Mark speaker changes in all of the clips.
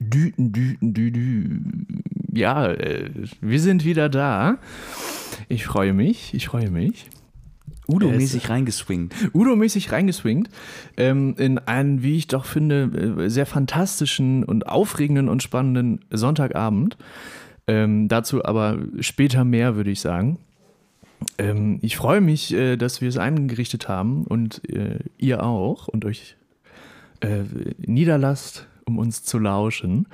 Speaker 1: Düten, düten, dü, dü. Ja, äh, wir sind wieder da. Ich freue mich, ich freue mich.
Speaker 2: Udo-mäßig reingeswingt.
Speaker 1: Udo-mäßig reingeswingt ähm, in einen, wie ich doch finde, äh, sehr fantastischen und aufregenden und spannenden Sonntagabend. Ähm, dazu aber später mehr, würde ich sagen. Ähm, ich freue mich, äh, dass wir es eingerichtet haben und äh, ihr auch und euch äh, niederlasst, um uns zu lauschen.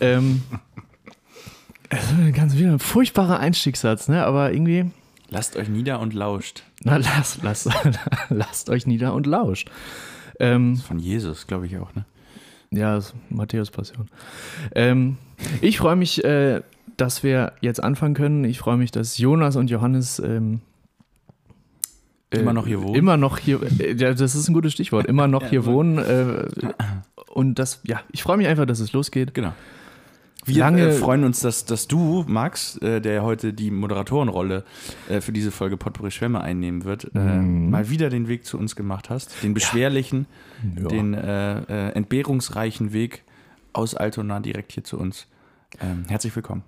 Speaker 1: Ähm, also ganz wieder ein furchtbarer Einstiegssatz, ne? aber irgendwie,
Speaker 2: Lasst euch nieder und lauscht.
Speaker 1: na lasst, lasst, lasst euch nieder und lauscht. Ähm,
Speaker 2: Von Jesus, glaube ich auch, ne?
Speaker 1: Ja, das ist Matthäus Passion. Ähm, ich freue mich, äh, dass wir jetzt anfangen können. Ich freue mich, dass Jonas und Johannes ähm, äh,
Speaker 2: Immer noch hier wohnen.
Speaker 1: Immer noch hier. Äh, ja, das ist ein gutes Stichwort. Immer noch
Speaker 2: Ja,
Speaker 1: hier
Speaker 2: immer.
Speaker 1: wohnen. Äh, und das, ja, ich freue mich einfach, dass es losgeht.
Speaker 2: Genau. Wir
Speaker 1: Lange-
Speaker 2: äh, freuen uns, dass, dass du, Max, äh, der heute die Moderatorenrolle äh, für diese Folge Potpourri Schwämme einnehmen wird, äh, mal wieder den Weg zu uns gemacht hast. Den beschwerlichen,
Speaker 1: Ja.
Speaker 2: den äh, äh, entbehrungsreichen Weg aus Altona direkt hier zu uns. Ähm, herzlich willkommen.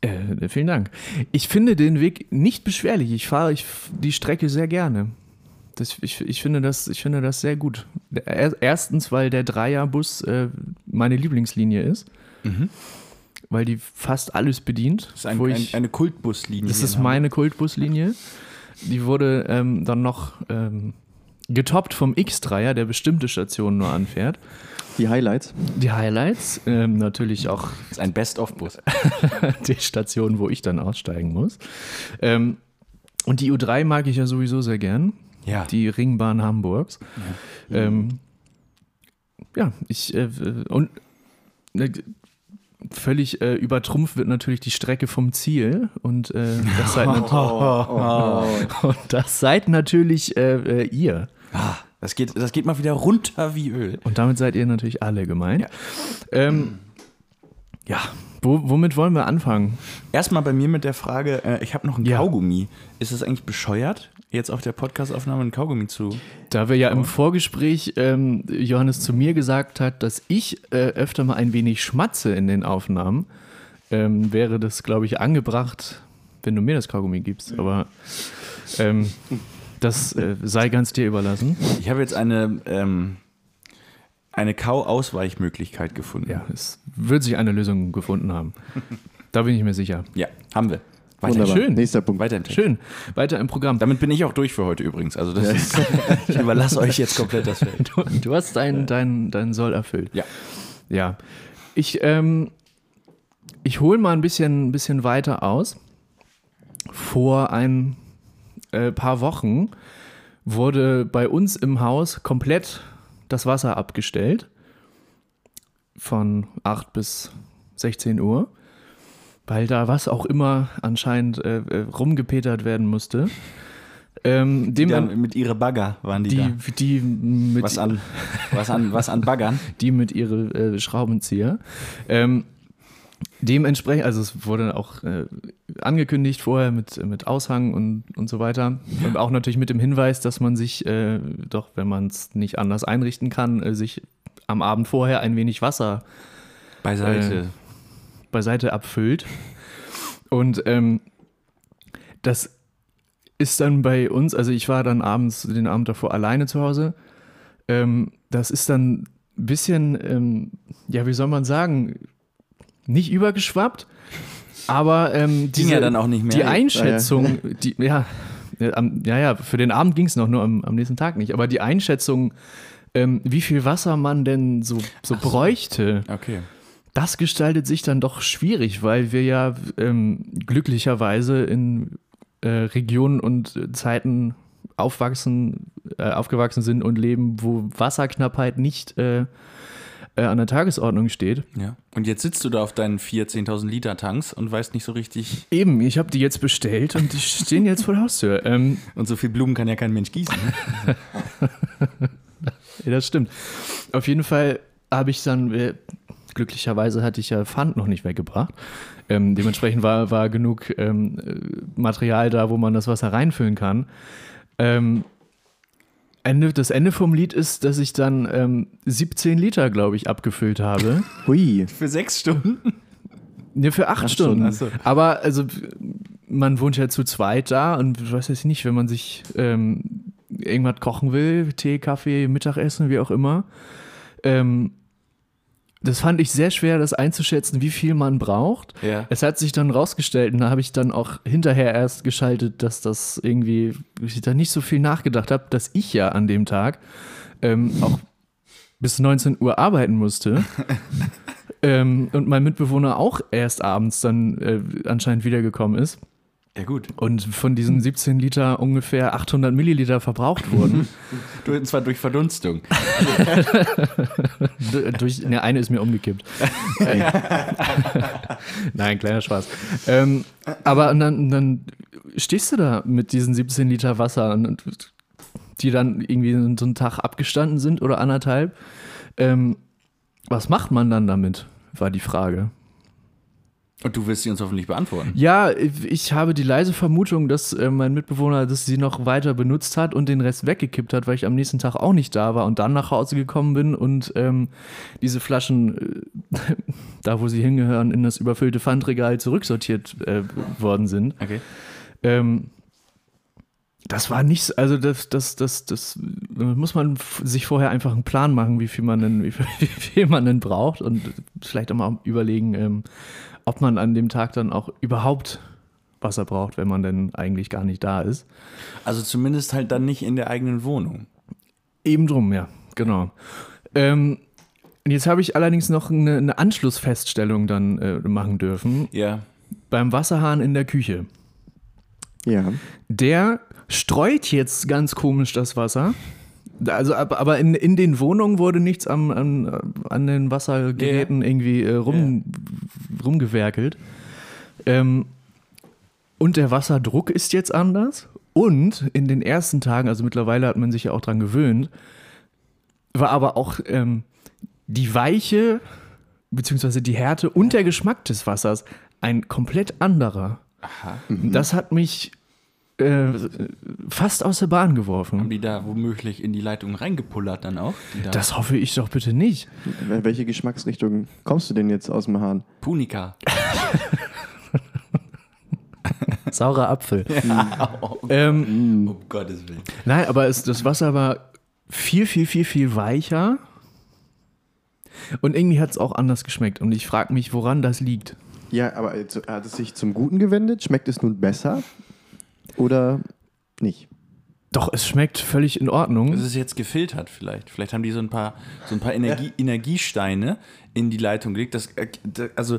Speaker 1: Äh, vielen Dank. Ich finde den Weg nicht beschwerlich. Ich fahre ich, f- die Strecke sehr gerne. Das, ich, ich, finde das, ich finde das sehr gut. Er- Erstens, weil der Dreierbus äh, meine Lieblingslinie ist. Weil die fast alles bedient.
Speaker 2: Mhm. Das ist ein,
Speaker 1: wo
Speaker 2: ein,
Speaker 1: ich,
Speaker 2: eine Kultbuslinie.
Speaker 1: das
Speaker 2: hier in
Speaker 1: ist
Speaker 2: Hamburg.
Speaker 1: meine Kultbuslinie. Die wurde ähm, dann noch ähm, getoppt vom X-Dreier, der bestimmte Stationen nur anfährt.
Speaker 3: Die Highlights.
Speaker 1: Die Highlights, ähm, natürlich auch
Speaker 2: Das ist ein Best-of-Bus.
Speaker 1: die Station, wo ich dann aussteigen muss. Ähm, und die U3 mag ich ja sowieso sehr gern.
Speaker 2: Ja.
Speaker 1: Die Ringbahn Hamburgs. Ja, ähm, ja ich äh, und äh, völlig äh, übertrumpft wird natürlich die Strecke vom Ziel und äh, das seid, nat und das seid natürlich äh, äh, ihr.
Speaker 2: Ah, das, geht, das geht mal wieder runter wie Öl.
Speaker 1: Und damit seid ihr natürlich alle gemeint. Ja, ähm, ja. Wo, womit wollen wir anfangen?
Speaker 2: Erstmal bei mir mit der Frage, äh, ich habe noch ein
Speaker 1: Ja.
Speaker 2: Kaugummi. Ist es eigentlich bescheuert, jetzt auf der Podcast-Aufnahme ein Kaugummi zu?
Speaker 1: Da wir ja im Vorgespräch ähm, Johannes zu mir gesagt hat, dass ich äh, öfter mal ein wenig schmatze in den Aufnahmen, ähm, wäre das, glaube ich, angebracht, wenn du mir das Kaugummi gibst. Aber ähm, das äh, sei ganz dir überlassen.
Speaker 2: Ich habe jetzt eine, ähm, eine Kau-Ausweichmöglichkeit gefunden.
Speaker 1: Ja, es wird sich eine Lösung gefunden haben. Da bin ich mir sicher.
Speaker 2: Ja, haben wir. Weiter.
Speaker 3: Wunderbar.
Speaker 1: schön.
Speaker 3: Nächster Punkt.
Speaker 2: Weiter im Text.
Speaker 1: Schön. Weiter im Programm.
Speaker 2: Damit bin ich auch durch für heute übrigens. Also das ist, ich überlasse euch jetzt komplett das Feld.
Speaker 1: Du, du hast deinen dein, dein Soll erfüllt.
Speaker 2: Ja.
Speaker 1: Ja. Ich, ähm, ich hole mal ein bisschen, bisschen weiter aus. Vor ein äh, paar Wochen wurde bei uns im Haus komplett das Wasser abgestellt. Von 8 bis 16 Uhr. Weil da was auch immer anscheinend äh, äh, rumgepetert werden musste. Ähm, dem
Speaker 2: Die dann mit ihre Bagger waren die,
Speaker 1: die,
Speaker 2: da.
Speaker 1: die mit
Speaker 2: Was an, was an, was an Baggern?
Speaker 1: die mit ihre äh, Schraubenzieher. Ähm, dementsprechend, also es wurde auch äh, angekündigt vorher mit, mit Aushang und, und so weiter. Und auch natürlich mit dem Hinweis, dass man sich äh, doch, wenn man es nicht anders einrichten kann, äh, sich am Abend vorher ein wenig Wasser
Speaker 2: Beiseite.
Speaker 1: beiseite abfüllt. Und ähm, das ist dann bei uns, also ich war dann abends, den Abend davor alleine zu Hause. Ähm, das ist dann ein bisschen, ähm, ja, wie soll man sagen, nicht übergeschwappt, aber ähm,
Speaker 2: Ging
Speaker 1: diese-
Speaker 2: ja dann auch nicht mehr.
Speaker 1: die Einschätzung, die, ja, ja, am, ja, ja, für den Abend ging es noch, nur am, am nächsten Tag nicht, aber die Einschätzung, ähm, wie viel Wasser man denn so, so bräuchte,
Speaker 2: Okay.
Speaker 1: das gestaltet sich dann doch schwierig, weil wir ja ähm, glücklicherweise in äh, Regionen und äh, Zeiten aufwachsen, äh, aufgewachsen sind und leben, wo Wasserknappheit nicht äh, äh, an der Tagesordnung steht.
Speaker 2: Ja. Und jetzt sitzt du da auf deinen vier 10.000 Liter Tanks und weißt nicht so richtig,
Speaker 1: Eben, ich habe die jetzt bestellt und die stehen jetzt vor der Haustür. Ähm,
Speaker 2: Und so viel Blumen kann ja kein Mensch gießen. ne?
Speaker 1: Ja, das stimmt. Auf jeden Fall habe ich dann, äh, glücklicherweise hatte ich ja Pfand noch nicht weggebracht. Ähm, dementsprechend war, war genug ähm, äh, Material da, wo man das Wasser reinfüllen kann. Ähm, Ende, das Ende vom Lied ist, dass ich dann ähm, 17 Liter, glaube ich, abgefüllt habe.
Speaker 3: Hui.
Speaker 2: Für sechs Stunden?
Speaker 1: Ne, für acht
Speaker 2: Stunden,
Speaker 1: Stunden.
Speaker 2: ach so.
Speaker 1: Aber also man wohnt ja zu zweit da und ich weiß jetzt nicht, wenn man sich ähm, irgendwas kochen will, Tee, Kaffee, Mittagessen, wie auch immer. Ähm, das fand ich sehr schwer, das einzuschätzen, wie viel man braucht.
Speaker 2: Ja.
Speaker 1: Es hat sich dann rausgestellt und da habe ich dann auch hinterher erst geschaltet, dass das irgendwie, ich da nicht so viel nachgedacht habe, dass ich ja an dem Tag ähm, auch bis 19 Uhr arbeiten musste. ähm, und mein Mitbewohner auch erst abends dann äh, anscheinend wiedergekommen ist
Speaker 2: Ja, gut.
Speaker 1: und von diesen 17 Liter ungefähr 800 Milliliter verbraucht wurden.
Speaker 2: Du, und zwar durch Verdunstung.
Speaker 1: D- durch, ne, eine ist mir umgekippt. Nein, kleiner Spaß. Ähm, aber und dann, dann stehst du da mit diesen 17 Liter Wasser, und, und die dann irgendwie so einen Tag abgestanden sind oder anderthalb. Ähm, was macht man dann damit, war die Frage.
Speaker 2: Und du wirst sie uns hoffentlich beantworten.
Speaker 1: Ja, ich habe die leise Vermutung, dass äh, mein Mitbewohner das sie noch weiter benutzt hat und den Rest weggekippt hat, weil ich am nächsten Tag auch nicht da war und dann nach Hause gekommen bin und ähm, diese Flaschen, äh, da wo sie hingehören, in das überfüllte Pfandregal zurücksortiert äh, worden sind.
Speaker 2: Okay.
Speaker 1: Ähm, das war nichts, also das, das, das, das äh, muss man f- sich vorher einfach einen Plan machen, wie viel man denn, wie viel, wie viel man denn braucht und vielleicht auch mal überlegen, ähm, ob man an dem Tag dann auch überhaupt Wasser braucht, wenn man denn eigentlich gar nicht da ist.
Speaker 2: Also zumindest halt dann nicht in der eigenen Wohnung.
Speaker 1: Eben drum, ja, genau. Ähm, und jetzt habe ich allerdings noch eine, eine Anschlussfeststellung dann äh, machen dürfen
Speaker 2: Ja.
Speaker 1: beim Wasserhahn in der Küche.
Speaker 3: Ja.
Speaker 1: Der streut jetzt ganz komisch das Wasser. Also, ab- aber in, in den Wohnungen wurde nichts am, an, an den Wassergeräten irgendwie äh, rum, rumgewerkelt. Ähm, und der Wasserdruck ist jetzt anders. Und in den ersten Tagen, also mittlerweile hat man sich ja auch dran gewöhnt, war aber auch ähm, die Weiche beziehungsweise die Härte und der Geschmack des Wassers ein komplett anderer. Und Das hat mich äh, fast aus der Bahn
Speaker 2: Haben
Speaker 1: geworfen.
Speaker 2: die da womöglich in die Leitung reingepullert dann auch? Die da
Speaker 1: Das hoffe ich doch bitte nicht.
Speaker 3: Wel- Welche Geschmacksrichtung kommst du denn jetzt aus dem Hahn?
Speaker 2: Punika.
Speaker 1: Saurer Apfel. ähm,
Speaker 2: Um Gottes Willen.
Speaker 1: nein, aber es, das Wasser war viel, viel, viel, viel weicher. Und irgendwie hat es auch anders geschmeckt. Und ich frage mich, woran das liegt.
Speaker 3: Ja, aber äh, zu- hat es sich zum Guten gewendet? Schmeckt es nun besser? Oder nicht?
Speaker 1: Doch, es schmeckt völlig in Ordnung.
Speaker 2: Es ist jetzt gefiltert vielleicht. Vielleicht haben die so ein paar, so ein paar Energie, Energiesteine in die Leitung gelegt. Das, äh, da- also,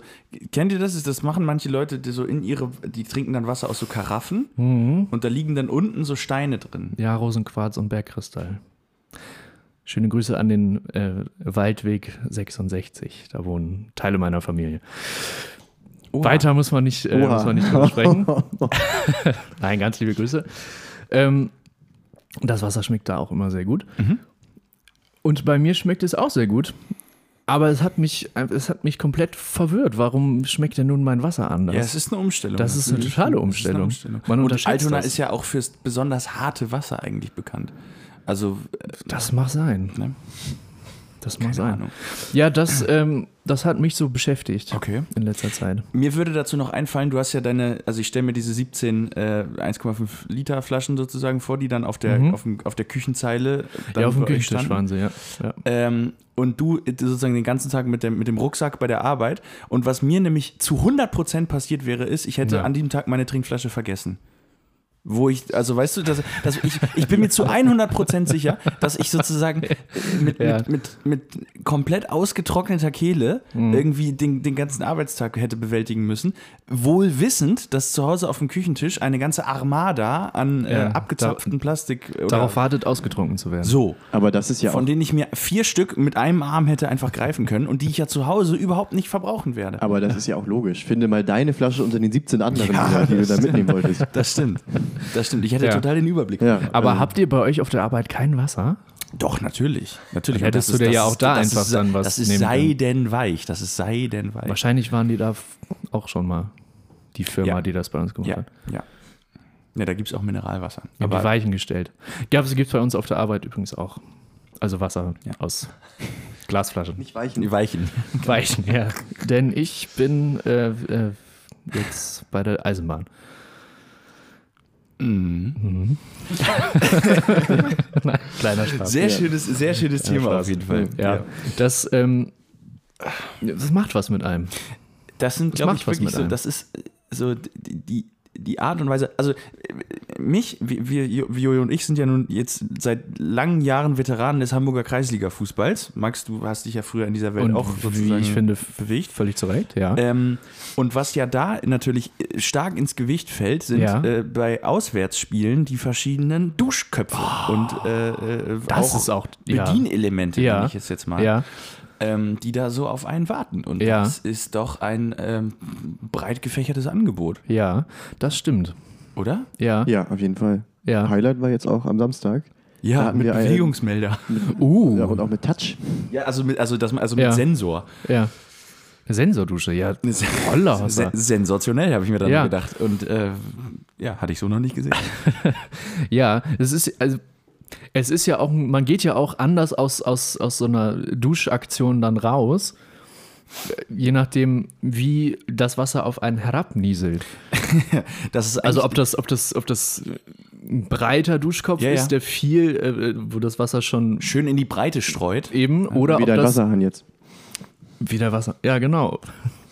Speaker 2: kennt ihr das? Ist- Das machen manche Leute, die so in ihre, die trinken dann Wasser aus so Karaffen und da liegen dann unten so Steine drin.
Speaker 1: Ja, Rosenquarz und Bergkristall. Schöne Grüße an den äh, Waldweg 66. Da wohnen Teile meiner Familie. Weiter muss man nicht, äh,
Speaker 3: Oha.
Speaker 1: muss man nicht drüber sprechen. Nein, ganz liebe Grüße. Ähm, das Wasser schmeckt da auch immer sehr gut. Und bei mir schmeckt es auch sehr gut. Aber es hat mich, es hat mich komplett verwirrt. Warum schmeckt denn nun mein Wasser anders?
Speaker 2: Ja, es ist eine Umstellung.
Speaker 1: Das ist eine
Speaker 2: Natürlich.
Speaker 1: totale
Speaker 2: Das ist eine
Speaker 1: Umstellung. Man
Speaker 2: Man und
Speaker 1: unterschätzt
Speaker 2: Altona
Speaker 1: das.
Speaker 2: ist ja auch fürs besonders harte Wasser eigentlich bekannt. Also, äh,
Speaker 1: Das mag sein.
Speaker 2: Ne?
Speaker 1: Das mag
Speaker 2: keine
Speaker 1: sein.
Speaker 2: Ahnung.
Speaker 1: Ja, das, ähm, das hat mich so beschäftigt
Speaker 2: Okay.
Speaker 1: in letzter Zeit.
Speaker 2: Mir würde dazu noch einfallen, du hast ja deine, also ich stelle mir diese 17 äh, 1,5 Liter Flaschen sozusagen vor, die dann auf der, auf dem, auf der Küchenzeile dann
Speaker 1: Mhm. ja, auf dem
Speaker 2: bei euch
Speaker 1: Küchentisch
Speaker 2: standen.
Speaker 1: waren sie, ja. ja.
Speaker 2: Ähm, und du sozusagen den ganzen Tag mit dem, mit dem Rucksack bei der Arbeit. Und was mir nämlich zu 100% passiert wäre, ist, ich hätte
Speaker 1: Ja.
Speaker 2: an diesem Tag meine Trinkflasche vergessen. Wo ich, also weißt du, dass, dass ich, ich bin mir zu 100% sicher, dass ich sozusagen mit,
Speaker 1: Ja.
Speaker 2: mit, mit, mit komplett ausgetrockneter Kehle
Speaker 1: Mhm.
Speaker 2: irgendwie den, den ganzen Arbeitstag hätte bewältigen müssen. Wohl wissend, dass zu Hause auf dem Küchentisch eine ganze Armada an
Speaker 1: Ja,
Speaker 2: äh, abgezapften Plastik oder
Speaker 1: Darauf wartet, ausgetrunken zu werden.
Speaker 2: so
Speaker 3: Aber das ist ja
Speaker 2: von
Speaker 3: auch.
Speaker 2: denen ich mir vier Stück mit einem Arm hätte einfach greifen können und die ich ja zu Hause überhaupt nicht verbrauchen werde.
Speaker 3: Aber das ist ja auch logisch. Finde mal deine Flasche unter den 17 anderen, Lieder, die du da mitnehmen wolltest.
Speaker 2: Das stimmt. Das stimmt. Ich hätte
Speaker 1: Ja.
Speaker 2: total den Überblick.
Speaker 3: Ja.
Speaker 1: Aber
Speaker 2: ähm,
Speaker 1: habt ihr bei euch auf der Arbeit kein Wasser?
Speaker 2: Doch, natürlich. Natürlich.
Speaker 1: Dann
Speaker 2: Und
Speaker 1: hättest du dir ja auch da
Speaker 2: das
Speaker 1: einfach
Speaker 2: ist,
Speaker 1: dann was
Speaker 2: Das ist
Speaker 1: nehmen können.
Speaker 2: seidenweich. Das ist seidenweich.
Speaker 1: Wahrscheinlich waren die da f- auch schon mal die Firma,
Speaker 2: Ja.
Speaker 1: die das bei uns gemacht
Speaker 2: Ja,
Speaker 1: hat.
Speaker 2: ja. Ja, da gibt es auch Mineralwasser.
Speaker 1: Aber ne? Weichen gestellt. Gab's, gibt's bei uns auf der Arbeit übrigens auch. Also Wasser
Speaker 2: Ja.
Speaker 1: aus Glasflaschen.
Speaker 3: Nicht weichen.
Speaker 2: die Weichen.
Speaker 1: Weichen, ja. Denn ich bin äh, äh, jetzt bei der Eisenbahn. Mhm. Nein, kleiner Spaß.
Speaker 2: Sehr schönes, sehr schönes Thema
Speaker 1: Spaß.
Speaker 2: auf jeden Fall.
Speaker 1: ja. Das, ähm, das macht was mit einem.
Speaker 2: Das sind, glaube
Speaker 1: macht
Speaker 2: ich,
Speaker 1: was
Speaker 2: wirklich
Speaker 1: mit
Speaker 2: so,
Speaker 1: einem.
Speaker 2: das ist äh, so die, die, die Art und Weise, also äh, mich, wir, wir, Jo- Jojo und ich sind ja nun jetzt seit langen Jahren Veteranen des Hamburger Kreisliga-Fußballs. Max, du hast dich ja früher in dieser Welt
Speaker 1: Und
Speaker 2: auch
Speaker 1: wie
Speaker 2: sozusagen
Speaker 1: ich finde,
Speaker 2: bewegt.
Speaker 1: völlig zu Recht, ja.
Speaker 2: Ähm, und was ja da natürlich äh, stark ins Gewicht fällt, sind
Speaker 1: Ja.
Speaker 2: äh, bei Auswärtsspielen die verschiedenen Duschköpfe und äh, äh,
Speaker 1: Oh, Das ist auch- ja.
Speaker 2: Bedienelemente,
Speaker 1: Ja.
Speaker 2: nenne ich es jetzt mal,
Speaker 1: ja.
Speaker 2: ähm, die da so auf einen warten. Und
Speaker 1: Ja.
Speaker 2: das ist doch ein ähm, breit gefächertes Angebot,
Speaker 1: Ja, das stimmt.
Speaker 2: oder?
Speaker 1: Ja,
Speaker 3: Ja, auf jeden Fall.
Speaker 1: ähm, ja.
Speaker 3: Highlight war jetzt auch am Samstag. Da
Speaker 2: Ja,
Speaker 3: hatten
Speaker 2: mit
Speaker 3: wir einen-
Speaker 2: Bewegungsmelder.
Speaker 1: Uh,
Speaker 3: Ja, und auch mit Touch.
Speaker 2: Ja, also mit, also das, also mit
Speaker 1: Ja.
Speaker 2: Sensor.
Speaker 1: ja. Sensordusche, ja. Roller hast
Speaker 2: Sen
Speaker 1: du.
Speaker 2: sensationell, habe ich mir dann
Speaker 1: Ja.
Speaker 2: gedacht. Und äh, ja, hatte ich so noch nicht gesehen.
Speaker 1: Ja, es ist, also, es ist ja auch, man geht ja auch anders aus, aus, aus so einer Duschaktion dann raus. äh, Je nachdem, wie das Wasser auf einen herabnieselt.
Speaker 2: Das ist
Speaker 1: Also
Speaker 2: eigentlich-
Speaker 1: ob das, ob das, ob das ein breiter Duschkopf
Speaker 2: Ja,
Speaker 1: ist,
Speaker 2: ja.
Speaker 1: der viel, äh, wo das Wasser schon
Speaker 2: schön in die Breite streut.
Speaker 1: eben, oder
Speaker 3: Wie
Speaker 1: ob
Speaker 3: dein
Speaker 1: das
Speaker 3: Wasserhahn jetzt.
Speaker 1: Wieder Wasser. Ja, genau.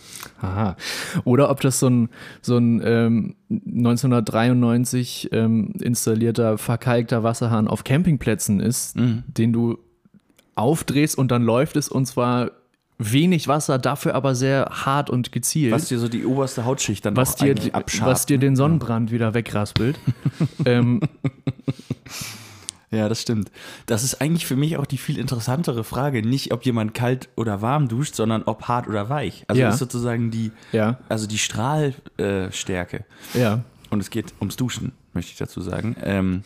Speaker 1: Aha. Oder ob das so ein, so ein ähm, 1993 ähm, installierter verkalkter Wasserhahn auf Campingplätzen ist,
Speaker 2: Mhm.
Speaker 1: den du aufdrehst und dann läuft es und zwar wenig Wasser, dafür aber sehr hart und gezielt.
Speaker 2: Was dir so die oberste Hautschicht dann
Speaker 1: was
Speaker 2: auch
Speaker 1: dir,
Speaker 2: eigentlich ne? abschabt.
Speaker 1: was dir den Sonnenbrand wieder wegraspelt. ähm,
Speaker 2: ja, das stimmt. Das ist eigentlich für mich auch die viel interessantere Frage. Nicht, ob jemand kalt oder warm duscht, sondern ob hart oder weich. Also
Speaker 1: Ja.
Speaker 2: das ist sozusagen die,
Speaker 1: Ja.
Speaker 2: also die Strahlstärke.
Speaker 1: ja.
Speaker 2: Und es geht ums Duschen, möchte ich dazu sagen. Ähm,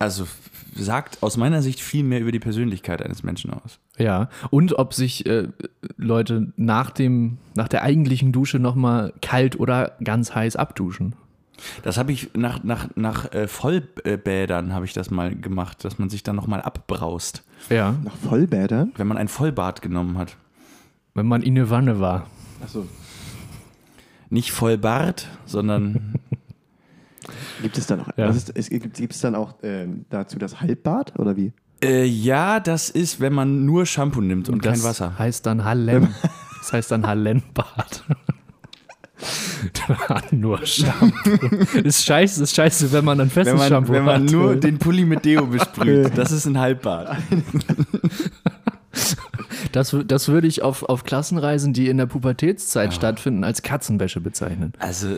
Speaker 2: also f- sagt aus meiner Sicht viel mehr über die Persönlichkeit eines Menschen aus.
Speaker 1: Ja, und ob sich äh, Leute nach, dem, nach der eigentlichen Dusche nochmal kalt oder ganz heiß abduschen.
Speaker 2: Das habe ich nach, nach, nach äh, Vollbädern habe ich das mal gemacht, dass man sich dann nochmal abbraust,
Speaker 1: Ja.
Speaker 3: Nach Vollbädern?
Speaker 2: wenn man ein Vollbad genommen hat.
Speaker 1: Wenn man in der Wanne war.
Speaker 3: Achso.
Speaker 2: Nicht Vollbart, sondern
Speaker 3: Gibt es dann auch,
Speaker 1: Ja.
Speaker 3: was ist, es gibt es dann auch ähm, dazu das Halbbad oder wie?
Speaker 2: Äh, ja, das ist, wenn man nur Shampoo nimmt und
Speaker 1: das
Speaker 2: kein Wasser.
Speaker 1: heißt dann Hallen. Das heißt dann Hallenbad. Nur Shampoo. Ist scheiße, ist scheiße, wenn man dann festes
Speaker 2: Wenn man,
Speaker 1: Shampoo
Speaker 2: wenn man
Speaker 1: hat.
Speaker 2: nur den Pulli mit Deo besprüht, das ist ein Halbbad.
Speaker 1: Das, wür- das würde ich auf, auf Klassenreisen, die in der Pubertätszeit stattfinden, als Katzenwäsche bezeichnen.
Speaker 2: Also,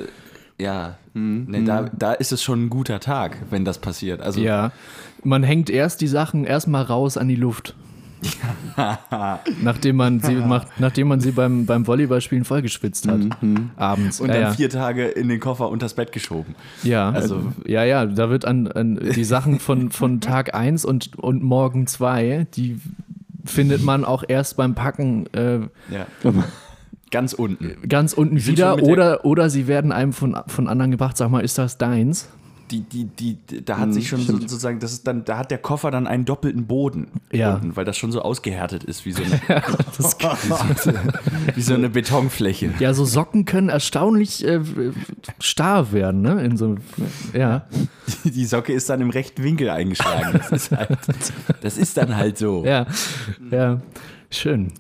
Speaker 2: ja,
Speaker 1: Mhm.
Speaker 2: nee, da, da ist es schon ein guter Tag, wenn das passiert. Also,
Speaker 1: Ja. Man hängt erst die Sachen erstmal raus an die Luft. nachdem man sie macht, nachdem man sie beim, beim Volleyballspielen vollgeschwitzt hat. Abends.
Speaker 2: Mhm, und
Speaker 1: ja, ja.
Speaker 2: dann vier Tage in den Koffer unters Bett geschoben.
Speaker 1: Ja,
Speaker 2: Also-
Speaker 1: also, ja, ja, da wird an, an die Sachen von, von Tag 1 und, und Morgen 2, die findet man auch erst beim Packen äh,
Speaker 2: Ja. Ganz unten.
Speaker 1: ganz unten
Speaker 2: sind
Speaker 1: wieder
Speaker 2: schon mit der-
Speaker 1: oder, oder sie werden einem von, von anderen gebracht, sag mal, ist das deins?
Speaker 2: Die, die, die, da hat
Speaker 1: Mhm.
Speaker 2: sich schon so- sozusagen, das ist dann, da hat der Koffer dann einen doppelten Boden
Speaker 1: Ja.
Speaker 2: unten, weil das schon so ausgehärtet ist, wie so eine, wie so eine Betonfläche.
Speaker 1: Ja, so Socken können erstaunlich äh, starr werden, ne? In so, ja,
Speaker 2: Die Socke ist dann im rechten Winkel eingeschlagen. Das ist, halt, das ist dann halt so.
Speaker 1: ja, ja, schön.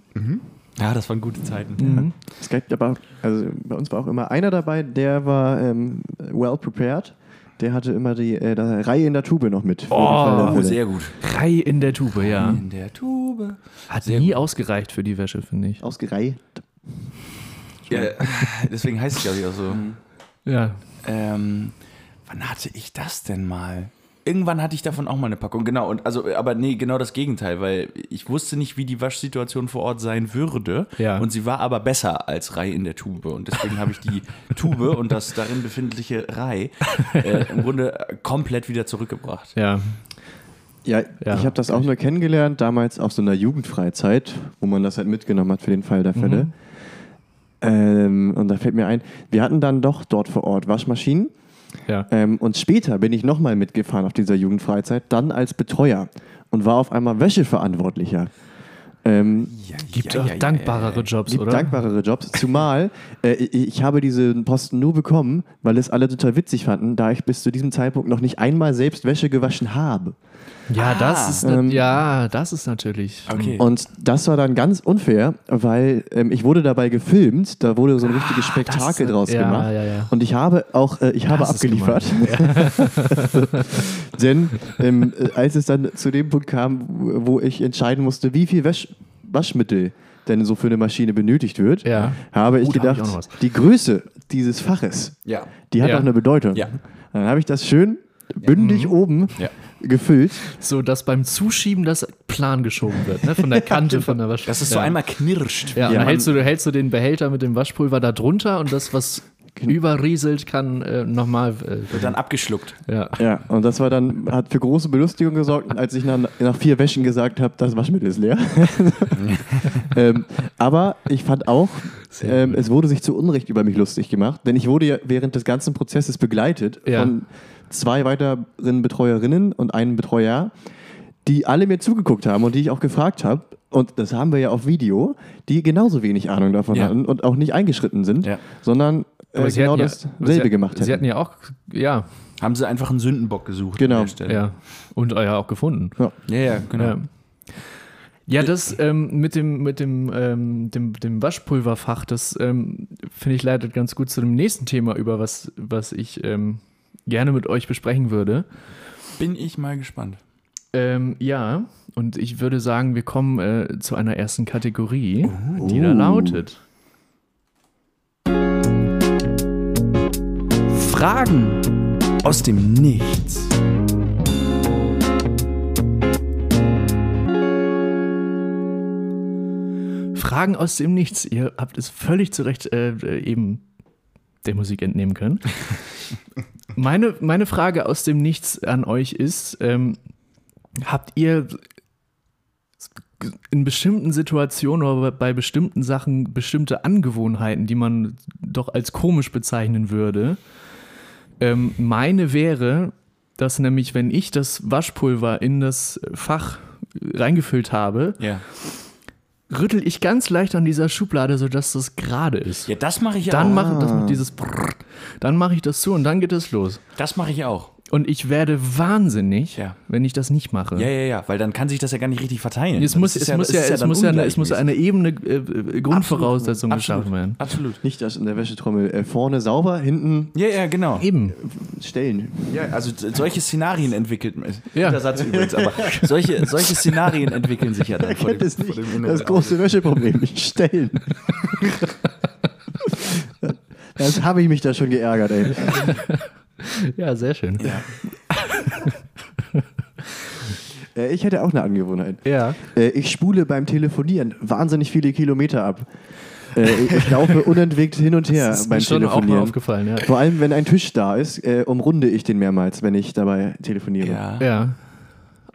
Speaker 2: Ja, das waren gute Zeiten.
Speaker 1: Mhm.
Speaker 3: Es gab aber, also bei uns war auch immer einer dabei, der war ähm, well prepared. Der hatte immer die äh, da, Reihe in der Tube noch mit. für den Fall der
Speaker 2: Oh,
Speaker 3: Fälle.
Speaker 2: sehr gut.
Speaker 1: Rei in der Tube, ja.
Speaker 2: In der Tube.
Speaker 1: Hat nie ausgereicht für die Wäsche, finde ich.
Speaker 3: Ausgereiht.
Speaker 2: Ja, deswegen heißt es, glaube ich, auch so.
Speaker 1: Mhm. Ja,
Speaker 2: Ähm, wann hatte ich das denn mal? Irgendwann hatte ich davon auch mal eine Packung, genau. Und also, aber nee, genau das Gegenteil, weil ich wusste nicht, wie die Waschsituation vor Ort sein würde.
Speaker 1: Ja.
Speaker 2: Und sie war aber besser als Rei in der Tube. Und deswegen habe ich die Tube und das darin befindliche Rei äh, im Grunde komplett wieder zurückgebracht.
Speaker 1: ja,
Speaker 3: Ja,
Speaker 1: Ja.
Speaker 3: ich habe das auch nur kennengelernt, damals auf so einer Jugendfreizeit, wo man das halt mitgenommen hat für den Fall der Fälle. Ähm, und da fällt mir ein, wir hatten dann doch dort vor Ort Waschmaschinen
Speaker 1: Ja.
Speaker 3: Ähm, und später bin ich nochmal mitgefahren auf dieser Jugendfreizeit, dann als Betreuer und war auf einmal Wäscheverantwortlicher. Ähm,
Speaker 1: Gibt auch dankbarere Jobs,
Speaker 3: gibt
Speaker 1: oder?
Speaker 3: dankbarere Jobs. Zumal äh, ich ich habe diesen Posten nur bekommen, weil es alle total witzig fanden, da ich bis zu diesem Zeitpunkt noch nicht einmal selbst Wäsche gewaschen habe.
Speaker 1: ja, das ist
Speaker 3: Ähm,
Speaker 1: ja, das ist natürlich.
Speaker 2: Okay.
Speaker 3: Und das war dann ganz unfair, weil ähm, ich wurde dabei gefilmt, da wurde so ein richtiges Spektakel draus
Speaker 1: Ah, ja,
Speaker 3: gemacht.
Speaker 1: ja, ja.
Speaker 3: Und ich habe auch, äh, ich habe
Speaker 1: Das ist
Speaker 3: abgeliefert. Denn ähm, äh, als es dann zu dem Punkt kam, wo ich entscheiden musste, wie viel Wäsch Waschmittel denn so für eine Maschine benötigt wird,
Speaker 1: Ja.
Speaker 3: habe ich
Speaker 1: Oh, da hab ich
Speaker 3: gedacht,
Speaker 1: auch noch was.
Speaker 3: die Größe dieses Faches,
Speaker 2: ja.
Speaker 3: die hat
Speaker 1: Ja. Mhm.
Speaker 3: auch eine Bedeutung.
Speaker 2: Ja.
Speaker 3: Dann habe ich das schön bündig oben
Speaker 2: Ja.
Speaker 3: gefüllt.
Speaker 1: So, dass beim Zuschieben das Plan geschoben wird, ne? Von der Kante von der Waschpulver.
Speaker 2: Dass es so einmal knirscht.
Speaker 1: Ja,
Speaker 3: Ja,
Speaker 1: und dann
Speaker 3: man-
Speaker 1: hältst du, hältst du den Behälter mit dem Waschpulver da drunter und das, was überrieselt, kann äh, nochmal.
Speaker 2: Wird dann abgeschluckt.
Speaker 1: Äh, ja.
Speaker 3: Ja, und das war dann, hat für große Belustigung gesorgt, und als ich nach, nach vier Wäschen gesagt habe, das Waschmittel ist leer. ähm, aber ich fand auch, ähm, es wurde sich zu Unrecht über mich lustig gemacht, denn ich wurde ja während des ganzen Prozesses begleitet
Speaker 1: Ja.
Speaker 3: von zwei weiteren Betreuerinnen und einem Betreuer, die alle mir zugeguckt haben und die ich auch gefragt habe, und das haben wir ja auf Video, die genauso wenig Ahnung davon
Speaker 2: Ja.
Speaker 3: hatten und auch nicht eingeschritten sind,
Speaker 2: Ja.
Speaker 3: sondern äh,
Speaker 1: sie
Speaker 3: genau
Speaker 1: hatten ja-
Speaker 3: dasselbe
Speaker 1: sie,
Speaker 3: gemacht
Speaker 1: Sie
Speaker 3: hätten.
Speaker 1: hatten ja auch, ja,
Speaker 2: Haben sie einfach einen Sündenbock gesucht.
Speaker 3: Genau.
Speaker 2: an der Stelle.
Speaker 1: ja. Und äh, ja, auch gefunden.
Speaker 2: Ja, ja, genau.
Speaker 1: Ja. Ja, das ähm, mit dem mit dem, ähm, dem, dem Waschpulverfach, das ähm, finde ich leitet ganz gut zu dem nächsten Thema über, was, was ich ähm, gerne mit euch besprechen würde.
Speaker 2: Bin ich mal gespannt.
Speaker 1: Ähm, ja, und ich würde sagen, wir kommen äh, zu einer ersten Kategorie, die da lautet.
Speaker 2: Fragen aus dem Nichts.
Speaker 1: Fragen aus dem Nichts. Ihr habt es völlig zu Recht äh, äh, eben der Musik entnehmen können. meine, meine Frage aus dem Nichts an euch ist, ähm, habt ihr in bestimmten Situationen oder bei bestimmten Sachen bestimmte Angewohnheiten, die man doch als komisch bezeichnen würde? Ähm, meine wäre, dass nämlich, wenn ich das Waschpulver in das Fach reingefüllt habe,
Speaker 2: Ja.
Speaker 1: rüttel ich ganz leicht an dieser Schublade, sodass das gerade ist.
Speaker 2: Ja, das mache ich
Speaker 1: Dann
Speaker 2: auch.
Speaker 1: mache ich das mit dieses Brrr, dann mache ich das zu und dann geht es los.
Speaker 2: das mache ich auch.
Speaker 1: Und ich werde wahnsinnig,
Speaker 2: Ja.
Speaker 1: wenn ich das nicht mache.
Speaker 2: Ja, ja, ja, weil dann kann sich das ja gar nicht richtig verteilen.
Speaker 1: Es
Speaker 2: Dann
Speaker 1: muss,
Speaker 2: ist
Speaker 1: es muss ja,
Speaker 2: das ist
Speaker 1: es muss ja, eine, es muss ja
Speaker 2: dann
Speaker 1: eine ebene äh, äh, Grundvoraussetzung
Speaker 2: Absolut.
Speaker 1: geschaffen werden.
Speaker 2: Absolut.
Speaker 3: Nicht das in der Wäschetrommel. Äh, vorne sauber, hinten
Speaker 2: Ja, ja, genau.
Speaker 1: Eben.
Speaker 3: stellen.
Speaker 2: Ja, also s- solche Szenarien entwickelt man.
Speaker 1: Ja.
Speaker 2: Guter Satz übrigens, aber solche, solche Szenarien entwickeln sich ja dann vor dem,
Speaker 3: Das ist
Speaker 2: vor
Speaker 3: nicht
Speaker 2: dem inneren
Speaker 3: das große Wäscheproblem. nicht Stellen. Das habe ich mich da schon geärgert, ey.
Speaker 1: Ja, sehr schön. Ja.
Speaker 3: Äh, Ich hätte auch eine Angewohnheit. Äh, Ich spule beim Telefonieren wahnsinnig viele Kilometer ab. Äh, Ich laufe unentwegt hin und her
Speaker 1: Das ist
Speaker 3: beim
Speaker 1: mir schon auch mal
Speaker 3: Telefonieren.
Speaker 1: aufgefallen, ja.
Speaker 3: Vor allem, wenn ein Tisch da ist, äh, umrunde ich den mehrmals, wenn ich dabei telefoniere.
Speaker 2: Ja.
Speaker 1: Ja.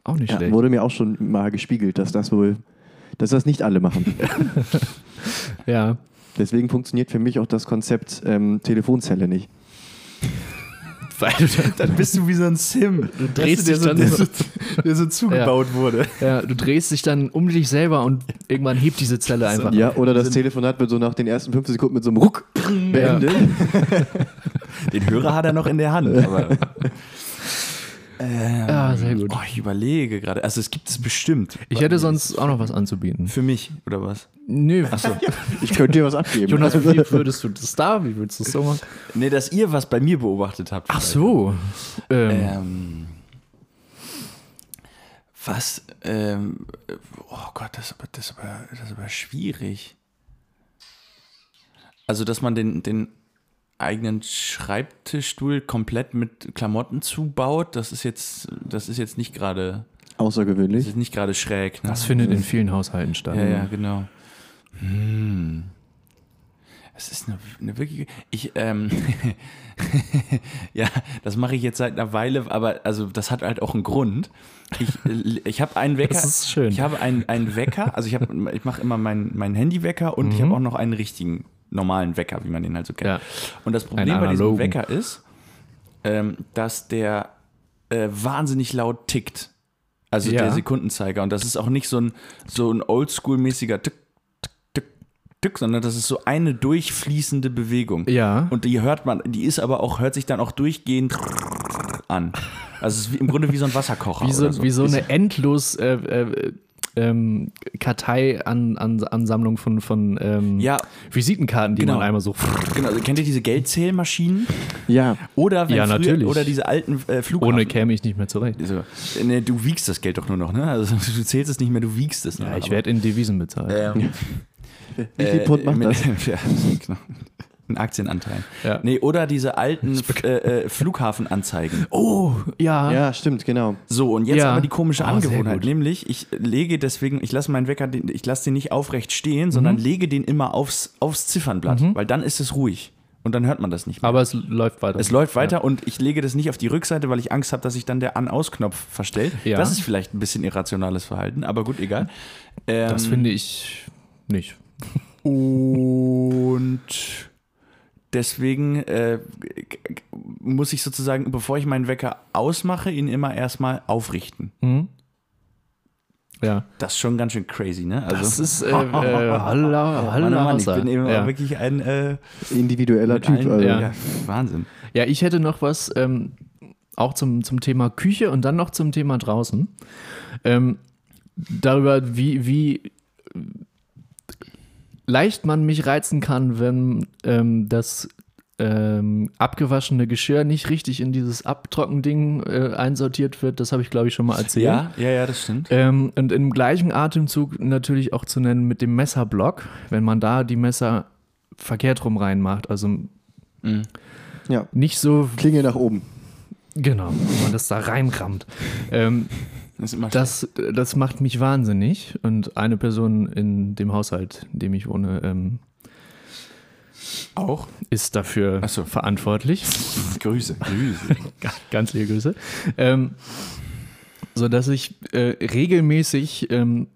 Speaker 1: Auch nicht
Speaker 3: Ja,
Speaker 1: schlecht.
Speaker 3: wurde mir auch schon mal gespiegelt, dass das wohl, dass das nicht alle machen.
Speaker 1: Ja.
Speaker 3: Deswegen funktioniert für mich auch das Konzept ähm, Telefonzelle nicht.
Speaker 1: Weil du,
Speaker 2: Dann bist du wie so ein Sim. Du
Speaker 1: drehst
Speaker 2: der
Speaker 1: dich
Speaker 2: so,
Speaker 1: dann
Speaker 2: der
Speaker 1: so-
Speaker 2: so, der so zugebaut wurde.
Speaker 1: ja, du drehst dich dann um dich selber und irgendwann hebt diese Zelle einfach.
Speaker 3: Ja, oder das Telefonat wird so nach den ersten fünf Sekunden mit so einem Ruck beendet.
Speaker 2: Den Hörer hat er noch in der Hand. Aber, ähm,
Speaker 1: Ja, sehr gut.
Speaker 2: Oh, ich überlege gerade. Also es gibt es bestimmt.
Speaker 1: Ich hätte sonst auch noch was anzubieten.
Speaker 2: Für mich, oder was?
Speaker 1: Nö.
Speaker 3: Ich könnte dir was abgeben.
Speaker 1: Jonas, wie würdest du das da? Wie würdest du das so machen?
Speaker 2: Nee, dass ihr was bei mir beobachtet habt.
Speaker 1: Ach so. Ähm,
Speaker 2: Ähm, was? Ähm, oh Gott, das ist, aber, das, ist aber, das ist aber schwierig. Also, dass man den, den eigenen Schreibtischstuhl komplett mit Klamotten zubaut, das ist jetzt, das ist jetzt nicht gerade, das
Speaker 3: Außergewöhnlich.
Speaker 2: ist nicht gerade schräg. Ne?
Speaker 1: das findet in vielen Haushalten statt.
Speaker 2: Ja, ja, genau. Hm.
Speaker 1: Hm.
Speaker 2: Es ist eine, eine wirkliche. Ich, ähm, ja, das mache ich jetzt seit einer Weile, aber also das hat halt auch einen Grund. Ich, äh, ich habe einen Wecker.
Speaker 1: Das ist schön.
Speaker 2: Ich habe einen, einen Wecker, also ich, hab, ich mache immer meinen meinen Handywecker
Speaker 1: Mhm.
Speaker 2: und ich habe auch noch einen richtigen normalen Wecker, wie man den halt so kennt.
Speaker 1: Ja.
Speaker 2: Und das Problem bei diesem
Speaker 1: analogen.
Speaker 2: Wecker ist, ähm, dass der äh, wahnsinnig laut tickt. Also
Speaker 1: Ja.
Speaker 2: der Sekundenzeiger. Und das ist auch nicht so ein, so ein oldschool-mäßiger Tick, Tick, Tick, Tick, sondern das ist so eine durchfließende Bewegung.
Speaker 1: Ja.
Speaker 2: Und die hört man, die ist aber auch, hört sich dann auch durchgehend an. Also es ist wie, im Grunde wie so ein Wasserkocher.
Speaker 1: Wie so,
Speaker 2: oder so.
Speaker 1: wie so eine endlos äh, äh, ähm, Kartei an, an Ansammlung von, von ähm,
Speaker 2: Ja.
Speaker 1: Visitenkarten, die
Speaker 2: Genau.
Speaker 1: man einmal so.
Speaker 2: Genau, also kennt ihr diese Geldzählmaschinen?
Speaker 3: Ja,
Speaker 2: Oder wenn
Speaker 1: Ja,
Speaker 2: früher,
Speaker 1: natürlich.
Speaker 2: oder diese alten äh, Flughafen.
Speaker 1: Ohne käme ich nicht mehr zurecht.
Speaker 2: Also, nee, du wiegst das Geld doch nur noch, ne? Also du zählst es nicht mehr, du wiegst es nur
Speaker 1: Ja,
Speaker 2: noch.
Speaker 1: ich werde in Devisen bezahlt.
Speaker 2: Aber, ähm, äh,
Speaker 3: wie
Speaker 1: Äh,
Speaker 3: viel Pfund macht
Speaker 2: mit-
Speaker 3: das?
Speaker 2: ja, genau. Ein Aktienanteil.
Speaker 1: Ja.
Speaker 2: Nee, oder diese alten äh, äh, Flughafenanzeigen.
Speaker 1: Oh, ja.
Speaker 3: Ja, stimmt, genau.
Speaker 2: So, und jetzt
Speaker 1: Ja.
Speaker 2: aber die komische
Speaker 1: Oh, sehr
Speaker 2: Angewohnheit,
Speaker 1: gut.
Speaker 2: nämlich ich lege deswegen, ich lasse meinen Wecker, den- ich lasse den nicht aufrecht stehen,
Speaker 1: Mhm.
Speaker 2: sondern lege den immer aufs, aufs Ziffernblatt, weil dann ist es ruhig und dann hört man das nicht mehr.
Speaker 1: Aber es läuft weiter.
Speaker 2: Es läuft weiter und ich lege das nicht auf die Rückseite, weil ich Angst habe, dass ich dann der An-Aus-Knopf verstellt.
Speaker 1: Ja.
Speaker 2: Das ist vielleicht ein bisschen irrationales Verhalten, aber gut, egal. Ähm,
Speaker 1: Das finde ich nicht.
Speaker 2: und deswegen äh, g- g- muss ich sozusagen, bevor ich meinen Wecker ausmache, ihn immer erstmal aufrichten.
Speaker 1: Ja.
Speaker 2: Das ist schon ganz schön crazy, ne? Also,
Speaker 1: Das ist äh, äh, Halla,
Speaker 2: Mann, oh
Speaker 1: Halla,
Speaker 2: Mann, ich bin eben
Speaker 1: ja.
Speaker 2: wirklich ein äh,
Speaker 3: Individueller Typ.
Speaker 2: allen-
Speaker 3: also.
Speaker 2: ja.
Speaker 1: ja.
Speaker 2: Wahnsinn.
Speaker 1: ja, ich hätte noch was ähm, auch zum, zum Thema Küche und dann noch zum Thema draußen. Ähm, darüber, wie, wie leicht man mich reizen kann, wenn ähm, das ähm, abgewaschene Geschirr nicht richtig in dieses Abtrockending äh, einsortiert wird. Das habe ich, glaube ich, schon mal erzählt.
Speaker 2: Ja, ja, ja, das stimmt.
Speaker 1: Ähm, und im gleichen Atemzug natürlich auch zu nennen mit dem Messerblock, wenn man da die Messer verkehrt rum reinmacht. Also
Speaker 3: Ja.
Speaker 1: nicht so,
Speaker 3: Klinge nach oben.
Speaker 1: genau, wenn man das da reinrammt. Ähm,
Speaker 2: Das ist immer
Speaker 1: das, das macht mich wahnsinnig. Und eine Person in dem Haushalt, in dem ich wohne, ähm,
Speaker 2: auch.
Speaker 1: ist dafür
Speaker 2: Ach so.
Speaker 1: verantwortlich.
Speaker 2: Grüße, Grüße.
Speaker 1: Ganz liebe Grüße. Ähm, so dass ich äh, regelmäßig ähm,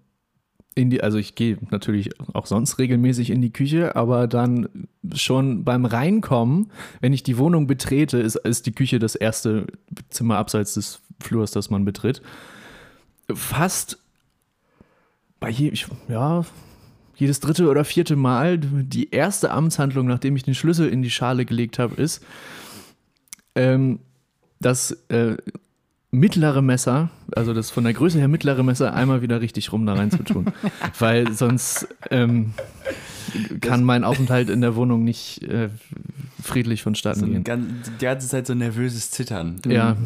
Speaker 1: in die, also ich gehe natürlich auch sonst regelmäßig in die Küche, aber dann schon beim Reinkommen, wenn ich die Wohnung betrete, ist, ist die Küche das erste Zimmer abseits des Flurs, das man betritt. Fast bei je, ich, ja, jedes dritte oder vierte Mal die erste Amtshandlung, nachdem ich den Schlüssel in die Schale gelegt habe, ist, ähm, das äh, mittlere Messer, also das von der Größe her mittlere Messer, einmal wieder richtig rum da rein zu tun. Weil sonst ähm, kann mein Aufenthalt in der Wohnung nicht äh, friedlich vonstatten
Speaker 2: Die
Speaker 1: gehen.
Speaker 2: ganze, die ganze Zeit so nervöses Zittern.
Speaker 1: Ja,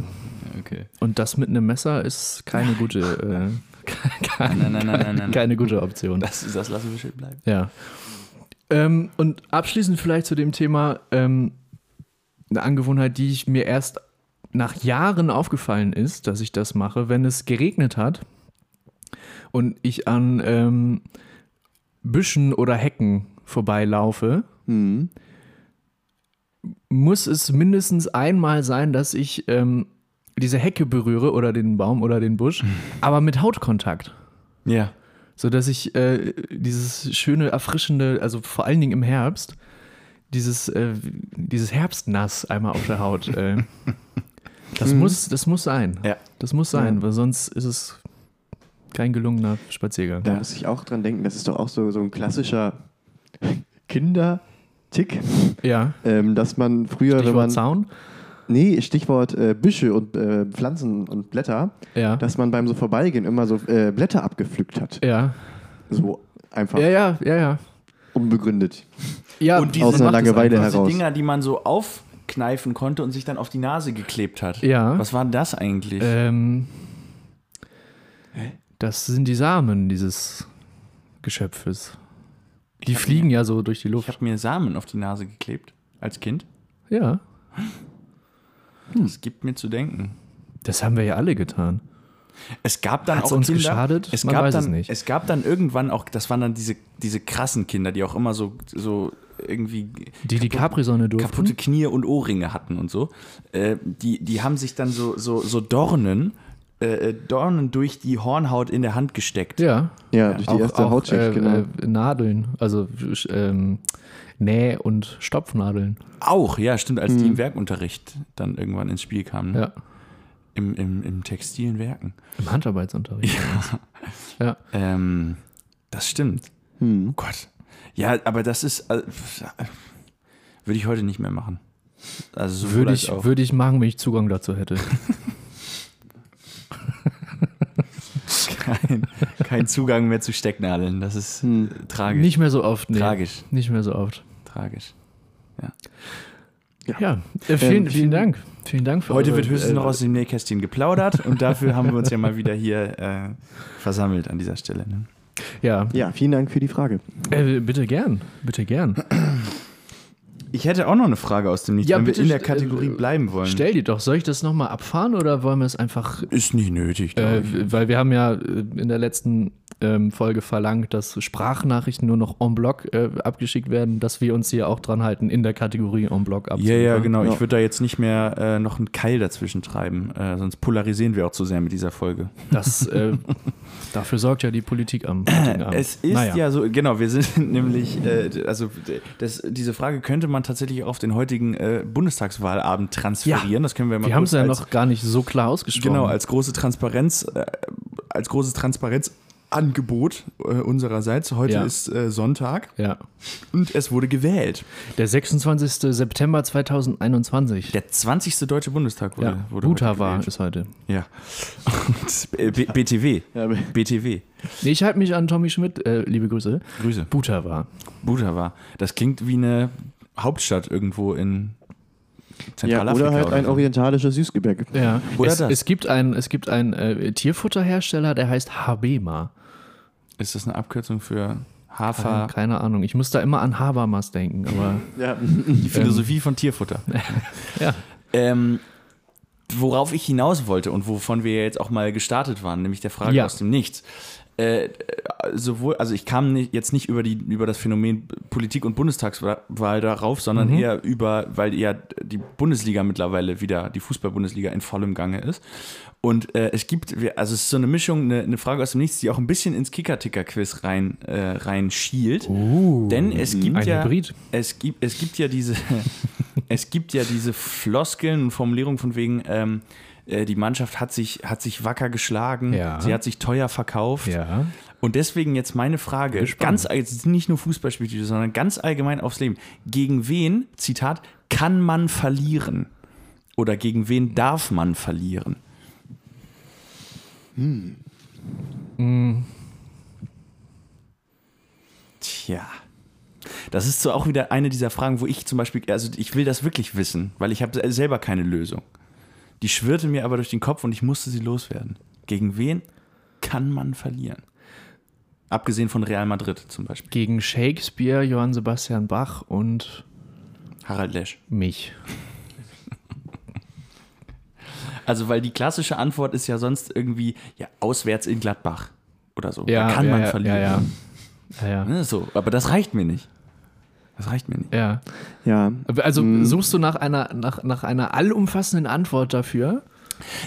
Speaker 2: Okay.
Speaker 1: und das mit einem Messer ist keine gute, äh, keine,
Speaker 2: Nein, nein, nein, nein, nein.
Speaker 1: keine gute Option.
Speaker 2: Das, das lassen wir schön bleiben.
Speaker 1: Ja. Ähm, und abschließend vielleicht zu dem Thema ähm, eine Angewohnheit, die ich mir erst nach Jahren aufgefallen ist, dass ich das mache, wenn es geregnet hat und ich an ähm, Büschen oder Hecken vorbeilaufe,
Speaker 3: Mhm.
Speaker 1: muss es mindestens einmal sein, dass ich ähm, diese Hecke berühre oder den Baum oder den Busch, aber mit Hautkontakt.
Speaker 2: Ja.
Speaker 1: so dass ich äh, dieses schöne erfrischende, also vor allen Dingen im Herbst, dieses äh, dieses Herbstnass einmal auf der Haut. Äh, das muss das muss sein.
Speaker 2: Ja.
Speaker 1: Das muss sein, weil sonst ist es kein gelungener Spaziergang.
Speaker 3: Da muss ich auch dran denken, das ist doch auch so, so ein klassischer Kindertick,
Speaker 1: Ja.
Speaker 3: ähm, dass man früher, wenn man.
Speaker 1: Stichwort Zaun.
Speaker 3: Nee, Stichwort äh, Büsche und äh, Pflanzen und Blätter,
Speaker 1: Ja.
Speaker 3: dass man beim so vorbeigehen immer so äh, Blätter abgepflückt hat.
Speaker 1: Ja.
Speaker 3: So einfach
Speaker 1: Ja, ja, ja, ja.
Speaker 3: unbegründet.
Speaker 1: Ja,
Speaker 2: Und diese,
Speaker 3: Aus einer
Speaker 1: macht es
Speaker 3: Langeweile
Speaker 1: einfach.
Speaker 2: diese
Speaker 3: heraus.
Speaker 2: Dinger, die man so aufkneifen konnte und sich dann auf die Nase geklebt hat.
Speaker 1: Ja.
Speaker 2: Was war denn das eigentlich?
Speaker 1: Ähm, das sind die Samen dieses Geschöpfes. Die fliegen ja so durch die
Speaker 2: ich
Speaker 1: Luft.
Speaker 2: habe mir Samen auf die Nase geklebt als Kind.
Speaker 1: Ja. Hm.
Speaker 2: Das gibt mir zu denken.
Speaker 1: Das haben wir ja alle getan.
Speaker 2: Es gab dann
Speaker 1: Hat's
Speaker 2: auch
Speaker 1: uns
Speaker 2: Kinder,
Speaker 1: geschadet?
Speaker 2: Es
Speaker 1: Man
Speaker 2: gab
Speaker 1: weiß
Speaker 2: dann,
Speaker 1: es nicht.
Speaker 2: Es gab dann irgendwann auch, das waren dann diese, diese krassen Kinder, die auch immer so, so irgendwie
Speaker 1: Die die Capri-Sonne durften.
Speaker 2: kaputte Knie und Ohrringe hatten und so, äh, die, die haben sich dann so, so, so Dornen äh, Dornen durch die Hornhaut in der Hand gesteckt.
Speaker 1: Ja.
Speaker 3: Ja, durch die erste Hautschicht,
Speaker 1: äh,
Speaker 3: genau.
Speaker 1: äh, Nadeln, also sch- ähm, Näh- und Stopfnadeln.
Speaker 2: Auch, ja, stimmt, als die im Werkunterricht dann irgendwann ins Spiel kamen. ne?
Speaker 1: Mhm. Ja.
Speaker 2: Im, im, Im textilen Werken.
Speaker 1: Im Handarbeitsunterricht. Ja.
Speaker 2: Ähm, das stimmt.
Speaker 3: Hm.
Speaker 2: Oh Gott. Ja, aber das ist. äh, pf, äh, würde ich heute nicht mehr machen. Also sowohl
Speaker 1: Würde
Speaker 2: als
Speaker 1: ich,
Speaker 2: auch.
Speaker 1: würde ich machen, wenn ich Zugang dazu hätte.
Speaker 2: kein, kein Zugang mehr zu Stecknadeln. Das ist
Speaker 3: Hm.
Speaker 2: äh, tragisch.
Speaker 1: Nicht mehr so oft, nee.
Speaker 2: Tragisch,
Speaker 1: Nicht mehr so oft.
Speaker 2: tragisch.
Speaker 1: Ja, äh, vielen,
Speaker 3: Ähm,
Speaker 1: vielen Dank. Vielen Dank für
Speaker 2: Heute
Speaker 1: eure,
Speaker 2: wird höchstens
Speaker 1: äh,
Speaker 2: noch aus dem Nähkästchen geplaudert und dafür haben wir uns ja mal wieder hier äh, versammelt an dieser Stelle. Ne?
Speaker 1: Ja,
Speaker 3: Ja, vielen Dank für die Frage.
Speaker 1: äh, bitte gern. Bitte gern.
Speaker 2: Ich hätte auch noch eine Frage aus dem Nichts,
Speaker 1: Ja,
Speaker 2: wenn
Speaker 1: bitte
Speaker 2: wir in der
Speaker 1: st-
Speaker 2: Kategorie
Speaker 1: äh,
Speaker 2: bleiben wollen.
Speaker 1: Stell die doch. Soll ich das nochmal abfahren oder wollen wir es einfach
Speaker 2: Ist nicht nötig.
Speaker 1: Äh,
Speaker 2: glaub ich.
Speaker 1: weil wir haben ja äh, in der letzten ähm, Folge verlangt, dass Sprachnachrichten nur noch en bloc äh, abgeschickt werden, dass wir uns hier auch dran halten, in der Kategorie en bloc
Speaker 2: ja,
Speaker 1: abzuliefern.
Speaker 2: ja, genau.
Speaker 3: Ja.
Speaker 2: Ich würde da jetzt nicht mehr äh, noch einen Keil dazwischen treiben, äh, sonst polarisieren wir auch zu sehr mit dieser Folge.
Speaker 1: Das, äh, dafür sorgt ja die Politik am heutigen Abend.
Speaker 2: Es ist
Speaker 1: Naja.
Speaker 2: ja so, genau, wir sind nämlich, äh, also d- das, diese Frage könnte man tatsächlich auf den heutigen äh, Bundestagswahlabend transferieren.
Speaker 1: Ja.
Speaker 2: Das können wir mal
Speaker 1: Wir haben es
Speaker 2: kurz
Speaker 1: ja
Speaker 2: als-
Speaker 1: noch gar nicht so klar ausgesprochen.
Speaker 2: Genau, als große Transparenz, äh, als großes Transparenzangebot äh, unsererseits. Heute
Speaker 1: Ja.
Speaker 2: ist äh, Sonntag
Speaker 1: ja.
Speaker 2: und es wurde gewählt.
Speaker 1: Der 26. September 2021.
Speaker 2: Der 20. Deutsche Bundestag wurde.
Speaker 1: ja,
Speaker 2: wurde
Speaker 1: Guter
Speaker 2: heute
Speaker 1: war
Speaker 2: gewählt.
Speaker 1: ist heute.
Speaker 2: Ja. Und, äh, B BTW.
Speaker 3: Ja, b-
Speaker 2: BTW.
Speaker 1: Nee, ich halte mich an Tommy Schmidt, äh, liebe Grüße.
Speaker 2: Grüße.
Speaker 1: Buta war.
Speaker 2: Buta war. Das klingt wie eine Hauptstadt irgendwo in
Speaker 3: Ja,
Speaker 2: Zentralafrika.
Speaker 3: oder halt ein
Speaker 2: so.
Speaker 3: orientalisches Süßgebäck.
Speaker 1: Ja.
Speaker 2: Oder
Speaker 1: es,
Speaker 2: das.
Speaker 1: es gibt einen es gibt einen, äh, Tierfutterhersteller, der heißt Habema.
Speaker 2: Ist das eine Abkürzung für
Speaker 1: Keine,
Speaker 2: Hafer?
Speaker 1: keine Ahnung. Ich muss da immer an Habermas denken, aber
Speaker 3: Ja.
Speaker 2: Die Philosophie von Tierfutter.
Speaker 1: ja.
Speaker 2: Ähm, worauf ich hinaus wollte und wovon wir ja jetzt auch mal gestartet waren, nämlich der Frage
Speaker 1: Ja.
Speaker 2: aus dem Nichts. Äh, sowohl, also ich kam nicht, jetzt nicht über, die, über das Phänomen Politik und Bundestagswahl darauf, sondern
Speaker 1: Mhm.
Speaker 2: eher über, weil ja die Bundesliga mittlerweile wieder, die Fußball-Bundesliga in vollem Gange ist. Und äh, es gibt, wir- also es ist so eine Mischung, eine, eine Frage aus dem Nichts, die auch ein bisschen ins Kicker-Ticker-Quiz rein, äh, rein schielt. Denn es gibt
Speaker 1: Oh. Ein
Speaker 2: ja.
Speaker 1: Hybrid.
Speaker 2: Es gibt, es gibt ja diese, es gibt ja diese Floskeln und Formulierungen von wegen, ähm, äh, die Mannschaft hat sich, hat sich wacker geschlagen,
Speaker 1: Ja.
Speaker 2: sie hat sich teuer verkauft.
Speaker 1: ja.
Speaker 2: Und deswegen jetzt meine Frage, ganz all- jetzt nicht nur Fußballspieltüte, sondern ganz allgemein aufs Leben. Gegen wen, Zitat, kann man verlieren? Oder gegen wen darf man verlieren? Tja. Das ist so auch wieder eine dieser Fragen, wo ich zum Beispiel, also ich will das wirklich wissen, weil ich habe selber keine Lösung. Die schwirrte mir aber durch den Kopf und ich musste sie loswerden. Gegen wen kann man verlieren? Abgesehen von Real Madrid zum Beispiel.
Speaker 1: Gegen Shakespeare, Johann Sebastian Bach und
Speaker 2: Harald Lesch.
Speaker 1: mich.
Speaker 2: Also, weil die klassische Antwort ist ja sonst irgendwie, ja, auswärts in Gladbach oder so. da kann
Speaker 1: ja,
Speaker 2: man
Speaker 1: ja,
Speaker 2: verlieren.
Speaker 1: Ja, ja. ja,
Speaker 2: Ne, so, aber das reicht mir nicht. Das reicht mir nicht.
Speaker 1: ja.
Speaker 3: ja.
Speaker 1: ja. Also
Speaker 2: Hm.
Speaker 1: suchst du nach einer, nach, nach einer allumfassenden Antwort dafür?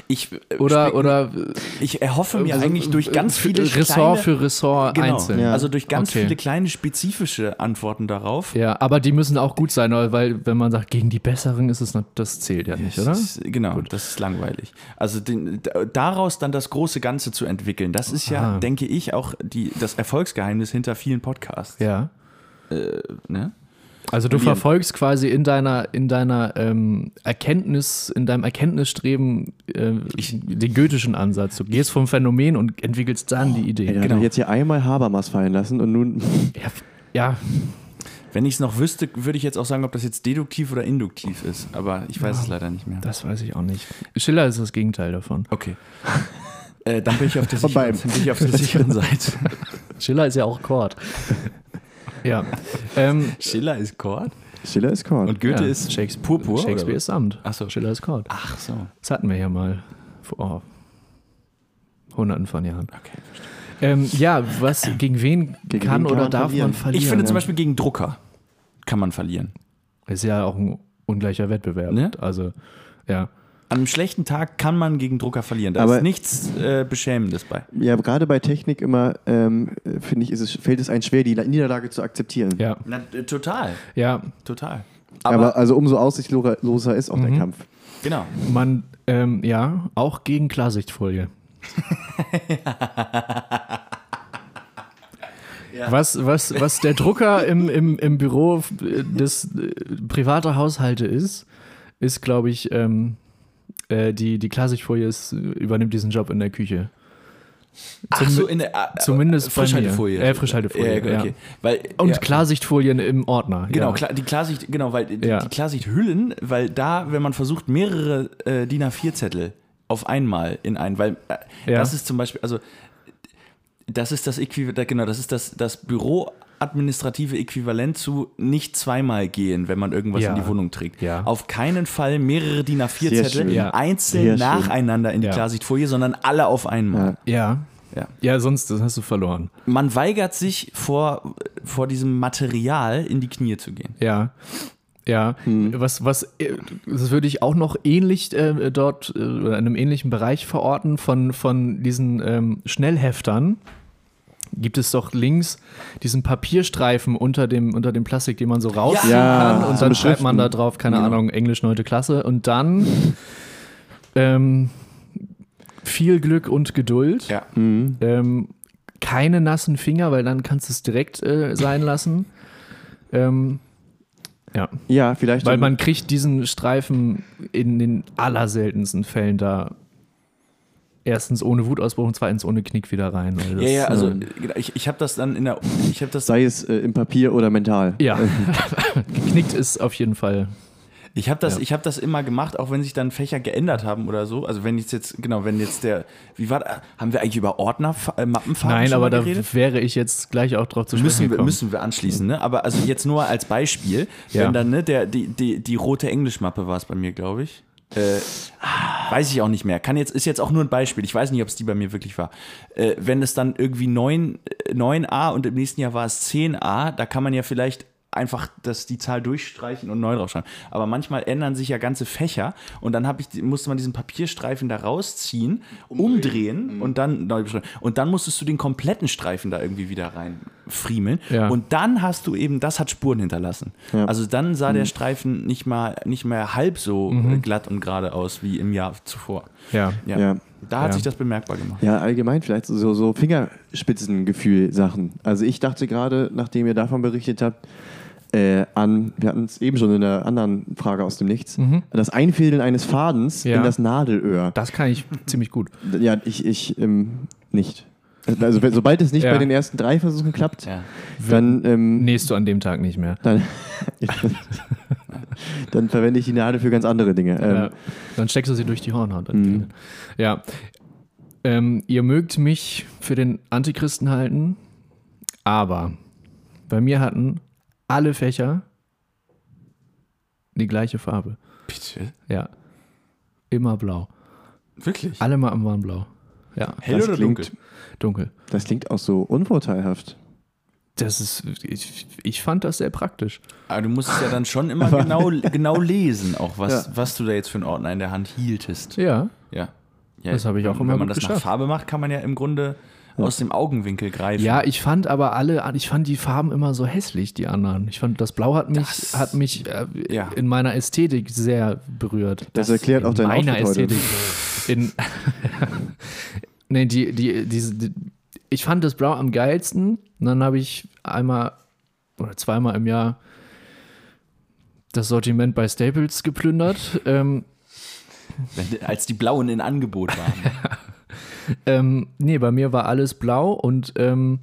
Speaker 2: Ich, äh,
Speaker 1: Oder,
Speaker 2: spek-
Speaker 1: oder
Speaker 2: ich erhoffe mir
Speaker 1: äh,
Speaker 2: eigentlich durch ganz
Speaker 1: äh,
Speaker 2: viele
Speaker 1: Ressort
Speaker 2: kleine-
Speaker 1: für Ressort
Speaker 2: Genau.
Speaker 1: einzeln.
Speaker 3: Ja.
Speaker 2: Also durch ganz
Speaker 1: Okay.
Speaker 2: viele kleine spezifische Antworten darauf.
Speaker 1: Ja, aber die müssen auch gut sein, weil wenn man sagt, gegen die Besseren ist es, na- das zählt ja nicht, oder?
Speaker 2: Das ist, genau, das ist langweilig. Also den, da- daraus dann das große Ganze zu entwickeln, das ist ja,
Speaker 1: Aha.
Speaker 2: denke ich, auch die, das Erfolgsgeheimnis hinter vielen Podcasts.
Speaker 1: Ja.
Speaker 2: Ne?
Speaker 1: Also du
Speaker 2: verlieren.
Speaker 1: verfolgst quasi in deiner, in deiner ähm, Erkenntnis, in deinem Erkenntnisstreben äh, den goethischen Ansatz. Du gehst vom Phänomen und entwickelst dann die
Speaker 3: Ey,
Speaker 1: Idee.
Speaker 3: da hat
Speaker 2: Genau.
Speaker 3: mich jetzt hier einmal Habermas fallen lassen und nun.
Speaker 1: Ja, ja,
Speaker 2: Wenn ich es noch wüsste, würde ich jetzt auch sagen, ob das jetzt deduktiv oder induktiv ist. Aber ich weiß es leider nicht mehr.
Speaker 1: das weiß ich auch nicht. Schiller ist das Gegenteil davon.
Speaker 2: Okay. Äh, dann bin ich auf der sicheren,
Speaker 3: beim.
Speaker 2: dann bin ich auf der sicheren Seite.
Speaker 1: Schiller ist ja auch Kord. ja. Ähm,
Speaker 2: Schiller ist Chord
Speaker 3: Schiller ist Korn.
Speaker 2: und Goethe
Speaker 1: ja,
Speaker 2: ist
Speaker 1: Shakespeare,
Speaker 2: Purpur. oder
Speaker 1: Shakespeare
Speaker 2: was?
Speaker 1: ist Samt.
Speaker 2: Ach so.
Speaker 1: Schiller ist Kord.
Speaker 2: Ach so.
Speaker 1: Das hatten wir ja mal vor hunderten von Jahren.
Speaker 2: Okay.
Speaker 1: Ähm, ja, was gegen wen
Speaker 3: Gegen
Speaker 1: kann
Speaker 3: wen kann
Speaker 1: oder
Speaker 3: man
Speaker 1: darf man
Speaker 3: verlieren?
Speaker 1: verlieren?
Speaker 2: Ich finde zum
Speaker 1: ja.
Speaker 2: Beispiel gegen Drucker kann man verlieren.
Speaker 1: Ist ja auch ein ungleicher Wettbewerb.
Speaker 2: Ne?
Speaker 1: Also, ja.
Speaker 2: an einem schlechten Tag kann man gegen Drucker verlieren. Da
Speaker 3: Aber-
Speaker 2: ist nichts äh, Beschämendes bei.
Speaker 3: Ja, gerade bei Technik immer, ähm, finde ich, ist es, fällt es einem schwer, die Niederlage zu akzeptieren.
Speaker 1: Ja,
Speaker 2: Na, äh, total,
Speaker 1: ja.
Speaker 2: total.
Speaker 3: aber, also umso aussichtsloser ist auch der Kampf.
Speaker 2: genau.
Speaker 1: Man, ähm, ja, auch gegen Klarsichtfolie. Was, was, was der Drucker im, im, im Büro äh, des äh, privater Haushalte ist, ist, glaube ich, ähm, äh, die, die Klarsichtfolie ist, äh, übernimmt diesen Job in der Küche.
Speaker 2: Ach so, in der, äh,
Speaker 1: zumindest bei mir.
Speaker 2: Frischhaltefolie.
Speaker 1: Äh, Frischhaltefolie,
Speaker 2: Ja, okay.
Speaker 1: ja.
Speaker 2: Weil,
Speaker 1: Und
Speaker 2: ja.
Speaker 1: Klarsichtfolien im Ordner.
Speaker 2: Genau,
Speaker 1: ja.
Speaker 2: klar, die Klarsicht, genau, weil die,
Speaker 1: Ja.
Speaker 2: die Klarsichthüllen, weil da, wenn man versucht, mehrere äh, DIN A4-Zettel auf einmal in einen, weil äh,
Speaker 1: Ja.
Speaker 2: das ist zum Beispiel, also das ist das Äquivalent, genau, das ist das, das Büroadministrative Äquivalent zu nicht zweimal gehen, wenn man irgendwas
Speaker 1: Ja.
Speaker 2: in die Wohnung trägt.
Speaker 1: Ja.
Speaker 2: Auf keinen Fall mehrere DIN
Speaker 3: Sehr
Speaker 2: A4-Zettel
Speaker 3: schön.
Speaker 1: Ja.
Speaker 2: einzeln
Speaker 3: Sehr schön.
Speaker 2: nacheinander in die
Speaker 1: Ja.
Speaker 2: Klarsichtfolie, sondern alle auf einmal.
Speaker 1: Ja.
Speaker 2: Ja.
Speaker 1: Ja, sonst hast du verloren.
Speaker 2: Man weigert sich vor, vor diesem Material in die Knie zu gehen.
Speaker 1: Ja. Ja,
Speaker 3: Hm.
Speaker 1: was, was, äh, das würde ich auch noch ähnlich äh, dort äh, oder in einem ähnlichen Bereich verorten von, von diesen ähm, Schnellheftern. Gibt es doch links diesen Papierstreifen unter dem, unter dem Plastik, den man so rausziehen
Speaker 3: Ja,
Speaker 1: kann und
Speaker 3: zum
Speaker 1: dann schreibt man da
Speaker 3: Beschriften.
Speaker 1: drauf, keine Ahnung, Englisch 9. Klasse und dann ähm, viel Glück und Geduld.
Speaker 2: Ja.
Speaker 1: Ähm, keine nassen Finger, weil dann kannst du es direkt äh, sein lassen. ähm, ja,
Speaker 3: Ja, vielleicht.
Speaker 1: weil man kriegt diesen Streifen in den allerseltensten Fällen da erstens ohne Wutausbruch und zweitens ohne Knick wieder rein. weil das-
Speaker 2: Ja, ja, also genau, ich, ich habe das dann in der, ich habe das,
Speaker 3: sei es äh, im Papier oder mental.
Speaker 1: äh, ja. geknickt ist auf jeden Fall.
Speaker 2: ich habe das,
Speaker 1: Ja.
Speaker 2: ich habe das immer gemacht, auch wenn sich dann Fächer geändert haben oder so. Also wenn ich jetzt, genau, wenn jetzt der, wie war, da- haben wir eigentlich über Ordner, äh, Mappenfarben
Speaker 1: Nein,
Speaker 2: schon
Speaker 1: aber
Speaker 2: mal
Speaker 1: da
Speaker 2: geredet?
Speaker 1: wäre ich jetzt gleich auch drauf zu sprechen
Speaker 2: Müssen wir,
Speaker 1: gekommen.
Speaker 2: müssen wir anschließen, ne? Aber also jetzt nur als Beispiel,
Speaker 1: Ja.
Speaker 2: wenn dann, ne, der, die, die, die rote Englischmappe war es bei mir, glaube ich. Äh, weiß ich auch nicht mehr. Kann jetzt, ist jetzt auch nur ein Beispiel. Ich weiß nicht, ob es die bei mir wirklich war. Äh, wenn es dann irgendwie 9, äh, 9a und im nächsten Jahr war es 10a, da kann man ja vielleicht einfach das, die Zahl durchstreichen und neu draufschreiben. Aber manchmal ändern sich ja ganze Fächer und dann hab ich, die- musste man diesen Papierstreifen da rausziehen, umdrehen, und dann neu beschreiben. Und dann musstest du den kompletten Streifen da irgendwie wieder reinfriemeln.
Speaker 1: Ja.
Speaker 2: Und dann hast du eben, das hat Spuren hinterlassen.
Speaker 3: Ja. Mhm.
Speaker 2: Also dann sah der Streifen nicht mal nicht mehr halb so äh, glatt und gerade aus wie im Jahr zuvor.
Speaker 1: Mhm. Ja.
Speaker 2: Ja.
Speaker 3: Ja.
Speaker 2: Da hat
Speaker 1: Ja.
Speaker 2: sich das bemerkbar gemacht.
Speaker 3: Ja, allgemein vielleicht so, so Fingerspitzengefühl-Sachen. Also ich dachte gerade, nachdem ihr davon berichtet habt, äh, an, wir hatten es eben schon in der anderen Frage aus dem Nichts, das Einfädeln eines Fadens
Speaker 1: Mhm. Ja.
Speaker 3: in das Nadelöhr.
Speaker 1: Das kann ich ziemlich gut.
Speaker 3: Ja, ich, ich ähm, nicht. Also wenn- sobald es nicht
Speaker 1: Ja.
Speaker 3: bei den ersten drei Versuchen klappt,
Speaker 2: Ja.
Speaker 3: dann, ähm,
Speaker 1: Nähst du an dem Tag nicht mehr.
Speaker 3: dann, dann verwende ich die Nadel für ganz andere Dinge. Ähm, Mhm.
Speaker 1: Ja, dann steckst du sie durch die Hornhaut. Ja. Ähm, ihr mögt mich für den Antichristen halten, aber bei mir hatten alle Fächer die gleiche Farbe.
Speaker 2: Bitte?
Speaker 1: Ja. Immer blau.
Speaker 2: Wirklich?
Speaker 1: Alle Mappen waren blau. Ja,
Speaker 2: Hell
Speaker 3: Ah, das
Speaker 2: oder
Speaker 3: klingt-
Speaker 2: dunkel?
Speaker 1: dunkel.
Speaker 3: Das klingt auch so unvorteilhaft.
Speaker 1: Das ist, ich, ich fand das sehr praktisch.
Speaker 2: Aber du musst es ja dann schon immer genau, genau lesen, auch was, was du da jetzt für einen Ordner in der Hand hieltest.
Speaker 1: Ja.
Speaker 2: Ja. ja
Speaker 1: Das habe ich auch
Speaker 2: wenn
Speaker 1: immer
Speaker 2: Wenn man
Speaker 1: gut
Speaker 2: das nach
Speaker 1: geschafft.
Speaker 2: Farbe macht, kann man ja im Grunde aus dem Augenwinkel greifen.
Speaker 1: Ja, ich fand aber alle, ich fand die Farben immer so hässlich, die anderen. Ich fand, das Blau hat mich,
Speaker 2: Das-
Speaker 1: hat mich äh,
Speaker 2: Ja.
Speaker 1: in meiner Ästhetik sehr berührt.
Speaker 3: Das, erklärt auch dein
Speaker 1: meiner
Speaker 3: Outfit heute.
Speaker 1: Ästhetik. In, nee, die, die, diese, die, ich fand das Blau am geilsten. Und dann habe ich einmal oder zweimal im Jahr das Sortiment bei Staples geplündert. Ähm,
Speaker 2: Wenn, als die Blauen in Angebot waren.
Speaker 1: Ähm, nee, bei mir war alles blau und ähm,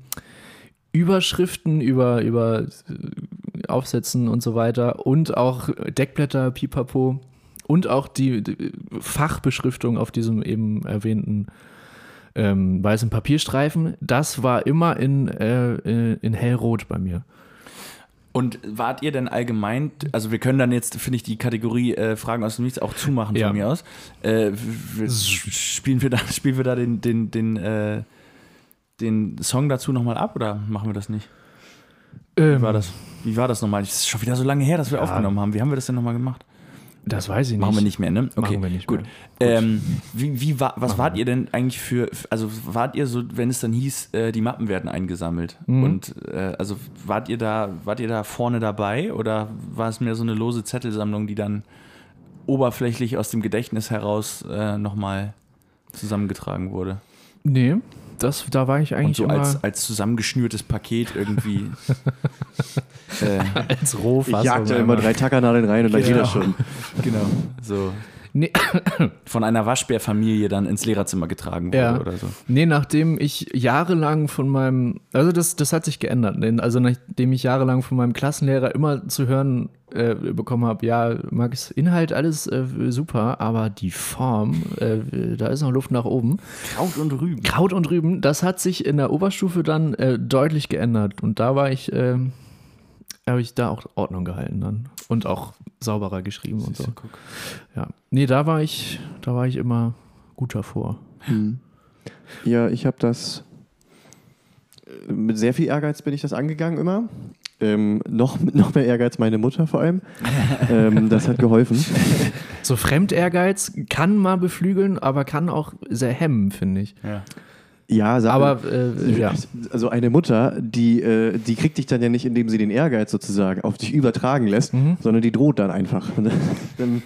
Speaker 1: Überschriften über, über äh, Aufsätzen und so weiter und auch Deckblätter, Pipapo und auch die, die Fachbeschriftung auf diesem eben erwähnten ähm, weißen Papierstreifen, das war immer in, äh, äh, in hellrot bei mir.
Speaker 2: Und wart ihr denn allgemein, also wir können dann jetzt, finde ich, die Kategorie äh, Fragen aus dem Nichts auch zumachen
Speaker 1: Ja.
Speaker 2: von mir aus. Äh, w- w- spielen wir da, spielen wir da den, den, den, äh, den Song dazu nochmal ab oder machen wir das nicht?
Speaker 1: Ähm,
Speaker 2: War das, wie war das nochmal? Das ist schon wieder so lange her, dass wir aufgenommen haben. Wie haben wir das denn nochmal gemacht?
Speaker 1: Das weiß ich nicht.
Speaker 2: Machen wir nicht mehr, ne? Okay,
Speaker 1: wir nicht
Speaker 2: gut.
Speaker 1: mehr.
Speaker 2: Ähm, wie, wie war, was wart ihr denn eigentlich für, also wart ihr so, wenn es dann hieß, äh, die Mappen werden eingesammelt und äh, also wart ihr da, wart ihr da vorne dabei oder war es mehr so eine lose Zettelsammlung, die dann oberflächlich aus dem Gedächtnis heraus äh, nochmal zusammengetragen wurde
Speaker 1: Nee, das, da war ich
Speaker 2: und
Speaker 1: eigentlich
Speaker 2: so
Speaker 1: immer
Speaker 2: als, als zusammengeschnürtes Paket irgendwie äh,
Speaker 1: als
Speaker 3: Ich
Speaker 1: Rohfass.
Speaker 3: jag da immer drei Tackernadeln rein und dann geht das
Speaker 1: Genau.
Speaker 3: schon.
Speaker 2: genau so
Speaker 1: Nee,
Speaker 2: von einer Waschbärfamilie dann ins Lehrerzimmer getragen wurde
Speaker 1: Ja.
Speaker 2: oder so.
Speaker 1: Nee, nachdem ich jahrelang von meinem, also das, das hat sich geändert. Denn- Also nachdem ich jahrelang von meinem Klassenlehrer immer zu hören äh, bekommen habe, ja, Max, Inhalt alles äh, super, aber die Form, äh, da ist noch Luft nach oben.
Speaker 2: Kraut und Rüben.
Speaker 1: Kraut und Rüben, das hat sich in der Oberstufe dann äh, deutlich geändert. Und da war ich, äh, habe ich da auch Ordnung gehalten dann. Und auch sauberer geschrieben und so. Ja. Nee, da war ich, da war ich immer gut davor.
Speaker 3: Ja, ich habe das äh, mit sehr viel Ehrgeiz bin ich das angegangen immer. Ähm, noch, mit noch mehr Ehrgeiz meine Mutter vor allem. ähm, das hat geholfen.
Speaker 1: So Fremdehrgeiz kann mal beflügeln, aber kann auch sehr hemmen, finde ich.
Speaker 2: Ja.
Speaker 3: Ja, sag
Speaker 1: Aber äh, ja.
Speaker 3: Also eine Mutter, die, äh, die kriegt dich dann ja nicht, indem sie den Ehrgeiz sozusagen auf dich übertragen lässt,
Speaker 1: Mhm.
Speaker 3: sondern die droht dann einfach. Dann-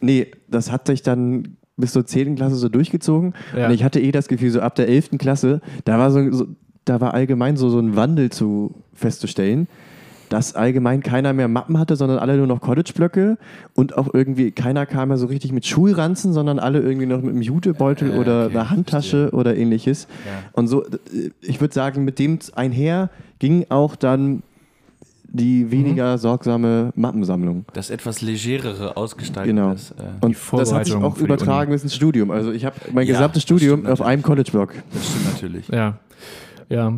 Speaker 3: nee, das hat sich dann bis zur 10. Klasse so durchgezogen.
Speaker 1: Ja.
Speaker 3: Und ich hatte eh das Gefühl, so ab der 11. Klasse, da war, so, so, da war allgemein so, so ein Wandel zu festzustellen, dass allgemein keiner mehr Mappen hatte, sondern alle nur noch College-Blöcke und auch irgendwie keiner kam mehr so richtig mit Schulranzen, sondern alle irgendwie noch mit einem Jutebeutel oder
Speaker 2: okay,
Speaker 3: einer Handtasche oder ähnliches. Und so, äh, ich würde sagen, mit dem einher ging auch dann die weniger sorgsame Mappensammlung.
Speaker 2: Das etwas legerere ausgestaltet
Speaker 3: Genau.
Speaker 2: ist. Äh,
Speaker 3: Und das hat sich
Speaker 1: Vorbereitung
Speaker 3: auch
Speaker 1: für die
Speaker 3: übertragen bis ins Studium. Also ich habe mein
Speaker 2: Ja,
Speaker 3: gesamtes
Speaker 2: das
Speaker 3: Studium
Speaker 2: stimmt
Speaker 3: auf einem College-Block.
Speaker 2: das stimmt natürlich.
Speaker 1: ja. Ja.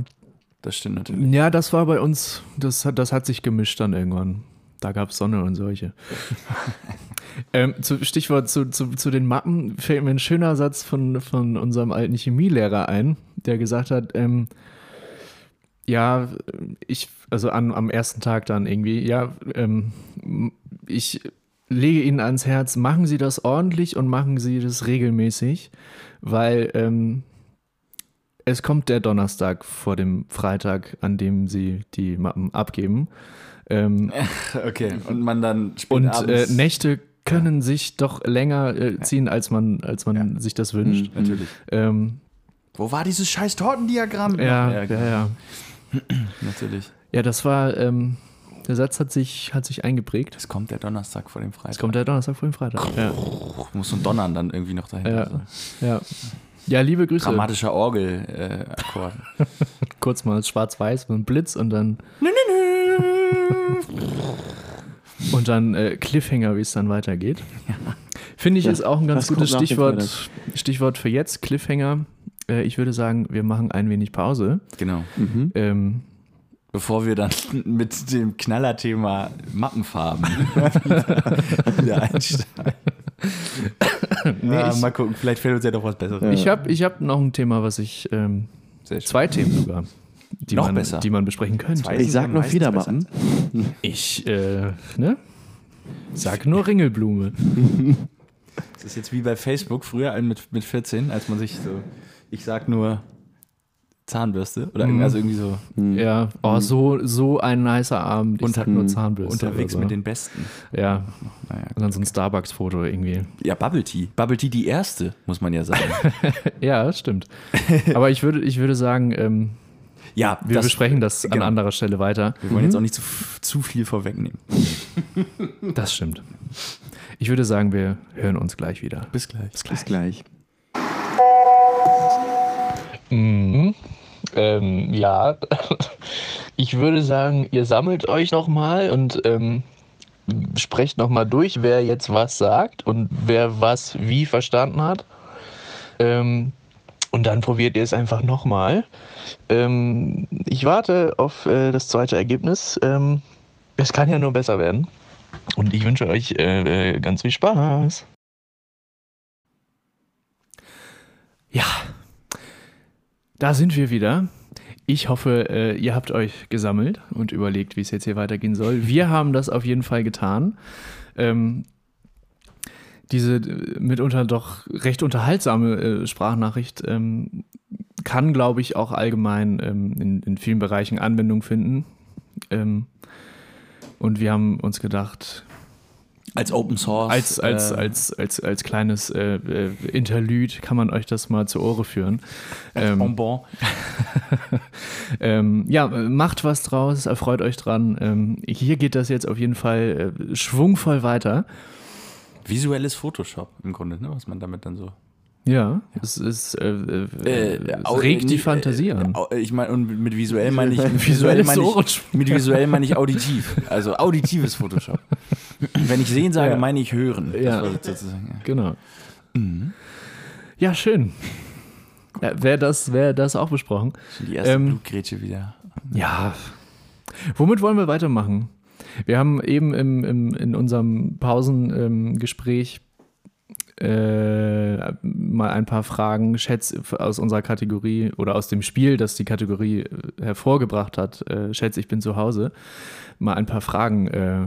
Speaker 2: Das stimmt natürlich.
Speaker 1: Ja, das war bei uns, das hat, das hat sich gemischt dann irgendwann. Da gab es Sonne und solche. ähm, zu, Stichwort zu, zu, zu den Mappen fällt mir ein schöner Satz von, von unserem alten Chemielehrer ein, der gesagt hat, ähm, ja, ich, also an, am ersten Tag dann irgendwie, ja, ähm, ich lege Ihnen ans Herz, machen Sie das ordentlich und machen Sie das regelmäßig, weil ähm, es kommt der Donnerstag vor dem Freitag, an dem Sie die Mappen abgeben. Ähm,
Speaker 2: Okay. Und man dann spät
Speaker 1: und äh,
Speaker 2: abends-
Speaker 1: Nächte können sich doch länger äh, ziehen, als man, als man sich das wünscht.
Speaker 2: Natürlich.
Speaker 1: Ähm,
Speaker 2: Wo war dieses scheiß Tortendiagramm?
Speaker 1: ja, ja,
Speaker 2: genau.
Speaker 1: ja, ja.
Speaker 2: natürlich.
Speaker 1: Ja, das war, ähm, der Satz hat sich, hat sich eingeprägt.
Speaker 2: Es kommt der Donnerstag vor dem Freitag.
Speaker 1: Es kommt der Donnerstag vor dem Freitag. Ja,
Speaker 2: Muss so ein Donnern dann irgendwie noch dahinter
Speaker 1: ja,
Speaker 2: sein.
Speaker 1: ja. ja liebe Grüße.
Speaker 2: Dramatischer Orgel-Akkord.
Speaker 1: Kurz mal schwarz-weiß mit einem Blitz und dann. und dann äh, Cliffhanger, wie es dann weitergeht. Finde ich
Speaker 3: Ja,
Speaker 1: ist auch ein ganz
Speaker 3: was kommt
Speaker 1: gutes
Speaker 3: nach dem
Speaker 1: Stichwort, Stichwort für jetzt, Cliffhanger. Äh, ich würde sagen, wir machen ein wenig Pause.
Speaker 2: genau.
Speaker 1: Ähm,
Speaker 2: Bevor wir dann mit dem Knallerthema Mappenfarben wieder einsteigen. ja,
Speaker 1: ich-
Speaker 2: mal gucken, vielleicht fällt uns ja doch was Besseres.
Speaker 3: Ja.
Speaker 1: Ich habe ich hab noch ein Thema, was ich. Ähm,
Speaker 2: Sehr schön.
Speaker 1: zwei Themen sogar. Die
Speaker 2: Noch
Speaker 1: man,
Speaker 2: besser.
Speaker 1: Die man besprechen könnte.
Speaker 2: Zwei.
Speaker 3: Ich sag
Speaker 2: Ja,
Speaker 3: noch
Speaker 2: meistens
Speaker 3: wieder
Speaker 2: besser.
Speaker 3: Mappen.
Speaker 1: Ich, äh, ne? Sag nur Ringelblume.
Speaker 2: Das ist jetzt wie bei Facebook, früher ein mit, mit 14, als man sich so, ich sag nur Zahnbürste oder
Speaker 1: Mhm.
Speaker 2: irgendwie- also irgendwie so
Speaker 1: Ja, oh, so, so ein nicer Abend. Ich sag nur Zahnbürste.
Speaker 2: unterwegs
Speaker 1: oder so.
Speaker 2: mit den Besten.
Speaker 1: Ja,
Speaker 2: Naja.
Speaker 1: und dann so ein Starbucks-Foto irgendwie.
Speaker 2: Ja, Bubble Tea. Bubble Tea die erste, muss man ja sagen.
Speaker 1: Ja, das stimmt. Aber ich würde, ich würde sagen, ähm,
Speaker 2: Ja,
Speaker 1: wir besprechen Mhm. das an
Speaker 2: genau.
Speaker 1: anderer Stelle weiter.
Speaker 2: Wir wollen jetzt auch nicht zu, zu viel vorwegnehmen.
Speaker 1: Das stimmt. Ich würde sagen, wir hören uns gleich wieder.
Speaker 2: Bis gleich. Bis gleich.
Speaker 3: Bis gleich.
Speaker 1: Mhm. Ähm, ja, ich würde sagen, ihr sammelt euch nochmal und ähm, sprecht nochmal durch, wer jetzt was sagt und wer was wie verstanden hat. Ähm, und dann probiert ihr es einfach nochmal. Ähm, ich warte auf äh, das zweite Ergebnis. Ähm, es kann ja nur besser werden. Und ich wünsche euch äh, äh, ganz viel Spaß. Ja, da sind wir wieder. Ich hoffe, äh, ihr habt euch gesammelt und überlegt, wie es jetzt hier weitergehen soll. Wir haben das auf jeden Fall getan. Ähm, diese äh, mitunter doch recht unterhaltsame äh, Sprachnachricht ähm, kann, glaube ich, auch allgemein ähm, in, in vielen Bereichen Anwendung finden. Ähm, und wir haben uns gedacht,
Speaker 2: Als Open Source.
Speaker 1: als, als,
Speaker 2: äh,
Speaker 1: als, als, als kleines äh, äh, Interlude kann man euch das mal zu Ohre führen. Ähm,
Speaker 2: Bonbon.
Speaker 1: ähm, ja, macht was draus, erfreut euch dran. Ähm, hier geht das jetzt auf jeden Fall äh, schwungvoll weiter.
Speaker 2: Visuelles Photoshop im Grunde, ne? was man damit dann so.
Speaker 1: Ja, es ist, äh, äh, es regt die Fantasie an.
Speaker 2: äh, Ich meine, und mit visuell meine ich, mit visuell
Speaker 1: Visuelles
Speaker 2: meine ich,
Speaker 1: Ohrenspiel.
Speaker 2: mit visuell meine ich auditiv. Also auditives Photoshop. Wenn ich sehen sage,
Speaker 1: Ja.
Speaker 2: meine ich hören. Das
Speaker 1: Ja.
Speaker 2: war sozusagen, ja.
Speaker 1: Genau. Ja, schön. Ja, Wäre das, wär das auch besprochen?
Speaker 2: Die erste
Speaker 1: Ähm,
Speaker 2: Blutgrätsche wieder.
Speaker 1: Ja. Womit wollen wir weitermachen? Wir haben eben im, im, in unserem Pausengespräch äh, mal ein paar Fragen Schätz aus unserer Kategorie oder aus dem Spiel, das die Kategorie äh, hervorgebracht hat, äh, Schätz, ich bin zu Hause, mal ein paar Fragen äh,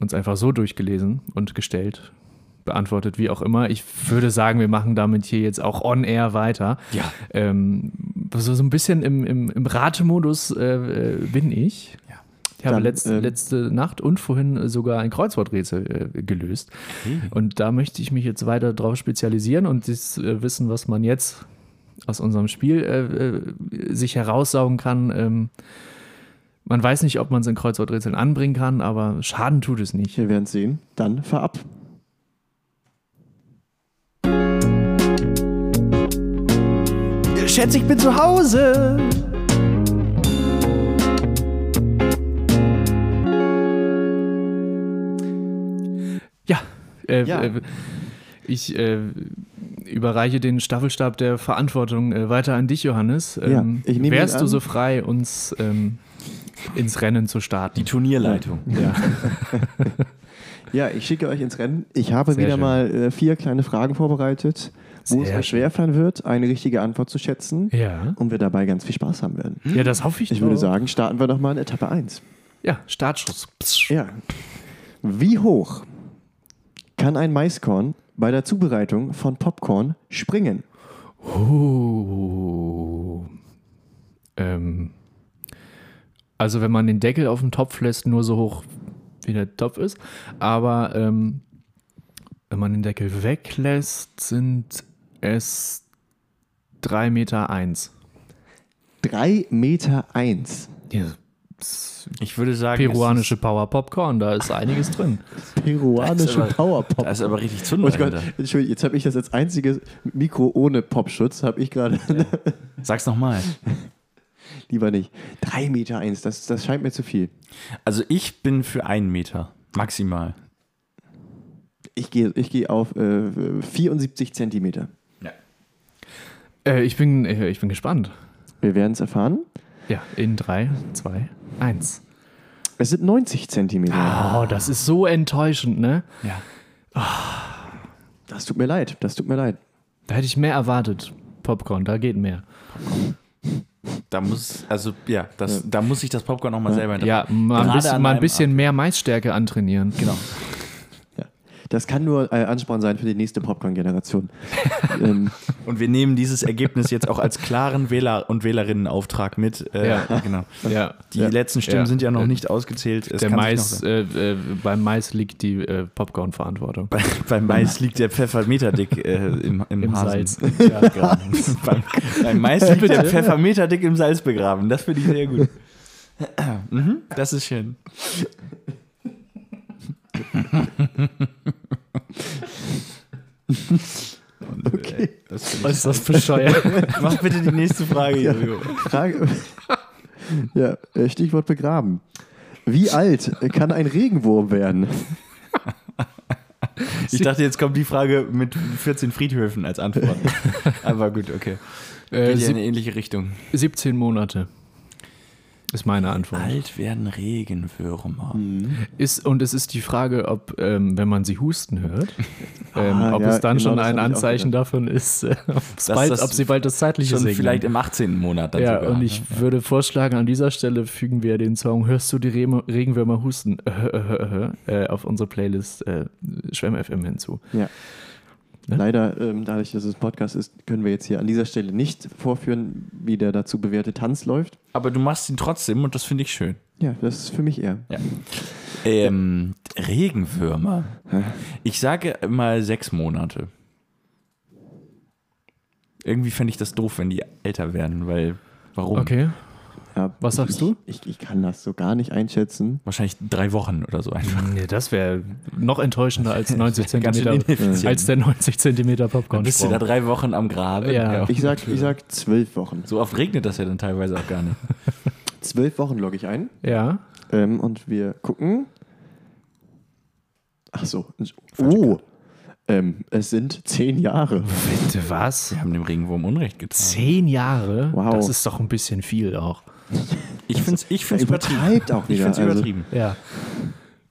Speaker 1: uns einfach so durchgelesen und gestellt, beantwortet, wie auch immer. Ich würde sagen, wir machen damit hier jetzt auch on-air weiter
Speaker 2: Ja.
Speaker 1: ähm, so, so ein bisschen im, im, im Ratemodus äh, äh, bin ich.
Speaker 2: Ja.
Speaker 1: Ich habe
Speaker 3: Dann,
Speaker 1: letzte,
Speaker 3: ähm,
Speaker 1: letzte Nacht und vorhin sogar ein Kreuzworträtsel äh, gelöst. Und da möchte ich mich jetzt weiter drauf spezialisieren und das äh, Wissen, was man jetzt aus unserem Spiel äh, äh, sich heraussaugen kann. Ähm, man weiß nicht, ob man es in Kreuzworträtseln anbringen kann, aber Schaden tut es nicht.
Speaker 3: Wir werden sehen. Dann fahr ab.
Speaker 1: Schätze, ich bin zu Hause. Ja, äh,
Speaker 3: Ja.
Speaker 1: Äh, ich äh, überreiche den Staffelstab der Verantwortung äh, weiter an dich, Johannes. Ähm,
Speaker 3: Ja, ich nehme ihn
Speaker 1: wärst du
Speaker 3: an.
Speaker 1: so frei, uns ähm, ins Rennen zu starten?
Speaker 2: Die Turnierleitung.
Speaker 1: Ja.
Speaker 3: Ja, ich schicke euch ins Rennen. Ich habe
Speaker 1: Sehr
Speaker 3: wieder
Speaker 1: schön.
Speaker 3: mal äh, vier kleine Fragen vorbereitet, wo es
Speaker 1: Sehr
Speaker 3: euch schwerfallen wird, eine richtige Antwort zu schätzen
Speaker 1: ja.
Speaker 3: und wir dabei ganz viel Spaß haben werden.
Speaker 1: Ja, das hoffe ich.
Speaker 3: Ich würde
Speaker 1: doch.
Speaker 3: sagen, starten wir doch mal in Etappe 1.
Speaker 1: Ja, Startschuss. Pssch.
Speaker 3: Ja. Wie hoch kann ein Maiskorn bei der Zubereitung von Popcorn springen?
Speaker 1: Oh. Ähm. Also wenn man den Deckel auf den Topf lässt, nur so hoch wie der Topf ist. Aber ähm, wenn man den Deckel weglässt, sind es 3,1 Meter. Eins.
Speaker 3: 3,1 Meter. Eins.
Speaker 2: Ich würde sagen,
Speaker 1: Peruanische Power Popcorn, da ist einiges drin.
Speaker 2: Das
Speaker 3: Peruanische
Speaker 2: ist aber-
Speaker 3: Powerpop.
Speaker 2: Da ist aber richtig
Speaker 3: Oh
Speaker 2: Zunder.
Speaker 3: Gott, Entschuldigung, jetzt habe ich das als einziges Mikro ohne Popschutz, habe ich gerade.
Speaker 2: Sag's nochmal.
Speaker 3: Lieber nicht. 3,1 Meter, eins, das, das scheint mir zu viel.
Speaker 2: Also ich bin für einen Meter. Maximal.
Speaker 3: Ich gehe ich gehe auf äh, 74 Zentimeter.
Speaker 1: Äh, ich, bin, äh, ich bin gespannt.
Speaker 3: Wir werden es erfahren.
Speaker 1: Ja, in 3, 2, 1.
Speaker 3: Es sind 90 Zentimeter.
Speaker 1: Oh, das ist so enttäuschend, ne?
Speaker 2: Ja.
Speaker 3: Das tut mir leid, das tut mir leid.
Speaker 1: Da hätte ich mehr erwartet. Popcorn, da geht mehr.
Speaker 2: Da muss, also ja, das, da muss ich das Popcorn nochmal selber
Speaker 1: Ja, mal ein
Speaker 2: Gerade
Speaker 1: bisschen,
Speaker 2: an
Speaker 1: mal ein
Speaker 2: einem
Speaker 1: bisschen mehr Maisstärke antrainieren. Genau.
Speaker 3: Ja. Das kann nur äh, Ansporn sein für die nächste Popcorn-Generation. ähm,
Speaker 2: Und wir nehmen dieses Ergebnis jetzt auch als klaren Wähler- und Wählerinnenauftrag mit. Äh,
Speaker 1: Ja.
Speaker 2: genau.
Speaker 1: Ja.
Speaker 2: Die letzten Stimmen
Speaker 1: Ja.
Speaker 2: sind ja noch
Speaker 1: Äh,
Speaker 2: nicht ausgezählt. Es
Speaker 1: Der
Speaker 2: kann sich
Speaker 1: Mais,
Speaker 2: noch-
Speaker 1: äh, äh, beim Mais liegt die äh, Popcorn-Verantwortung.
Speaker 2: Bei, beim Mais liegt der Pfeffer meterdick äh, im, im,
Speaker 1: Im
Speaker 2: Hasen.
Speaker 1: Salz.
Speaker 2: Ja, genau. begraben. beim, beim Mais liegt der Pfeffer meterdick im Salz begraben. Das finde ich sehr gut. mhm, das ist schön. Und, okay. das find ich-
Speaker 1: ist das bescheuert?
Speaker 2: Mach bitte die nächste Frage, Jojo.
Speaker 3: Frage, ja, äh, Stichwort begraben. Wie alt kann ein Regenwurm werden?
Speaker 2: Ich dachte, jetzt kommt die Frage mit 14 Friedhöfen als Antwort. Aber gut, okay.
Speaker 1: äh,
Speaker 2: Geht ja in
Speaker 1: sieb-
Speaker 2: eine ähnliche Richtung.
Speaker 1: 17 Monate. Ist meine Antwort.
Speaker 2: Alt werden Regenwürmer.
Speaker 1: Ist, und es ist die Frage, ob, ähm, wenn man sie husten hört, ähm,
Speaker 3: Ah,
Speaker 1: ob
Speaker 3: ja,
Speaker 1: es dann
Speaker 3: genau,
Speaker 1: schon
Speaker 3: das
Speaker 1: ein
Speaker 3: hab ich auch
Speaker 1: Anzeichen davon ist, äh, ob's bald,
Speaker 2: das
Speaker 1: ob sie bald das zeitliche
Speaker 2: Schon
Speaker 1: segnen.
Speaker 2: vielleicht im 18. Monat dann
Speaker 1: ja,
Speaker 2: sogar. ne?
Speaker 1: und ich würde vorschlagen, an dieser Stelle fügen wir den Song Hörst du die Re Regenwürmer husten äh, auf unsere Playlist äh, Schwemm FM hinzu.
Speaker 3: Ja. Leider, ähm, dadurch, dass es Podcast ist, können wir jetzt hier an dieser Stelle nicht vorführen, wie der dazu bewährte Tanz läuft.
Speaker 2: Aber du machst ihn trotzdem und das finde ich schön.
Speaker 3: Ja, das ist für mich eher.
Speaker 2: Ähm, Regenwürmer. Ich sage mal sechs Monate. Irgendwie fände ich das doof, wenn die älter werden, weil warum?
Speaker 1: Okay.
Speaker 3: Ja,
Speaker 1: Was
Speaker 3: ich-
Speaker 1: sagst du?
Speaker 3: Ich, ich kann das so gar nicht einschätzen.
Speaker 2: Wahrscheinlich drei Wochen oder so einfach.
Speaker 1: Nee, das wäre noch enttäuschender als 90
Speaker 2: Ganz schön
Speaker 1: Zentimeter,
Speaker 2: ineffizient.
Speaker 1: als der 90 Zentimeter
Speaker 2: Dann
Speaker 1: popcorn
Speaker 2: bist du da drei Wochen am Graben.
Speaker 1: Ja.
Speaker 3: Ich sag, ich sag zwölf Wochen.
Speaker 2: So oft regnet das ja dann teilweise auch gar nicht.
Speaker 3: Zwölf Wochen logge ich ein.
Speaker 1: Ja.
Speaker 3: Ähm, und wir gucken. Ach so. Oh. Ähm, es sind zehn Jahre.
Speaker 1: Bitte was?
Speaker 2: Wir haben dem Regenwurm Unrecht getan.
Speaker 1: Zehn Jahre?
Speaker 3: Wow.
Speaker 1: Das ist doch ein bisschen viel auch.
Speaker 2: Ich finde es ich find's
Speaker 3: Er übertreibt auch
Speaker 2: Ich
Speaker 3: wieder.
Speaker 2: finde es
Speaker 3: also,
Speaker 2: übertrieben.
Speaker 1: Ja.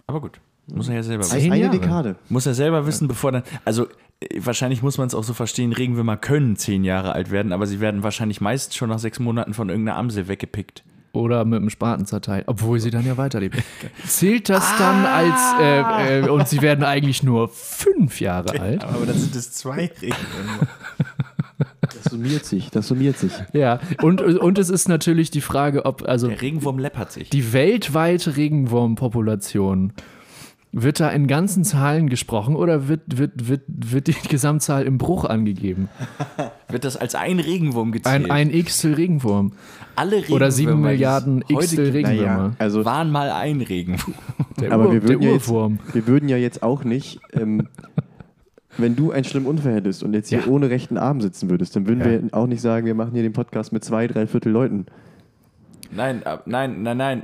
Speaker 2: Aber gut. Muss er ja selber
Speaker 1: Zehn
Speaker 2: wissen.
Speaker 3: Eine
Speaker 1: Jahre.
Speaker 3: Dekade.
Speaker 2: Muss er selber wissen, bevor dann. Also äh, wahrscheinlich muss man es auch so verstehen, Regenwürmer können zehn Jahre alt werden, aber sie werden wahrscheinlich meist schon nach sechs Monaten von irgendeiner Amsel weggepickt.
Speaker 1: Oder mit dem Spaten zerteilt, obwohl sie dann ja weiterlebt. Zählt das dann als, äh, äh, und sie werden eigentlich nur fünf Jahre alt?
Speaker 2: Aber dann sind es zwei Regenwürmer.
Speaker 3: Das summiert sich. Das summiert sich.
Speaker 1: Ja, und, und es ist natürlich die Frage, ob, also
Speaker 2: Der Regenwurm läppert sich.
Speaker 1: die weltweite Regenwurmpopulation, wird da in ganzen Zahlen gesprochen oder wird, wird, wird, wird die Gesamtzahl im Bruch angegeben?
Speaker 2: Wird das als ein Regenwurm gezählt?
Speaker 1: Ein, ein x-tel Regenwurm.
Speaker 2: Alle Regenwürmer,
Speaker 1: Oder sieben
Speaker 2: die es
Speaker 1: Milliarden
Speaker 2: heute
Speaker 1: x-tel
Speaker 2: gibt,
Speaker 1: Regenwürmer.
Speaker 3: Also,
Speaker 2: waren mal ein Regenwurm.
Speaker 1: Der,
Speaker 3: aber
Speaker 1: Ur,
Speaker 3: wir
Speaker 1: der
Speaker 3: würden, ja jetzt,
Speaker 1: Urwurm.
Speaker 3: wir würden ja jetzt auch nicht, ähm, wenn du einen schlimmen Unfall hättest und jetzt hier
Speaker 1: Ja.
Speaker 3: ohne rechten Arm sitzen würdest, dann würden
Speaker 1: Ja.
Speaker 3: wir auch nicht sagen, wir machen hier den Podcast mit zwei, drei Viertel Leuten.
Speaker 2: Nein, ab- nein, nein, nein.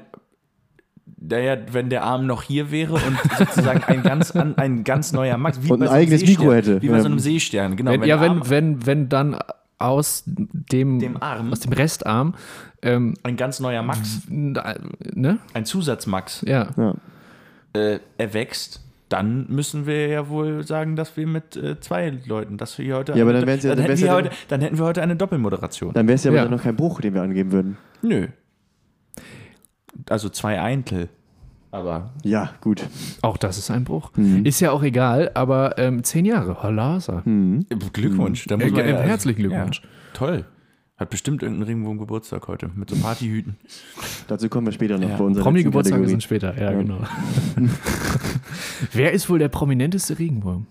Speaker 2: Naja, wenn der Arm noch hier wäre und sozusagen ein ganz, an, ein ganz neuer Max. Wie
Speaker 3: Und
Speaker 2: bei
Speaker 3: ein
Speaker 2: so einem
Speaker 3: eigenes Mikro
Speaker 2: Seestern,
Speaker 3: hätte.
Speaker 2: Wie bei so einem
Speaker 3: Ähm,
Speaker 2: Seestern, genau.
Speaker 1: Wenn, ja,
Speaker 2: der
Speaker 1: wenn,
Speaker 2: Arm
Speaker 1: wenn, wenn dann aus dem,
Speaker 2: Dem Arm.
Speaker 1: aus dem Restarm, ähm,
Speaker 2: ein ganz neuer Max,
Speaker 1: ne?
Speaker 2: ein Zusatzmax,
Speaker 1: Ja.
Speaker 3: Ja.
Speaker 2: äh, erwächst, dann müssen wir ja wohl sagen, dass wir mit äh, zwei Leuten, dass wir hier heute.
Speaker 3: Ja, aber dann wären's ja-
Speaker 2: dann,
Speaker 3: dann
Speaker 2: hätten
Speaker 3: wär's
Speaker 2: wir
Speaker 3: ja
Speaker 2: heute, dann hätten wir heute eine Doppelmoderation.
Speaker 3: Dann wäre es ja,
Speaker 1: Ja.
Speaker 3: aber dann noch kein Bruch, den wir angeben würden.
Speaker 2: Nö. Also zwei Eintel. Aber
Speaker 3: Ja, gut.
Speaker 1: Auch das ist ein Bruch. Ist ja auch egal, aber ähm, zehn Jahre, Hollasa.
Speaker 2: Glückwunsch. Da
Speaker 1: Äh,
Speaker 2: man
Speaker 1: äh, herzlichen Glückwunsch.
Speaker 2: Toll. Hat bestimmt irgendein Regenwurm Geburtstag heute mit so Partyhüten.
Speaker 3: Dazu kommen wir später noch bei unserer letzten
Speaker 1: Promi-Geburtstage
Speaker 3: Kategorie.
Speaker 1: sind später, ja, genau. Wer ist wohl der prominenteste Regenwurm?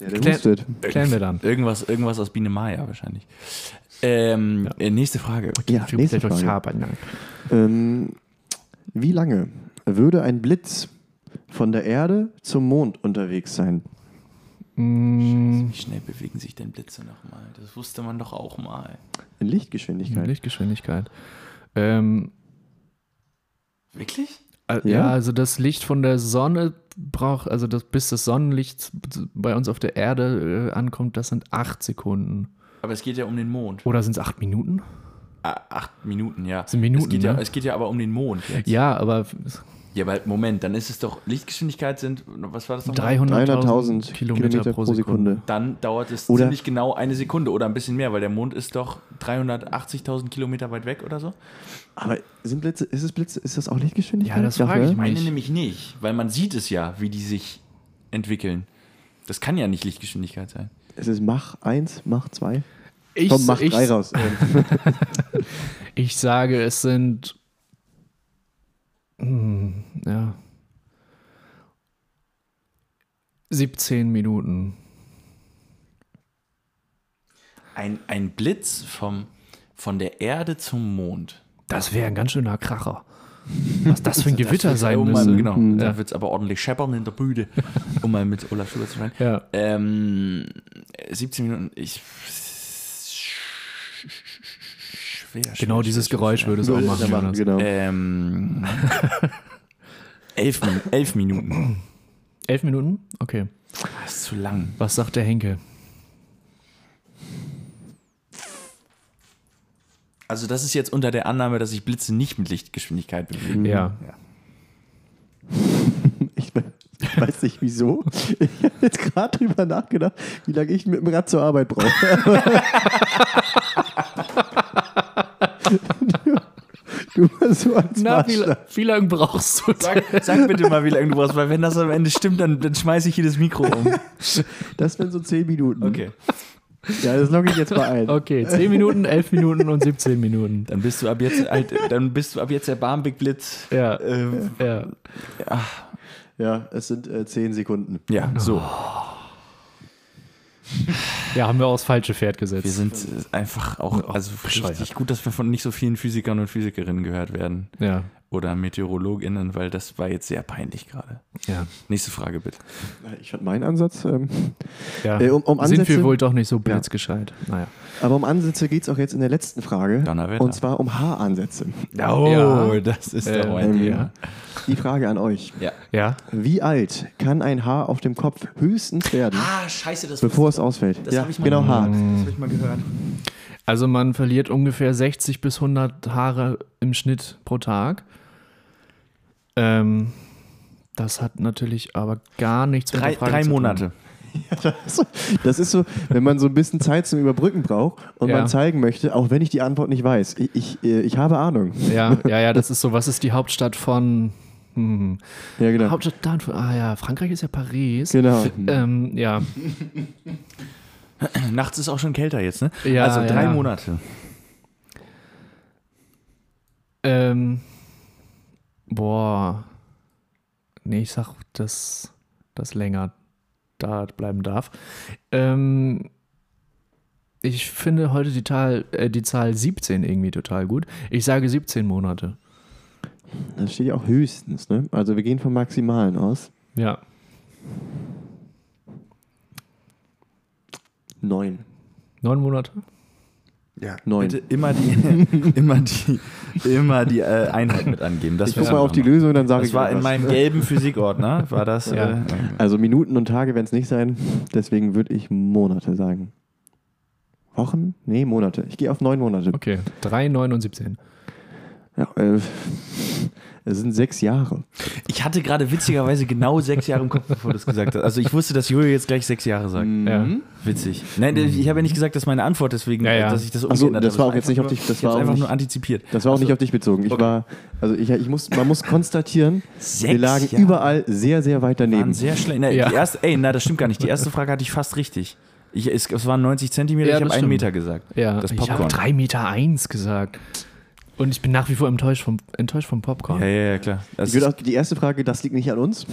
Speaker 3: Der, der
Speaker 1: Klär-
Speaker 3: hustet.
Speaker 1: Klären wir dann.
Speaker 2: Irgendwas, irgendwas aus Biene Maya wahrscheinlich. Ähm, äh, Nächste Frage.
Speaker 3: Ja, nächste
Speaker 1: Vielleicht
Speaker 3: Frage.
Speaker 1: Schaber, ja.
Speaker 3: Ähm, wie lange würde ein Blitz von der Erde zum Mond unterwegs sein?
Speaker 1: Mm,
Speaker 2: Wie schnell bewegen sich denn Blitze nochmal? Das wusste man doch auch mal.
Speaker 3: In Lichtgeschwindigkeit.
Speaker 1: Lichtgeschwindigkeit. Ähm,
Speaker 2: Wirklich?
Speaker 1: Äh,
Speaker 3: Ja?
Speaker 1: Ja? also das Licht von der Sonne braucht, also das, bis das Sonnenlicht bei uns auf der Erde äh, ankommt, das sind acht Sekunden.
Speaker 2: Aber es geht ja um den Mond.
Speaker 1: Oder sind es acht Minuten?
Speaker 2: Ah, acht Minuten, ja.
Speaker 1: Sind Minuten,
Speaker 2: es geht ja.
Speaker 1: ne?
Speaker 2: Es geht ja aber um den Mond. Jetzt.
Speaker 1: Ja, aber
Speaker 2: Ja, aber Moment, dann ist es doch Lichtgeschwindigkeit sind, was war das nochmal?
Speaker 1: 300.000
Speaker 3: 300.000
Speaker 1: Kilometer, pro Sekunde.
Speaker 2: Dann dauert es
Speaker 3: Oder-
Speaker 2: ziemlich genau eine Sekunde oder ein bisschen mehr, weil der Mond ist doch 380.000 Kilometer weit weg oder so.
Speaker 3: Aber sind Blitze, ist es Blitze, ist das auch Lichtgeschwindigkeit?
Speaker 1: Ja, das frage ich
Speaker 3: ne?
Speaker 1: mich.
Speaker 2: Meine
Speaker 1: Nicht.
Speaker 2: nämlich nicht, weil man sieht es ja, wie die sich entwickeln. Das kann ja nicht Lichtgeschwindigkeit sein.
Speaker 3: Es ist Mach 1, Mach 2.
Speaker 1: Ich,
Speaker 3: Komm, Mach
Speaker 1: ich,
Speaker 3: 3 raus. Ähm,
Speaker 1: ich sage, es sind. Hm, ja. 17 Minuten.
Speaker 2: Ein, ein Blitz vom, von der Erde zum Mond.
Speaker 1: Das wäre ein ganz schöner Kracher. Was das für ein Gewitter sein
Speaker 2: um
Speaker 1: müsste.
Speaker 2: mal, genau, da
Speaker 1: Ja.
Speaker 2: wird es aber ordentlich scheppern in der Bühne, um mal mit Olaf Schubert zu sprechen.
Speaker 1: Ja.
Speaker 2: Ähm, 17 Minuten, ich... Schwer, schwer,
Speaker 1: Genau
Speaker 2: schwer,
Speaker 1: dieses
Speaker 2: schwer,
Speaker 1: Geräusch
Speaker 2: schwer.
Speaker 1: würde es auch
Speaker 3: würde
Speaker 1: machen.
Speaker 3: ich ja machen,
Speaker 1: Jonas.
Speaker 3: genau.
Speaker 2: Ähm, elf, Min- elf Minuten.
Speaker 1: Elf Minuten? Okay.
Speaker 2: Das ist zu lang.
Speaker 1: Was sagt der Henke?
Speaker 2: Also das ist jetzt unter der Annahme, dass sich Blitze nicht mit Lichtgeschwindigkeit bewegen.
Speaker 1: Ja.
Speaker 2: Ja.
Speaker 3: Ich we- ich weiß nicht wieso. Ich habe jetzt gerade drüber nachgedacht, wie lange ich mit dem Rad zur Arbeit brauche. du mal so als
Speaker 1: Na, wie,
Speaker 3: Maßstab.
Speaker 1: wie lange brauchst du
Speaker 2: Sag, sag bitte mal, wie lange du brauchst, weil wenn das am Ende stimmt, dann, dann schmeiße ich hier das Mikro um.
Speaker 3: Das wären so 10 Minuten.
Speaker 2: Okay.
Speaker 3: Ja, das logge ich jetzt mal ein.
Speaker 1: Okay, 10 Minuten, 11 Minuten und 17 Minuten.
Speaker 2: Dann bist du ab jetzt halt, dann bist du ab jetzt der Barmbek Blitz.
Speaker 1: Ja,
Speaker 2: Ähm,
Speaker 1: ja.
Speaker 3: Ja, es sind äh, 10 Sekunden.
Speaker 2: ja, so.
Speaker 1: ja, haben wir aufs falsche Pferd
Speaker 2: Wir
Speaker 1: gesetzt.
Speaker 2: sind äh, einfach auch also richtig
Speaker 1: bescheuert.
Speaker 2: gut, dass wir von nicht so vielen Physikern und Physikerinnen gehört werden.
Speaker 1: Ja,
Speaker 2: Oder MeteorologInnen, weil das war jetzt sehr peinlich gerade.
Speaker 1: ja.
Speaker 2: Nächste Frage bitte.
Speaker 3: Ich fand meinen Ansatz. Ähm,
Speaker 1: ja.
Speaker 3: Äh, um- um
Speaker 1: sind
Speaker 3: Ansätze-
Speaker 1: wir wohl doch nicht so blitzgescheit. Naja.
Speaker 3: aber um Ansätze geht es auch jetzt in der letzten Frage.
Speaker 2: Donnerwetter.
Speaker 3: Und zwar um Haaransätze.
Speaker 1: Ja.
Speaker 2: das ist
Speaker 1: Äh,
Speaker 2: doch
Speaker 3: Ähm,
Speaker 2: Thema.
Speaker 3: Die Frage an euch.
Speaker 2: Ja.
Speaker 1: Ja,
Speaker 3: Wie alt kann ein Haar auf dem Kopf höchstens werden,
Speaker 2: Ah, scheiße, das
Speaker 3: bevor es ausfällt?
Speaker 2: das
Speaker 3: ja,
Speaker 2: hab ich mal
Speaker 3: genau, Haar.
Speaker 2: habe ich mal gehört.
Speaker 1: also man verliert ungefähr 60 bis 100 Haare im Schnitt pro Tag. Ähm, das hat natürlich aber gar nichts mit
Speaker 2: Drei,
Speaker 1: der Frage
Speaker 2: drei
Speaker 1: zu tun.
Speaker 2: Monate.
Speaker 3: So, Das ist so, wenn man so ein bisschen Zeit zum Überbrücken braucht und
Speaker 1: Ja.
Speaker 3: man zeigen möchte, auch wenn ich die Antwort nicht weiß, ich, ich, äh, ich habe Ahnung.
Speaker 1: Ja, ja, ja, das ist so. Was ist die Hauptstadt von. Hm.
Speaker 3: Ja, genau.
Speaker 1: Hauptstadt davon. Ah ja, Frankreich ist ja Paris.
Speaker 3: Genau.
Speaker 2: äh.
Speaker 1: Ähm, ja,
Speaker 2: Nachts ist auch schon kälter jetzt, ne?
Speaker 1: Ja,
Speaker 2: also drei
Speaker 1: ja.
Speaker 2: Monate.
Speaker 1: Ähm, boah. Nee, ich sag, dass das länger da bleiben darf. Ähm, ich finde heute die, Tal, äh, die Zahl 17 irgendwie total gut. Ich sage 17 Monate.
Speaker 3: Das steht ja auch höchstens, ne? Also wir gehen vom Maximalen aus.
Speaker 1: Ja.
Speaker 3: Neun.
Speaker 1: Neun Monate?
Speaker 2: Ja,
Speaker 3: neun.
Speaker 2: Bitte immer die, immer die, immer die äh, Einheit mit angeben. Das
Speaker 3: Ich guck
Speaker 2: wissen
Speaker 3: mal
Speaker 2: wir
Speaker 3: auf die
Speaker 2: noch.
Speaker 3: Lösung, dann sage ich
Speaker 2: Das war in
Speaker 3: irgendwas.
Speaker 2: meinem gelben Physikordner, war das.
Speaker 1: Ja.
Speaker 2: Äh,
Speaker 3: Also Minuten und Tage werden es nicht sein, deswegen würde ich Monate sagen. Wochen? Nee, Monate. Ich gehe auf neun Monate.
Speaker 1: Okay. Drei, neun und 17.
Speaker 3: Ja, äh, es sind sechs Jahre.
Speaker 2: ich hatte gerade witzigerweise genau sechs Jahre im Kopf, bevor du es gesagt hast. Also ich wusste, dass Julio jetzt gleich sechs Jahre sagt.
Speaker 3: Mhm.
Speaker 1: Ja.
Speaker 2: Witzig. Nein, ich habe ja nicht gesagt, dass meine Antwort deswegen,
Speaker 1: Ja, ja.
Speaker 2: dass ich das
Speaker 3: Ach so,
Speaker 2: umgeändert
Speaker 3: das
Speaker 2: habe.
Speaker 3: war auch
Speaker 2: einfach
Speaker 3: jetzt nicht auf
Speaker 2: nur-
Speaker 3: dich- das
Speaker 2: ich hab's
Speaker 3: war auch
Speaker 2: einfach
Speaker 3: nicht-
Speaker 2: nur antizipiert.
Speaker 3: Das war auch nicht auf dich bezogen. Ich
Speaker 2: okay.
Speaker 3: war, also ich, ich muss, man muss konstatieren,
Speaker 2: Sechs
Speaker 3: wir lagen
Speaker 2: Jahre.
Speaker 3: überall sehr, sehr weit daneben.
Speaker 2: Waren sehr schlecht. Na,
Speaker 1: Ja.
Speaker 2: die erste, ey, na, das stimmt gar nicht. Die erste Frage hatte ich fast richtig. Ich, es, es waren 90 Zentimeter,
Speaker 1: Ja,
Speaker 2: ich habe
Speaker 1: das
Speaker 2: einen
Speaker 1: stimmt.
Speaker 2: Meter gesagt.
Speaker 1: Ja,
Speaker 2: das
Speaker 1: ich habe
Speaker 2: Popcorn.
Speaker 1: drei Meter eins gesagt. Und ich bin nach wie vor enttäuscht vom, enttäuscht vom Popcorn.
Speaker 2: Ja, ja, ja, klar. Das
Speaker 3: Ich würde auch, die erste Frage, das liegt nicht an uns.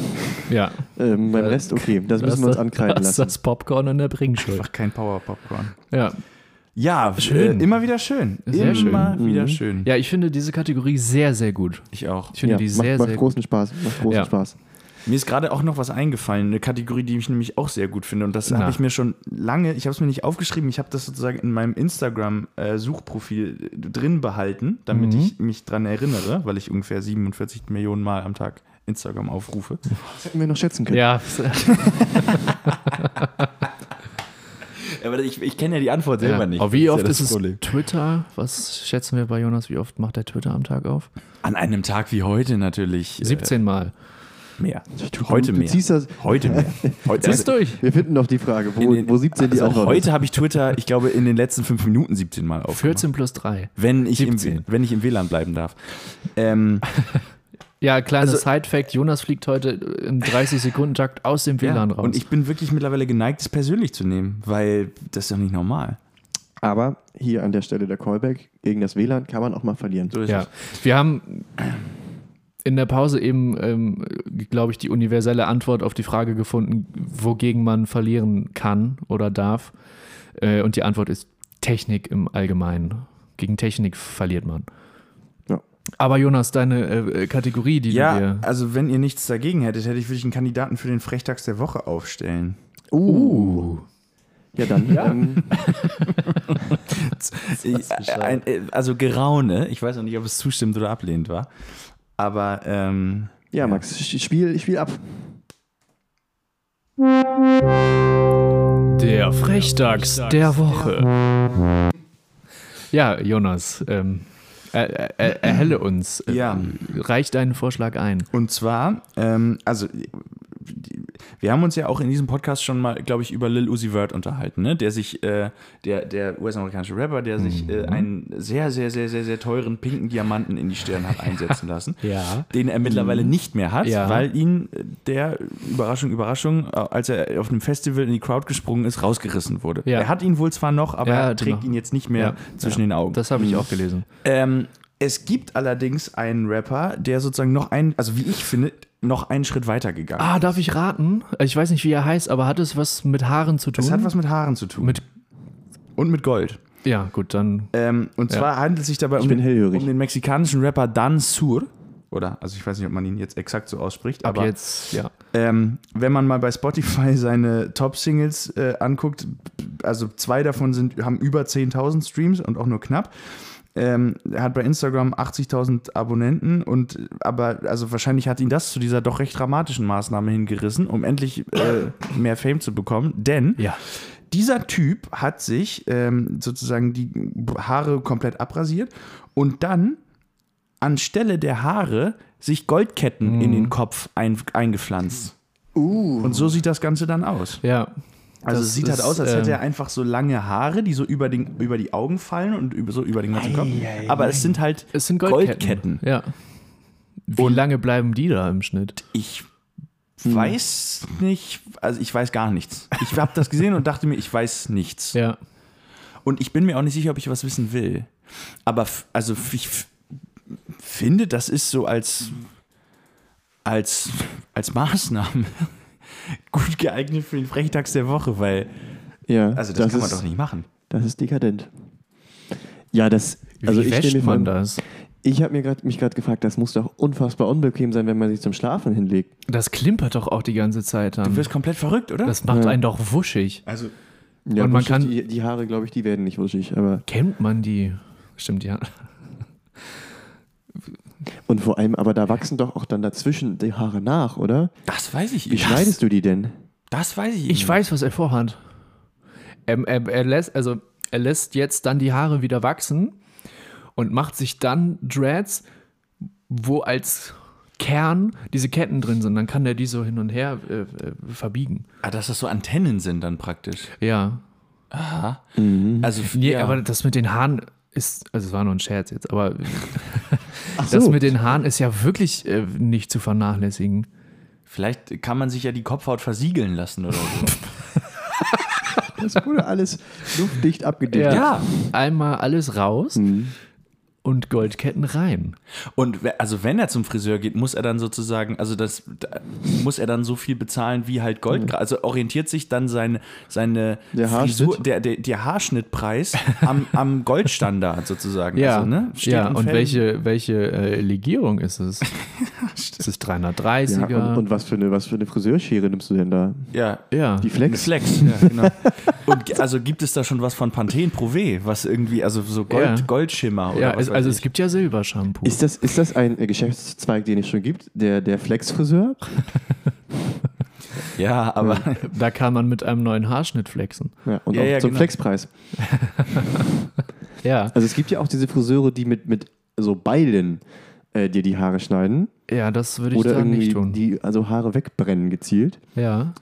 Speaker 1: Ja.
Speaker 3: Ähm, beim Rest, okay, das müssen wir uns ankreiden
Speaker 1: das,
Speaker 3: lassen.
Speaker 1: Das Popcorn an der Bringschuld.
Speaker 2: Einfach kein Power-Popcorn.
Speaker 1: Ja.
Speaker 2: Ja, schön.
Speaker 1: Schön.
Speaker 2: Äh, immer wieder schön.
Speaker 1: Sehr
Speaker 2: immer
Speaker 3: schön.
Speaker 2: wieder
Speaker 3: Mhm.
Speaker 2: schön.
Speaker 1: ja, ich finde diese Kategorie sehr, sehr gut.
Speaker 2: Ich auch.
Speaker 1: Ich finde die
Speaker 3: macht,
Speaker 1: sehr,
Speaker 3: macht
Speaker 1: sehr
Speaker 3: großen Spaß. Macht großen
Speaker 1: Ja.
Speaker 3: Spaß.
Speaker 2: Mir ist gerade auch noch was eingefallen, eine Kategorie, die ich nämlich auch sehr gut finde. Und das
Speaker 1: Na.
Speaker 2: habe ich mir schon lange, ich habe es mir nicht aufgeschrieben, ich habe das sozusagen in meinem Instagram-Suchprofil äh, drin behalten,
Speaker 3: Mhm.
Speaker 2: damit ich mich dran erinnere, weil ich ungefähr 47 Millionen Mal am Tag Instagram aufrufe.
Speaker 3: Das hätten wir noch schätzen können.
Speaker 1: Ja,
Speaker 2: Aber ich, ich kenne ja die Antwort selber nicht.
Speaker 1: Aber wie
Speaker 2: Das
Speaker 1: oft
Speaker 2: ja das
Speaker 1: ist es
Speaker 2: Problem.
Speaker 1: Twitter? Was schätzen wir bei Jonas? Wie oft macht der Twitter am Tag auf?
Speaker 2: An einem Tag wie heute natürlich. äh,
Speaker 1: 17 Mal.
Speaker 2: mehr. Heute
Speaker 3: du
Speaker 2: mehr.
Speaker 3: ziehst das-
Speaker 2: Heute mehr. Heute
Speaker 1: Zieh's durch.
Speaker 3: Wir finden noch die Frage, wo,
Speaker 2: In den-
Speaker 3: wo 17 die
Speaker 2: also
Speaker 3: Antwort
Speaker 2: Heute habe ich Twitter, ich glaube, in den letzten fünf Minuten 17 Mal aufgemacht.
Speaker 1: 14 plus 3.
Speaker 2: Wenn ich, im,
Speaker 1: 17.
Speaker 2: wenn ich im WLAN bleiben darf. Ähm,
Speaker 1: Ja, kleiner
Speaker 2: Also-
Speaker 1: Side-Fact. Jonas fliegt heute im 30-Sekunden-Takt aus dem
Speaker 2: ja,
Speaker 1: WLAN raus.
Speaker 2: und ich bin wirklich mittlerweile geneigt, es persönlich zu nehmen, weil das ist doch nicht normal.
Speaker 3: ist. Aber hier an der Stelle der Callback, gegen das WLAN kann man auch mal verlieren.
Speaker 2: So ist
Speaker 1: ja.
Speaker 2: es.
Speaker 1: Wir haben in der Pause eben, ähm, glaube ich, die universelle Antwort auf die Frage gefunden, wogegen man verlieren kann oder darf. Äh, und die Antwort ist Technik im Allgemeinen. Gegen Technik verliert man.
Speaker 3: Ja.
Speaker 1: Aber Jonas, deine äh, Kategorie, die du
Speaker 2: Ja,
Speaker 1: dir.
Speaker 2: also wenn ihr nichts dagegen hättet, hätte ich wirklich einen Kandidaten für den Frechtags der Woche aufstellen.
Speaker 3: Uh. Ja, dann. Ähm,
Speaker 2: Äh, ein, äh, also Geraune, ich weiß noch nicht, ob es zustimmend oder ablehnend war. Aber ähm,
Speaker 3: ja, Max, sch- spiel, spiel ab.
Speaker 1: Der Frechtags der Woche. Ja, Jonas, ähm, er, er, er, erhelle uns. Äh,
Speaker 2: Ja.
Speaker 1: Reich deinen Vorschlag ein.
Speaker 2: Und zwar, ähm, also die- wir haben uns ja auch in diesem Podcast schon mal, glaube ich, über Lil Uzi Vert unterhalten, ne? der sich, äh, der, der US-amerikanische Rapper, der sich
Speaker 1: Mhm.
Speaker 2: äh, einen sehr, sehr, sehr, sehr, sehr teuren pinken Diamanten in die Stirn hat einsetzen lassen,
Speaker 1: Ja. Mhm.
Speaker 2: den er mittlerweile nicht mehr hat,
Speaker 1: Ja.
Speaker 2: weil ihn äh, der, Überraschung, Überraschung, äh, als er auf einem Festival in die Crowd gesprungen ist, rausgerissen wurde.
Speaker 1: Ja.
Speaker 2: Er hat ihn wohl zwar noch, aber
Speaker 1: Ja,
Speaker 2: er trägt
Speaker 1: genau.
Speaker 2: ihn jetzt nicht mehr
Speaker 1: Ja.
Speaker 2: zwischen den Augen.
Speaker 1: Das habe ich auch gelesen.
Speaker 2: Ähm, es gibt allerdings einen Rapper, der sozusagen noch einen, also wie ich finde, noch einen Schritt weiter gegangen.
Speaker 1: Ah, darf ich raten? Ich weiß nicht, wie er heißt, aber hat es was mit Haaren zu tun?
Speaker 2: Es hat was mit Haaren zu tun.
Speaker 1: Mit-
Speaker 2: und mit Gold.
Speaker 1: ja, gut, dann.
Speaker 2: Ähm, und zwar handelt es sich dabei um
Speaker 3: bin
Speaker 2: den,
Speaker 3: hellhörig.
Speaker 2: um den mexikanischen Rapper Dan Sur. Oder, also ich weiß nicht, ob man ihn jetzt exakt so ausspricht,
Speaker 1: Ab
Speaker 2: aber
Speaker 1: jetzt, ja.
Speaker 2: Ähm, wenn man mal bei Spotify seine Top-Singles äh, anguckt, also zwei davon sind, haben über 10.000 Streams und auch nur knapp. Ähm, er hat bei Instagram 80.000 Abonnenten und äh, aber also wahrscheinlich hat ihn das zu dieser doch recht dramatischen Maßnahme hingerissen, um endlich äh, mehr Fame zu bekommen, denn
Speaker 1: Ja.
Speaker 2: dieser Typ hat sich ähm, sozusagen die Haare komplett abrasiert und dann anstelle der Haare sich Goldketten in den Kopf ein, eingepflanzt. Und so sieht das Ganze dann aus.
Speaker 1: Ja.
Speaker 2: Also
Speaker 1: Uh. Das
Speaker 2: es sieht halt
Speaker 1: ist,
Speaker 2: aus, als hätte
Speaker 1: ähm,
Speaker 2: er einfach so lange Haare, die so über, den, über die Augen fallen und über, so über den ganzen Kopf. Aber es sind halt
Speaker 1: Es sind Goldketten.
Speaker 2: Goldketten.
Speaker 1: Ja. Wie lange bleiben die da im Schnitt?
Speaker 2: Ich Hm. weiß nicht, also ich weiß gar nichts. Ich habe das gesehen und dachte mir, ich weiß nichts.
Speaker 1: Ja.
Speaker 2: Und ich bin mir auch nicht sicher, ob ich was wissen will. Aber f- also f- ich f- finde, das ist so als, als, als Maßnahme gut geeignet für den Frechtags der Woche, weil
Speaker 3: Ja,
Speaker 2: also das, kann man
Speaker 3: ist,
Speaker 2: doch nicht machen.
Speaker 3: Das ist dekadent. Ja, das. Also
Speaker 1: wie
Speaker 3: ich stell
Speaker 1: wäscht
Speaker 3: mir vor
Speaker 1: man
Speaker 3: allem-
Speaker 1: das?
Speaker 3: Ich habe mir grad, mich gerade gefragt, das muss doch unfassbar unbequem sein, wenn man sich zum Schlafen hinlegt.
Speaker 1: Das klimpert doch auch die ganze Zeit
Speaker 2: Du
Speaker 1: dann.
Speaker 2: wirst komplett verrückt, oder?
Speaker 1: Das macht
Speaker 3: Ja.
Speaker 1: einen doch wuschig.
Speaker 2: also
Speaker 3: Ja,
Speaker 1: Und man
Speaker 3: wuschig,
Speaker 1: kann-
Speaker 3: die, die Haare, glaube ich, die werden nicht wuschig. Aber,
Speaker 1: Kennt man die? Stimmt, ja.
Speaker 3: und vor allem, aber da wachsen doch auch dann dazwischen die Haare nach, oder?
Speaker 2: das weiß ich
Speaker 3: Wie
Speaker 2: eben nicht.
Speaker 3: schneidest du die denn?
Speaker 2: Das weiß ich
Speaker 1: Ich
Speaker 2: eben
Speaker 1: weiß, was er vorhat. Hm. Er, er, er lässt, also er lässt jetzt dann die Haare wieder wachsen und macht sich dann Dreads, wo als Kern diese Ketten drin sind. Dann kann er die so hin und her äh, äh, verbiegen.
Speaker 2: nicht. Ah, dass das so Antennen sind dann praktisch.
Speaker 1: Ja.
Speaker 2: Also f-
Speaker 1: Nee,
Speaker 2: ja.
Speaker 1: aber das mit den Haaren ist, also es war nur ein Scherz jetzt, aber
Speaker 3: Ach
Speaker 1: das mit den Haaren ist ja wirklich äh, nicht zu vernachlässigen.
Speaker 2: vielleicht kann man sich ja die Kopfhaut versiegeln lassen oder so.
Speaker 3: das wurde alles luftdicht abgedeckt.
Speaker 2: Ja.
Speaker 1: Einmal alles raus und Goldketten rein.
Speaker 2: Und we- also wenn er zum Friseur geht, muss er dann sozusagen, also das da, muss er dann so viel bezahlen wie halt Gold. Also orientiert sich dann sein, seine
Speaker 3: Mhm. Der Haarschnitt?
Speaker 2: der, der, der Haarschnittpreis am, am Goldstandard sozusagen.
Speaker 1: Ja,
Speaker 2: also, ne? Steht
Speaker 1: ja. und,
Speaker 2: fällt.
Speaker 1: welche, welche äh, Legierung ist es? ist es 330er?
Speaker 3: Ja, und, und was für eine, was für eine Friseurschere nimmst du denn da?
Speaker 2: Ja.
Speaker 1: ja.
Speaker 3: Die
Speaker 2: Eine
Speaker 3: Flex?
Speaker 2: Flex, ja, genau. Und ge- also gibt es da schon was von Pantene Prové, was irgendwie, also so Gold,
Speaker 1: Ja.
Speaker 2: Goldschimmer oder
Speaker 1: ja,
Speaker 2: was
Speaker 1: es,
Speaker 2: weiß
Speaker 1: also
Speaker 2: ich.
Speaker 1: es gibt ja Silbershampoo.
Speaker 3: Ist das, ist das ein äh, Geschäftszweig, den es schon gibt? Der, der Flex-Friseur?
Speaker 2: Ja, aber
Speaker 3: Mhm.
Speaker 1: Da kann man mit einem neuen Haarschnitt flexen.
Speaker 3: Ja, und
Speaker 2: Ja,
Speaker 3: auch
Speaker 2: ja,
Speaker 3: zum
Speaker 2: genau.
Speaker 3: Flexpreis.
Speaker 1: Ja,
Speaker 3: Also es gibt ja auch diese Friseure, die mit, mit so Beilen äh, dir die Haare schneiden.
Speaker 2: Äh,
Speaker 1: ja das würde ich
Speaker 3: Oder
Speaker 1: da
Speaker 3: irgendwie
Speaker 1: nicht tun.
Speaker 3: die also Haare wegbrennen gezielt.
Speaker 1: ja.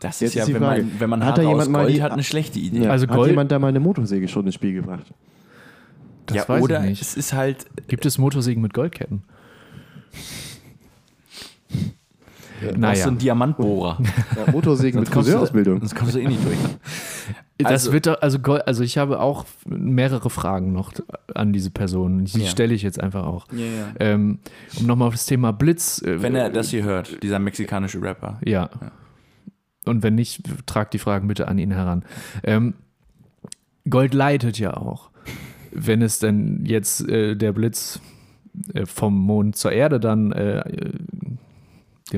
Speaker 2: das
Speaker 3: Jetzt
Speaker 2: ist ja,
Speaker 3: ist die
Speaker 2: wenn
Speaker 3: Frage,
Speaker 2: man, wenn man
Speaker 3: hat da
Speaker 2: Haare aus
Speaker 3: jemand mal
Speaker 2: Gold
Speaker 3: die-
Speaker 2: hat, eine schlechte Idee.
Speaker 3: Ja.
Speaker 1: Also
Speaker 3: Hat
Speaker 1: Gold-
Speaker 3: jemand da mal eine Motorsäge schon ins Spiel gebracht?
Speaker 1: Das weiß
Speaker 2: oder
Speaker 1: ich nicht.
Speaker 2: es ist halt,
Speaker 1: Gibt es Motorsägen mit Goldketten?
Speaker 2: naja.
Speaker 1: naja,
Speaker 2: so ein Diamantbohrer.
Speaker 3: Ja, Motorsäge mit
Speaker 2: Sonst kommst du-
Speaker 3: Friseurausbildung.
Speaker 2: Sonst kommst du eh nicht durch.
Speaker 1: das
Speaker 2: also-
Speaker 1: wird doch, also, Gold, also ich habe auch mehrere Fragen noch an diese Person. Die
Speaker 2: Ja.
Speaker 1: stelle ich jetzt einfach auch.
Speaker 2: Ja, ja.
Speaker 1: Ähm, um nochmal auf das Thema Blitz. äh,
Speaker 2: Wenn er das hier hört, dieser mexikanische Rapper.
Speaker 1: Ja. Und wenn nicht, tragt die Fragen bitte an ihn heran. Ähm, Gold leitet ja auch. Wenn es denn jetzt äh, der Blitz äh, vom Mond zur Erde dann äh, äh, den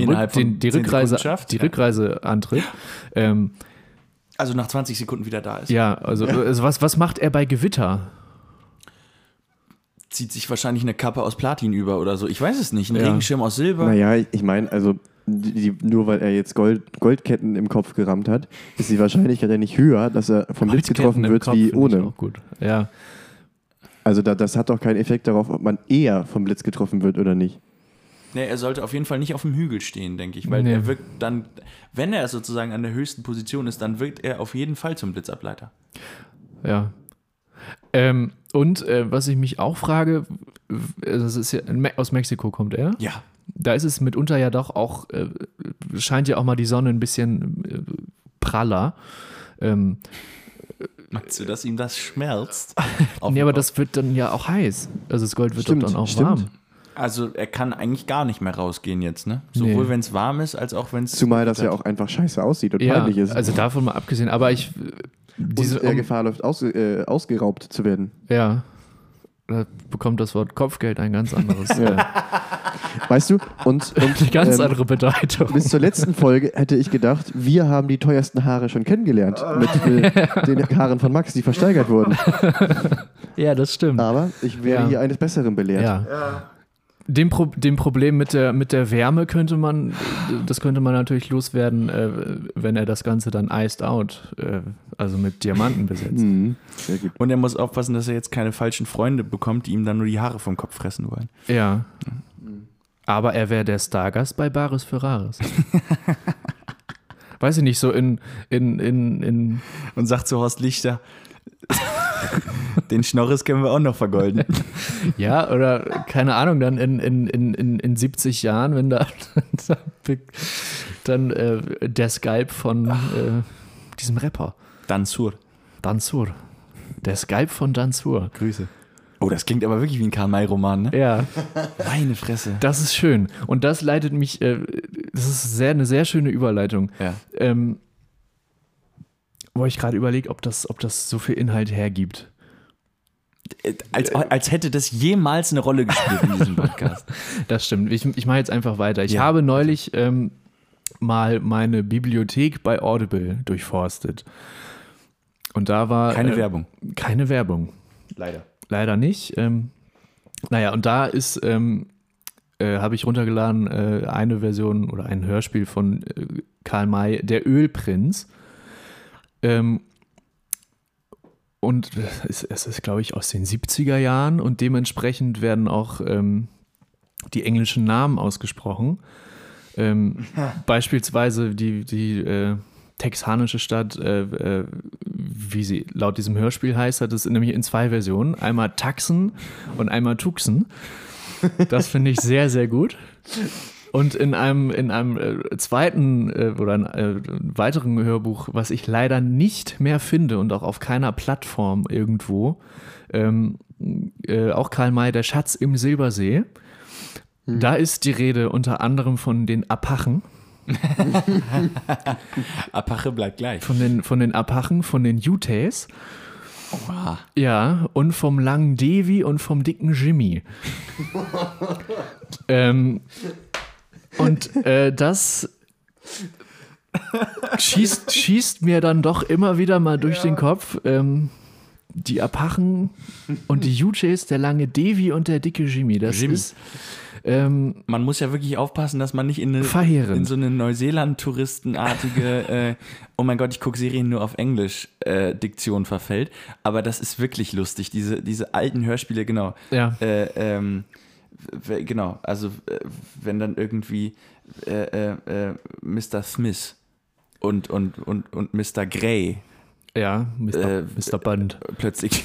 Speaker 2: Innerhalb
Speaker 1: Rück,
Speaker 2: von
Speaker 1: den, die,
Speaker 2: 10
Speaker 1: Rückreise,
Speaker 2: Sekunden schafft,
Speaker 1: die
Speaker 2: ja.
Speaker 1: Rückreise antritt. Ähm,
Speaker 2: Also nach 20 Sekunden wieder da ist.
Speaker 1: ja, also, also was, was macht er bei Gewitter?
Speaker 2: Zieht sich wahrscheinlich eine Kappe aus Platin über oder so. Ich weiß es nicht. Ein
Speaker 1: Ja.
Speaker 2: Regenschirm aus Silber.
Speaker 3: Naja, ich- ich meine, also die, die, nur weil er jetzt Gold, Goldketten im Kopf gerammt hat, ist die Wahrscheinlichkeit ja nicht höher, dass er vom Blitz getroffen
Speaker 1: Ketten im
Speaker 3: wird
Speaker 1: Kopf
Speaker 3: wie
Speaker 1: finde ich
Speaker 3: ohne.
Speaker 1: Auch gut. Ja.
Speaker 3: Also da, das hat doch keinen Effekt darauf, ob man eher vom Blitz getroffen wird oder nicht.
Speaker 2: Nee, er sollte auf jeden Fall nicht auf dem Hügel stehen, denke ich, weil
Speaker 1: Nee.
Speaker 2: er wirkt dann, wenn er sozusagen an der höchsten Position ist, dann wirkt er auf jeden Fall zum Blitzableiter.
Speaker 1: Ja. Ähm, und äh, was ich mich auch frage, w- das ist ja, in Me- aus Mexiko kommt er.
Speaker 2: Ja.
Speaker 1: Da ist es mitunter ja doch auch, äh, scheint ja auch mal die Sonne ein bisschen äh, praller. Ähm,
Speaker 2: Meinst du, dass ihm das schmerzt?
Speaker 1: nee, aber das wird dann ja auch heiß. Also das Gold wird doch
Speaker 3: Stimmt,
Speaker 1: dann auch
Speaker 3: stimmt.
Speaker 1: warm.
Speaker 2: also er kann eigentlich gar nicht mehr rausgehen jetzt, ne?
Speaker 1: Nee.
Speaker 2: Sowohl wenn es warm ist, als auch wenn es.
Speaker 3: Zumal das ja auch einfach scheiße aussieht und
Speaker 1: Ja,
Speaker 3: peinlich ist.
Speaker 1: also davon mal abgesehen. Aber ich, diese, um-
Speaker 3: und, äh, Gefahr läuft, aus, äh, ausgeraubt zu werden.
Speaker 1: ja, da bekommt das Wort Kopfgeld ein ganz anderes, äh,
Speaker 3: Weißt du? Und, und
Speaker 1: eine ganz
Speaker 3: ähm,
Speaker 1: andere Bedeutung.
Speaker 3: Bis zur letzten Folge hätte ich gedacht, wir haben die teuersten Haare schon kennengelernt. Mit äh, den Haaren von Max, die versteigert wurden.
Speaker 1: Ja, das stimmt.
Speaker 3: Aber ich wäre
Speaker 1: Ja.
Speaker 3: hier eines Besseren belehrt.
Speaker 1: Ja. Dem, Pro dem Problem mit der, mit der Wärme könnte man, das könnte man natürlich loswerden, äh, wenn er das Ganze dann iced out, äh, also mit Diamanten besetzt.
Speaker 3: Mhm. Sehr gut.
Speaker 2: Und er muss aufpassen, dass er jetzt keine falschen Freunde bekommt, die ihm dann nur die Haare vom Kopf fressen wollen.
Speaker 1: Ja. Aber er wäre der Stargast bei Baris Ferraris. Weiß ich nicht, so in, in, in, in
Speaker 2: Und sagt zu Horst Lichter, den Schnorris können wir auch noch vergolden.
Speaker 1: ja, oder keine Ahnung, dann in, in, in, in, in 70 Jahren, wenn da dann äh, der Skype von äh, diesem Rapper.
Speaker 2: Dann Sur.
Speaker 1: Danzur. Der Skype von Danzur.
Speaker 2: Grüße. Oh, das klingt aber wirklich wie ein Karl-May-Roman, ne?
Speaker 1: Ja,
Speaker 2: Meine Fresse.
Speaker 1: das ist schön. Und das leitet mich, äh, das ist sehr, eine sehr schöne Überleitung.
Speaker 2: Ja.
Speaker 1: Ähm, wo ich gerade überlege, ob das, ob das so viel Inhalt hergibt.
Speaker 2: Äh, Als, als hätte das jemals eine Rolle gespielt in diesem Podcast.
Speaker 1: Das stimmt. Ich, ich mache jetzt einfach weiter. Ich
Speaker 2: Ja.
Speaker 1: habe neulich ähm, mal meine Bibliothek bei Audible durchforstet. Und da war.
Speaker 2: Keine
Speaker 1: äh,
Speaker 2: Werbung.
Speaker 1: Keine Werbung.
Speaker 2: Leider.
Speaker 1: Leider nicht. Ähm, naja, und da ist, ähm, äh, habe ich runtergeladen, äh, eine Version oder ein Hörspiel von äh, Karl May, Der Ölprinz. Ähm, und es, es ist, glaube ich, aus den 70er Jahren und dementsprechend werden auch ähm, die englischen Namen ausgesprochen. Ähm, beispielsweise die, die äh, texanische Stadt, äh, äh, wie sie laut diesem Hörspiel heißt, hat es nämlich in zwei Versionen. Einmal Taxen und einmal Tuxen. Das finde ich sehr, sehr gut. Und in einem, in einem äh, zweiten äh, oder in, äh, weiteren Hörbuch, was ich leider nicht mehr finde und auch auf keiner Plattform irgendwo, ähm, äh, auch Karl May, der Schatz im Silbersee. Da ist die Rede unter anderem von den Apachen,
Speaker 2: Apache bleibt gleich.
Speaker 1: von den, von den Apachen, von den Utes. Ja, und vom langen Devi und vom dicken Jimmy. ähm, und äh, das schießt, schießt mir dann doch immer wieder mal durch den Kopf. Ähm, die Apachen und die Utes, der lange Devi und der dicke Jimmy. Das
Speaker 2: Jimmy.
Speaker 1: ist. Ähm,
Speaker 2: Man muss ja wirklich aufpassen, dass man nicht in, eine,
Speaker 1: Verheerend.
Speaker 2: in so eine Neuseeland-Touristenartige, äh, oh mein Gott, ich gucke Serien nur auf Englisch, äh, Diktion verfällt. Aber das ist wirklich lustig, diese, diese alten Hörspiele, genau.
Speaker 1: Ja.
Speaker 2: Äh, ähm, w- genau, also äh, wenn dann irgendwie äh, äh, äh, Mr. Smith und, und, und, und Mr. Grey
Speaker 1: ja, Mr.
Speaker 2: Äh,
Speaker 1: Mr. Bond.
Speaker 2: plötzlich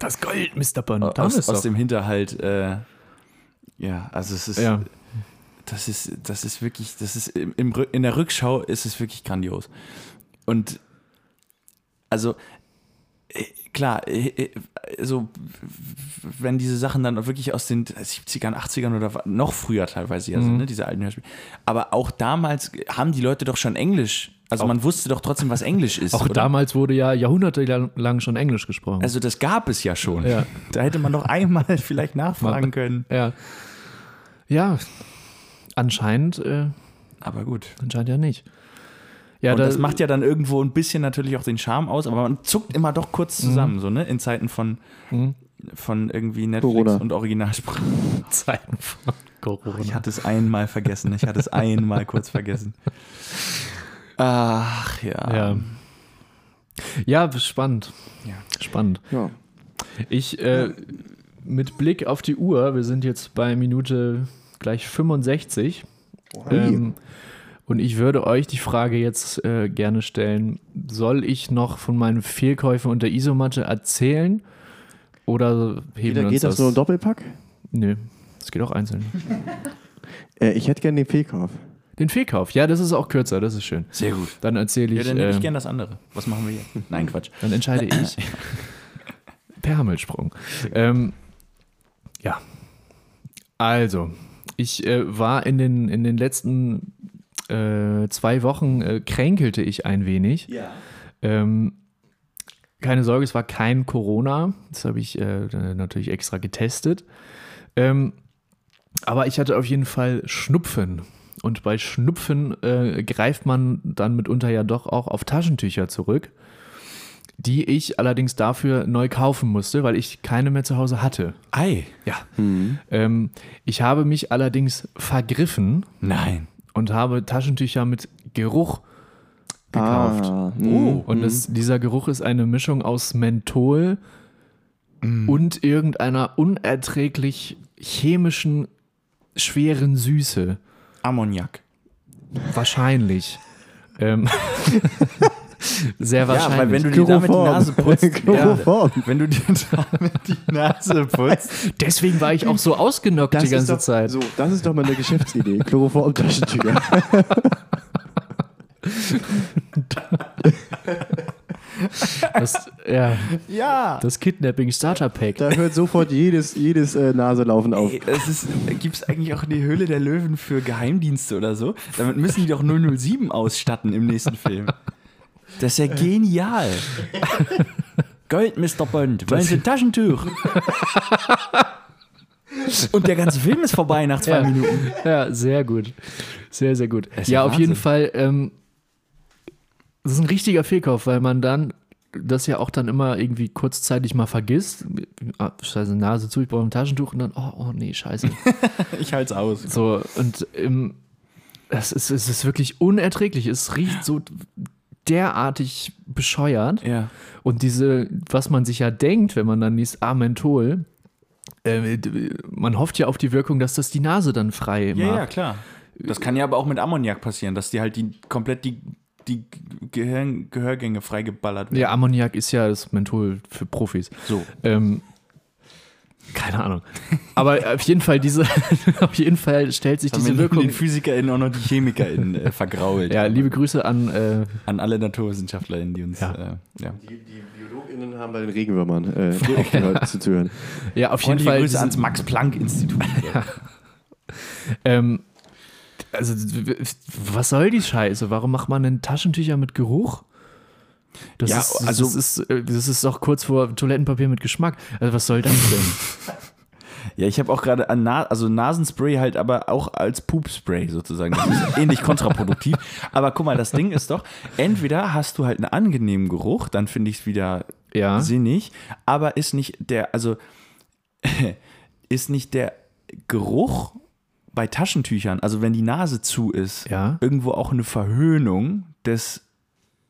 Speaker 1: Das Gold, Mr. Bond. Da
Speaker 2: aus,
Speaker 1: ist
Speaker 2: aus
Speaker 1: doch.
Speaker 2: dem Hinterhalt, äh, ja, also es ist...
Speaker 1: Ja.
Speaker 2: Das ist, das ist wirklich, das ist im, im, Rü- in der Rückschau ist es wirklich grandios. Und also äh, klar, äh, äh, so w- wenn diese Sachen dann auch wirklich aus den 70ern, 80ern oder wa- noch früher teilweise ja
Speaker 1: Mhm.
Speaker 2: sind, ne, diese alten Hörspiele. Aber auch damals haben die Leute doch schon Englisch. Also man wusste doch trotzdem, was Englisch ist.
Speaker 1: Auch
Speaker 2: oder?
Speaker 1: damals wurde ja jahrhundertelang schon Englisch gesprochen.
Speaker 2: Also das gab es ja schon.
Speaker 1: Ja.
Speaker 2: Da hätte man doch einmal vielleicht nachfragen können.
Speaker 1: ja. Ja, anscheinend, äh,
Speaker 2: Aber gut.
Speaker 1: anscheinend ja nicht. Ja,
Speaker 2: und das macht ja dann irgendwo ein bisschen natürlich auch den Charme aus, aber man zuckt immer doch kurz
Speaker 1: Mhm.
Speaker 2: zusammen, so, ne? In Zeiten von, von irgendwie Netflix
Speaker 3: Corona.
Speaker 2: und Originalsprache.
Speaker 1: Zeiten von Corona.
Speaker 2: Ich hatte es einmal vergessen. Ich hatte es einmal kurz vergessen. Ach ja.
Speaker 1: ja. ja, spannend.
Speaker 2: Ja.
Speaker 1: Spannend.
Speaker 3: Ja.
Speaker 1: Ich, äh, mit Blick auf die Uhr, wir sind jetzt bei Minute gleich 65. Ähm, und ich würde euch die Frage jetzt äh, gerne stellen: Soll ich noch von meinen Fehlkäufen unter Isomatte erzählen? Oder heben wir
Speaker 3: Jeder
Speaker 1: uns
Speaker 3: geht das so im Doppelpack?
Speaker 1: Nö, es geht auch einzeln.
Speaker 3: Äh, ich hätte gerne den Fehlkauf.
Speaker 1: Den Fehlkauf, ja, das ist auch kürzer, das ist schön.
Speaker 2: Sehr gut.
Speaker 1: Dann erzähle
Speaker 2: Ja,
Speaker 1: ich,
Speaker 2: dann nehme ich
Speaker 1: ähm,
Speaker 2: gerne das andere. Was machen wir hier? Nein, Quatsch.
Speaker 1: dann entscheide ich. per Hammelsprung. Ähm, ja. Also, ich äh, war in den, in den letzten äh, zwei Wochen, äh, kränkelte ich ein wenig. Ähm, keine Sorge, es war kein Corona. Das habe ich äh, dann natürlich extra getestet. Ähm, aber ich hatte auf jeden Fall Schnupfen. Und bei Schnupfen äh, greift man dann mitunter ja doch auch auf Taschentücher zurück, die ich allerdings dafür neu kaufen musste, weil ich keine mehr zu Hause hatte.
Speaker 2: Ei.
Speaker 1: Ja. Ähm, ich habe mich allerdings vergriffen
Speaker 2: Nein.
Speaker 1: und habe Taschentücher mit Geruch gekauft.
Speaker 3: Ah,
Speaker 1: Oh. Und es, dieser Geruch ist eine Mischung aus Menthol und irgendeiner unerträglich chemischen, schweren Süße.
Speaker 2: Ammoniak.
Speaker 1: Wahrscheinlich. ähm, sehr wahrscheinlich.
Speaker 2: weil wenn du dir
Speaker 3: Chloroform.
Speaker 2: damit die Nase putzt.
Speaker 3: Chloroform.
Speaker 2: Wenn du dir damit die Nase putzt.
Speaker 1: Deswegen war ich auch so ausgenockt die ganze
Speaker 3: ist doch,
Speaker 1: Zeit.
Speaker 3: So, das ist doch mal eine Geschäftsidee. Chloroform Taschentücher.
Speaker 1: Das, ja,
Speaker 2: Ja.
Speaker 1: das Kidnapping Starter Pack.
Speaker 3: Da hört sofort jedes, jedes äh, Naselaufen auf.
Speaker 2: Ey, es ist, gibt's eigentlich auch eine Höhle der Löwen für Geheimdienste oder so? Damit müssen die doch 007 ausstatten im nächsten Film. Das ist ja genial. Gold, Mr. Bond. Wollen Sie ein Taschentuch? Und der ganze Film ist vorbei nach zwei
Speaker 1: ja.
Speaker 2: Minuten.
Speaker 1: Ja, sehr gut. Sehr, sehr gut.
Speaker 2: ist
Speaker 1: ja,
Speaker 2: ja
Speaker 1: auf jeden
Speaker 2: Wahnsinn.
Speaker 1: Fall, ähm, das ist ein richtiger Fehlkauf, weil man dann das ja auch dann immer irgendwie kurzzeitig mal vergisst. Ah, scheiße, Nase zu, ich brauche ein Taschentuch und dann, oh, oh nee, scheiße.
Speaker 2: Ich halte es aus.
Speaker 1: So, und ähm, das ist, es ist wirklich unerträglich. Es riecht so derartig bescheuert.
Speaker 2: Ja.
Speaker 1: Und diese, was man sich ja denkt, wenn man dann liest, ah, Menthol, äh, d- man hofft ja auf die Wirkung, dass das die Nase dann frei macht.
Speaker 2: Ja, ja, klar. Das kann ja aber auch mit Ammoniak passieren, dass die halt die komplett die, die Gehirn, Gehörgänge freigeballert werden.
Speaker 1: Ja, Ammoniak ist ja das Menthol für Profis.
Speaker 2: So.
Speaker 1: Ähm, keine Ahnung. Aber auf jeden Fall diese, auf jeden Fall stellt sich
Speaker 2: Haben wir
Speaker 1: diese
Speaker 2: Wirkung den
Speaker 1: Wirkung.
Speaker 2: PhysikerInnen auch noch die ChemikerInnen äh, vergrault.
Speaker 1: Ja, liebe Grüße an. Äh,
Speaker 2: An alle NaturwissenschaftlerInnen, die uns.
Speaker 1: Ja.
Speaker 2: Äh, ja.
Speaker 3: Die, die BiologInnen haben bei den Regenwürmern äh, aufgehört zuzuhören.
Speaker 1: ja, auf jeden
Speaker 2: Freundliche
Speaker 1: Fall.
Speaker 2: Grüße
Speaker 1: diese-
Speaker 2: ans Max-Planck-Institut.
Speaker 1: Ähm, also, w- was soll die Scheiße? Warum macht man denn Taschentücher mit Geruch? Das
Speaker 2: Ja,
Speaker 1: ist,
Speaker 2: also-
Speaker 1: das ist, äh, das ist doch kurz vor Toilettenpapier mit Geschmack. Also, was soll das denn?
Speaker 2: ja, ich habe auch gerade an Na also Nasenspray halt, aber auch als Poopspray sozusagen. Das ist ähnlich kontraproduktiv. Aber guck mal, das Ding ist doch, entweder hast du halt einen angenehmen Geruch, dann finde ich es wieder
Speaker 1: Ja.
Speaker 2: sinnig, aber ist nicht der, also ist nicht der Geruch bei Taschentüchern, also wenn die Nase zu ist,
Speaker 1: Ja.
Speaker 2: irgendwo auch eine Verhöhnung des